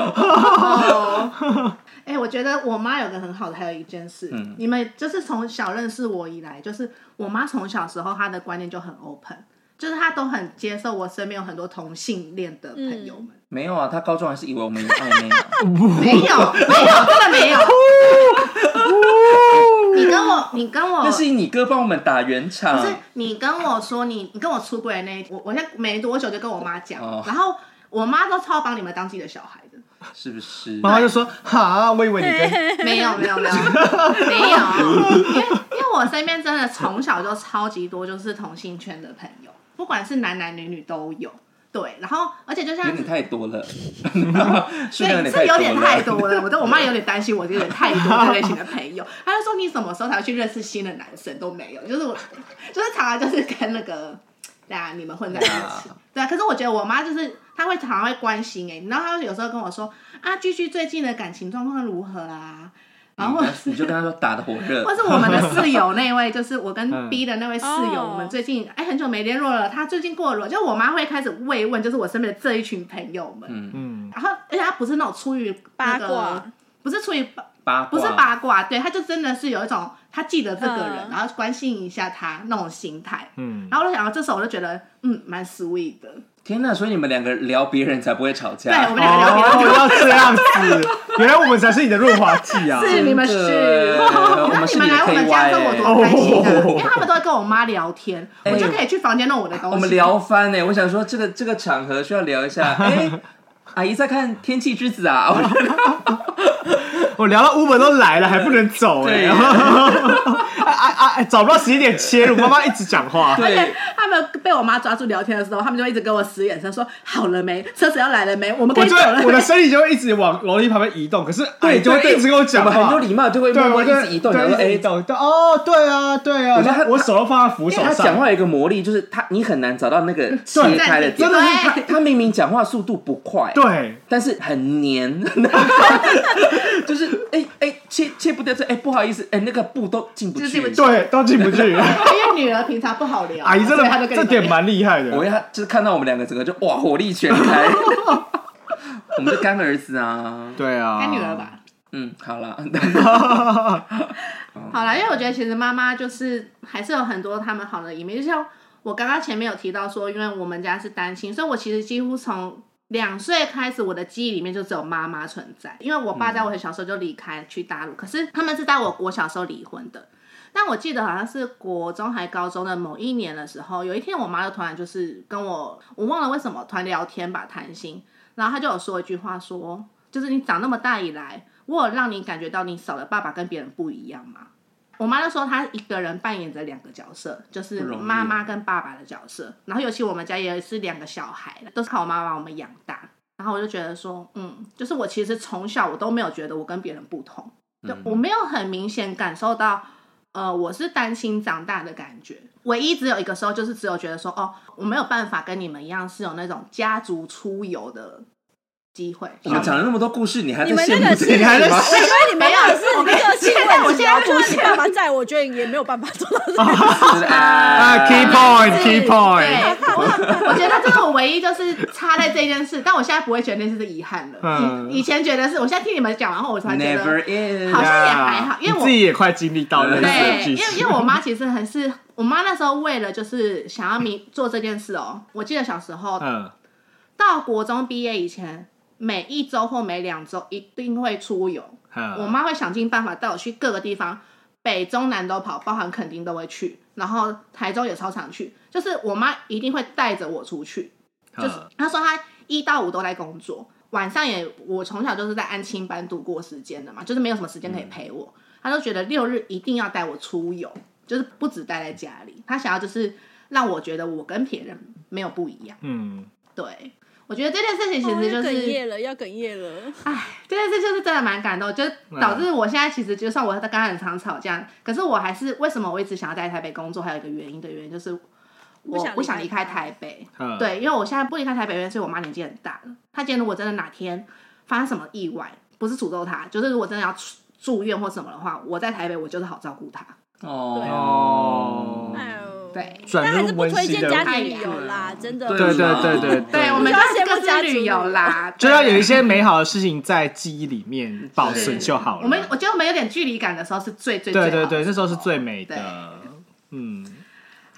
[SPEAKER 4] 哎、我觉得我妈有个很好的，还有一件事，你们就是从小认识我以来，就是我妈从小时候她的观念就很 open，就是她都很接受我身边有很多同性恋的朋友们。
[SPEAKER 3] 没有啊，她高中还是以为我们有暧 昧啊。
[SPEAKER 4] 没有，没有，真的没有。你跟我，你跟我
[SPEAKER 3] 那，是你哥帮我们打圆场
[SPEAKER 4] 不。是你跟我说你你跟我出轨的那一，我我现在没多久就跟我妈讲，
[SPEAKER 3] 哦
[SPEAKER 4] 然后我妈都超把你们当自己的小孩的，
[SPEAKER 3] 是不是？
[SPEAKER 2] 妈妈就说哈，我以为你 跟
[SPEAKER 4] 没有没有没有没有，因为因为我身边真的从小就超级多就是同性圈的朋友，不管是男男女女都有。对，然后而且就像
[SPEAKER 3] 有点太多 了， 数量有点
[SPEAKER 4] 对，这
[SPEAKER 3] 太
[SPEAKER 4] 有点太
[SPEAKER 3] 多了。
[SPEAKER 4] 多了。我的我妈有点 担心我有点太多这类型的朋友，她就说你什么时候才会去认识新的男生都没有，就是我，就是常常就是跟那个， 对啊，你们混在一起
[SPEAKER 3] 啊。
[SPEAKER 4] 对啊，可是我觉得我妈就是她会常常会关心哎、欸，然后她有时候跟我说啊，居居最近的感情状况如何啦？然后或者是
[SPEAKER 3] 你就跟他说打的火热
[SPEAKER 4] 或，是我们的室友那位，就是我跟
[SPEAKER 2] 嗯
[SPEAKER 4] B 的那位室友，
[SPEAKER 1] 哦
[SPEAKER 4] 我们最近哎很久没联络了，她最近过得如何？就我妈会开始慰问，就是我身边的这一群朋友们。
[SPEAKER 2] 嗯，
[SPEAKER 4] 然后而且他不是那种出于
[SPEAKER 1] 八
[SPEAKER 4] 那个
[SPEAKER 1] 卦，
[SPEAKER 4] 不是出于八
[SPEAKER 3] 八卦
[SPEAKER 4] 不是八卦，对，他就真的是有一种他记得这个人，
[SPEAKER 1] 嗯
[SPEAKER 4] 然后关心一下他那种心态。
[SPEAKER 2] 嗯，
[SPEAKER 4] 然后我就想到这时候，我就觉得嗯，蛮 sweet 的。
[SPEAKER 3] 天哪！所以你们两个聊别人才不会吵架。
[SPEAKER 4] 对我们两个聊
[SPEAKER 2] 哦，
[SPEAKER 4] 天，
[SPEAKER 2] 要这样子，原来我们才是你的润滑剂啊！
[SPEAKER 4] 是你们
[SPEAKER 3] 真的
[SPEAKER 4] 是
[SPEAKER 3] 耶。 我
[SPEAKER 4] 然后
[SPEAKER 3] 们
[SPEAKER 4] 你
[SPEAKER 3] 是
[SPEAKER 4] 们
[SPEAKER 3] 你的
[SPEAKER 4] 来我们
[SPEAKER 3] KY
[SPEAKER 4] 家之后，我
[SPEAKER 3] 耶
[SPEAKER 4] 多开心啊！
[SPEAKER 2] 哦
[SPEAKER 4] 因为他们都会跟我妈聊天，
[SPEAKER 3] 哎
[SPEAKER 4] 我就可以去房间弄我的东西。
[SPEAKER 3] 我们聊翻欸呢、我想说这个这个场合需要聊一下。哎、阿姨在看《天气之子》啊，我觉得
[SPEAKER 2] 我聊到 Uber 都来了，还不能走哎、
[SPEAKER 3] 对
[SPEAKER 2] 欸， 哎哎哎，找不到时间点切入，妈妈一直讲话。
[SPEAKER 4] 哎
[SPEAKER 3] 对，
[SPEAKER 4] 他们被我妈抓住聊天的时候，他们就一直跟我使眼色，说好了没，车子要来了没，我们可
[SPEAKER 2] 我
[SPEAKER 4] 以走
[SPEAKER 2] 就
[SPEAKER 4] 了
[SPEAKER 2] 会我
[SPEAKER 4] 没
[SPEAKER 2] 的。身体就会一直往楼梯旁边移动，可是阿姨
[SPEAKER 3] 对，
[SPEAKER 2] 就会
[SPEAKER 3] 对
[SPEAKER 2] 哎一直跟我讲
[SPEAKER 3] 我们
[SPEAKER 2] 话，
[SPEAKER 3] 很有礼貌，就会
[SPEAKER 2] 对，
[SPEAKER 3] 默默
[SPEAKER 2] 我
[SPEAKER 3] 一
[SPEAKER 2] 就
[SPEAKER 3] 直移动，
[SPEAKER 2] 对
[SPEAKER 3] 然后
[SPEAKER 2] 一直
[SPEAKER 3] 哎
[SPEAKER 2] 移。动，对哦，对啊，对啊，
[SPEAKER 3] 我觉得他
[SPEAKER 2] 我手都放在扶手
[SPEAKER 3] 他
[SPEAKER 2] 上，
[SPEAKER 3] 讲话有一个魔力，就是他，你很难找到那个切开的点。
[SPEAKER 4] 对
[SPEAKER 3] 是他，他明明讲话速度不快，，
[SPEAKER 2] 对，
[SPEAKER 3] 但是很黏， 就是哎哎切切不掉这，哎不好意思，哎那个步都进不
[SPEAKER 4] 就是进不
[SPEAKER 3] 去。
[SPEAKER 4] 去
[SPEAKER 2] 对，都进不去。
[SPEAKER 4] 因为女儿平常不好聊，
[SPEAKER 2] 阿姨真
[SPEAKER 4] 所以她就
[SPEAKER 2] 的
[SPEAKER 4] 跟你
[SPEAKER 2] 这
[SPEAKER 4] 哎们
[SPEAKER 2] 点蛮厉害的，
[SPEAKER 3] 我要就是看到我们两个整个就哇火力全开，我们的干儿子啊，
[SPEAKER 2] 对啊，
[SPEAKER 4] 干女儿吧。
[SPEAKER 3] 嗯，好了，
[SPEAKER 4] 好啦，因为我觉得其实妈妈就是还是有很多他们好的一面，就像我刚刚前面有提到说，因为我们家是单亲，所以我其实几乎从两岁开始，我的记忆里面就只有妈妈存在，因为我爸在我很小时候就离开去大陆，可是他们是在我国小时候离婚的。但我记得好像是国中还高中的某一年的时候，有一天我妈就突然就是跟我，我忘了为什么突然聊天吧，谈心，然后她就有说一句话说，就是你长那么大以来，我有让你感觉到你少了爸爸跟别人不一样吗？我妈就说她一个人扮演着两个角色，就是
[SPEAKER 3] 不容易
[SPEAKER 4] 妈妈跟爸爸的角色。然后尤其我们家也是两个小孩，都是靠我妈把我们养大。然后我就觉得说，嗯，就是我其实从小我都没有觉得我跟别人不同，就
[SPEAKER 3] 嗯
[SPEAKER 4] 我
[SPEAKER 2] 嗯
[SPEAKER 4] 没有很明显感受到，呃，我是单亲长大的感觉。唯一只有一个时候，就是只有觉得说，哦，我没有办法跟你们一样是有那种家族出游的机会。
[SPEAKER 3] 我们讲了那么多故事，你还在
[SPEAKER 1] 你们
[SPEAKER 3] 羡
[SPEAKER 1] 那
[SPEAKER 3] 慕这
[SPEAKER 1] 个是，
[SPEAKER 3] 件
[SPEAKER 1] 因
[SPEAKER 3] 事
[SPEAKER 2] 还在
[SPEAKER 1] 为
[SPEAKER 3] 吗？
[SPEAKER 1] 你们那个是你们那个亲
[SPEAKER 4] 但我
[SPEAKER 1] 问，
[SPEAKER 4] 现
[SPEAKER 1] 只
[SPEAKER 4] 在
[SPEAKER 1] 要
[SPEAKER 4] 突
[SPEAKER 1] 不
[SPEAKER 4] 然
[SPEAKER 1] 是你爸 爸在，我觉得也没有办法做到 这个。
[SPEAKER 2] 啊
[SPEAKER 3] 啊
[SPEAKER 2] ，key point，key
[SPEAKER 4] 对
[SPEAKER 3] 哎
[SPEAKER 2] point，，
[SPEAKER 4] 我我觉得这是我唯一就是差在这件事，但我现在不会觉得那是遗憾了。
[SPEAKER 2] 嗯
[SPEAKER 4] 以前觉得是，我现在听你们讲完后，我才觉得
[SPEAKER 3] Never is，
[SPEAKER 4] 好像也还好因为我
[SPEAKER 2] 你自己也快经历到了
[SPEAKER 4] 对，
[SPEAKER 2] 这个剧
[SPEAKER 4] 因为
[SPEAKER 2] 情
[SPEAKER 4] 因为我妈其实很是，我妈那时候为了就是想要明做这件事哦，我记得小时候
[SPEAKER 2] 嗯，
[SPEAKER 4] 到国中毕业以前，每一周或每两周一定会出游，
[SPEAKER 2] 嗯
[SPEAKER 4] 我妈会想尽办法带我去各个地方，北中南都跑，包含垦丁都会去，然后台中也超常去，就是我妈一定会带着我出去，就是
[SPEAKER 2] 嗯
[SPEAKER 4] 她说她一到五都在工作，晚上也我从小就是在安亲班度过时间的嘛，就是没有什么时间可以陪我，
[SPEAKER 2] 嗯
[SPEAKER 4] 她都觉得六日一定要带我出游，就是不止待在家里，她想要就是让我觉得我跟别人没有不一样，
[SPEAKER 2] 嗯，
[SPEAKER 4] 对。我觉得这件事情其实就
[SPEAKER 1] 要
[SPEAKER 4] 是、
[SPEAKER 1] 哽咽了，要哽咽了。
[SPEAKER 4] 这件事就是真的蛮感动，就是导致我现在其实就算我跟他很常吵架，可是我还是为什么我一直想要在台北工作，还有一个原因的原因就是我
[SPEAKER 1] 想离开
[SPEAKER 4] 不想离开台北。
[SPEAKER 2] 嗯，
[SPEAKER 4] 对，因为我现在不离开台北，原因是我妈年纪很大了，她今天如果真的哪天发生什么意外，不是诅咒她，就是如果真的要住住院或什么的话，我在台北我就是好照顾她。
[SPEAKER 3] 哦，
[SPEAKER 1] 哎呦，
[SPEAKER 4] 对
[SPEAKER 2] 转
[SPEAKER 1] 但还是
[SPEAKER 2] 入
[SPEAKER 1] 不
[SPEAKER 2] 温
[SPEAKER 1] 推
[SPEAKER 2] 馨
[SPEAKER 1] 荐
[SPEAKER 2] 的
[SPEAKER 1] 家庭旅游啦，真的。
[SPEAKER 2] 对对
[SPEAKER 3] 嘛
[SPEAKER 2] 对对嗯
[SPEAKER 4] 对，我们就
[SPEAKER 1] 不要
[SPEAKER 4] 是
[SPEAKER 1] 羡慕
[SPEAKER 4] 各
[SPEAKER 1] 家
[SPEAKER 4] 自
[SPEAKER 1] 族
[SPEAKER 4] 旅游啦，
[SPEAKER 2] 就要有一
[SPEAKER 4] 对。
[SPEAKER 2] 些美好的事情在记忆里面保存就好了。
[SPEAKER 4] 我们我觉得我们有点距离感的时候是最最最
[SPEAKER 2] 对
[SPEAKER 4] 好
[SPEAKER 2] 对
[SPEAKER 4] 的
[SPEAKER 2] 对，那时候是最美
[SPEAKER 4] 对
[SPEAKER 2] 的。嗯，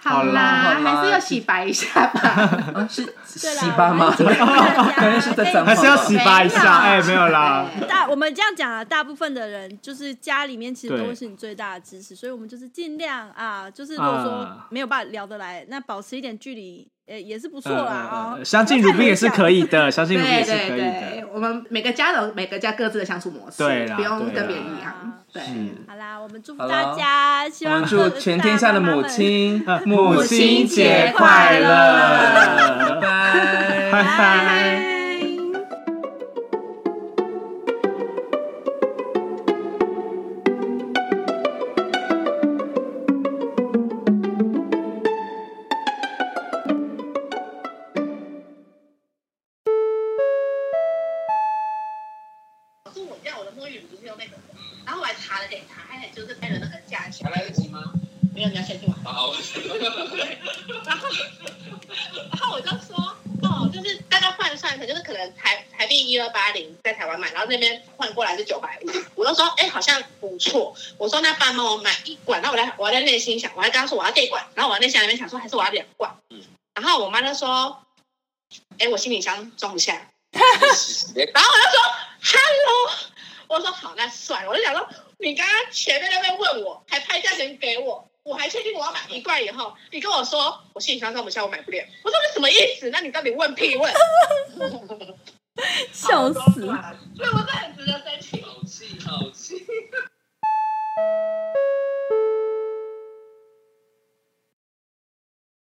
[SPEAKER 4] 好啦，
[SPEAKER 3] 好啦
[SPEAKER 4] 还是要洗白一下 吧。
[SPEAKER 3] 啊是
[SPEAKER 1] 对啦
[SPEAKER 3] 洗吧
[SPEAKER 2] 哎
[SPEAKER 3] 吗？
[SPEAKER 1] 我们建 议大家
[SPEAKER 3] 感觉是在脏话吧
[SPEAKER 2] 还是要洗吧一
[SPEAKER 4] 没有
[SPEAKER 2] 下。哎，没有啦，
[SPEAKER 4] 对
[SPEAKER 1] 大我们这样讲啊，大部分的人就是家里面其实
[SPEAKER 2] 对
[SPEAKER 1] 都是你最大的支持，所以我们就是尽量啊，就是如果说
[SPEAKER 2] 啊
[SPEAKER 1] 没有办法聊得来，那保持一点距离，呃，也是不错
[SPEAKER 2] 嗯
[SPEAKER 1] 啦啊
[SPEAKER 2] 嗯。嗯相敬如宾也是可以的，相敬如宾
[SPEAKER 4] 对
[SPEAKER 2] 也是
[SPEAKER 4] 对
[SPEAKER 2] 可以
[SPEAKER 4] 对
[SPEAKER 2] 的。，
[SPEAKER 4] 我我们每个家有每个家各自的相处模式，
[SPEAKER 2] 对啦
[SPEAKER 4] 不用
[SPEAKER 2] 对
[SPEAKER 4] 跟
[SPEAKER 2] 啦
[SPEAKER 4] 别人一样。对，
[SPEAKER 1] 好啦，我们祝福
[SPEAKER 3] 好
[SPEAKER 1] 大
[SPEAKER 3] 啦
[SPEAKER 1] 家，希
[SPEAKER 3] 我
[SPEAKER 1] 望
[SPEAKER 3] 们祝
[SPEAKER 1] 各位
[SPEAKER 3] 全天下的
[SPEAKER 1] 大妈
[SPEAKER 3] 母
[SPEAKER 1] 们
[SPEAKER 3] 亲
[SPEAKER 2] 母
[SPEAKER 4] 亲节
[SPEAKER 1] 快
[SPEAKER 2] 乐
[SPEAKER 3] 拜拜。
[SPEAKER 2] 拜拜。
[SPEAKER 1] 拜。
[SPEAKER 4] 可是我叫我的沐浴乳就是用那个，然后我还查了给他，还就是看了那个价钱，
[SPEAKER 5] 还来得及吗？
[SPEAKER 4] 没有你要先去玩。
[SPEAKER 5] 好，
[SPEAKER 4] 然后，然后我就说，哦，就是大概换算成就是可能台台币一二八零在台湾买，然后那边换过来是九百五，我就说，哎、好像不错。我说那爸帮我买一罐，那我在我还在内心想，我还刚说我要这一罐，然后我在内心那边想说还是我要两罐，
[SPEAKER 5] 嗯
[SPEAKER 4] 然后我妈就说，哎、我行李箱装不下，
[SPEAKER 5] 别
[SPEAKER 4] 然后我就说 Hello，我说好，那算了。我就想说，你刚刚前面那边问我，还拍价钱给我，我还确定我要买一罐以后，你跟我说我行李箱装不下，我买不了。我说你什么意思？那你到底问屁问？
[SPEAKER 1] 笑死！
[SPEAKER 4] 所以我是很值得生气。
[SPEAKER 5] 好气好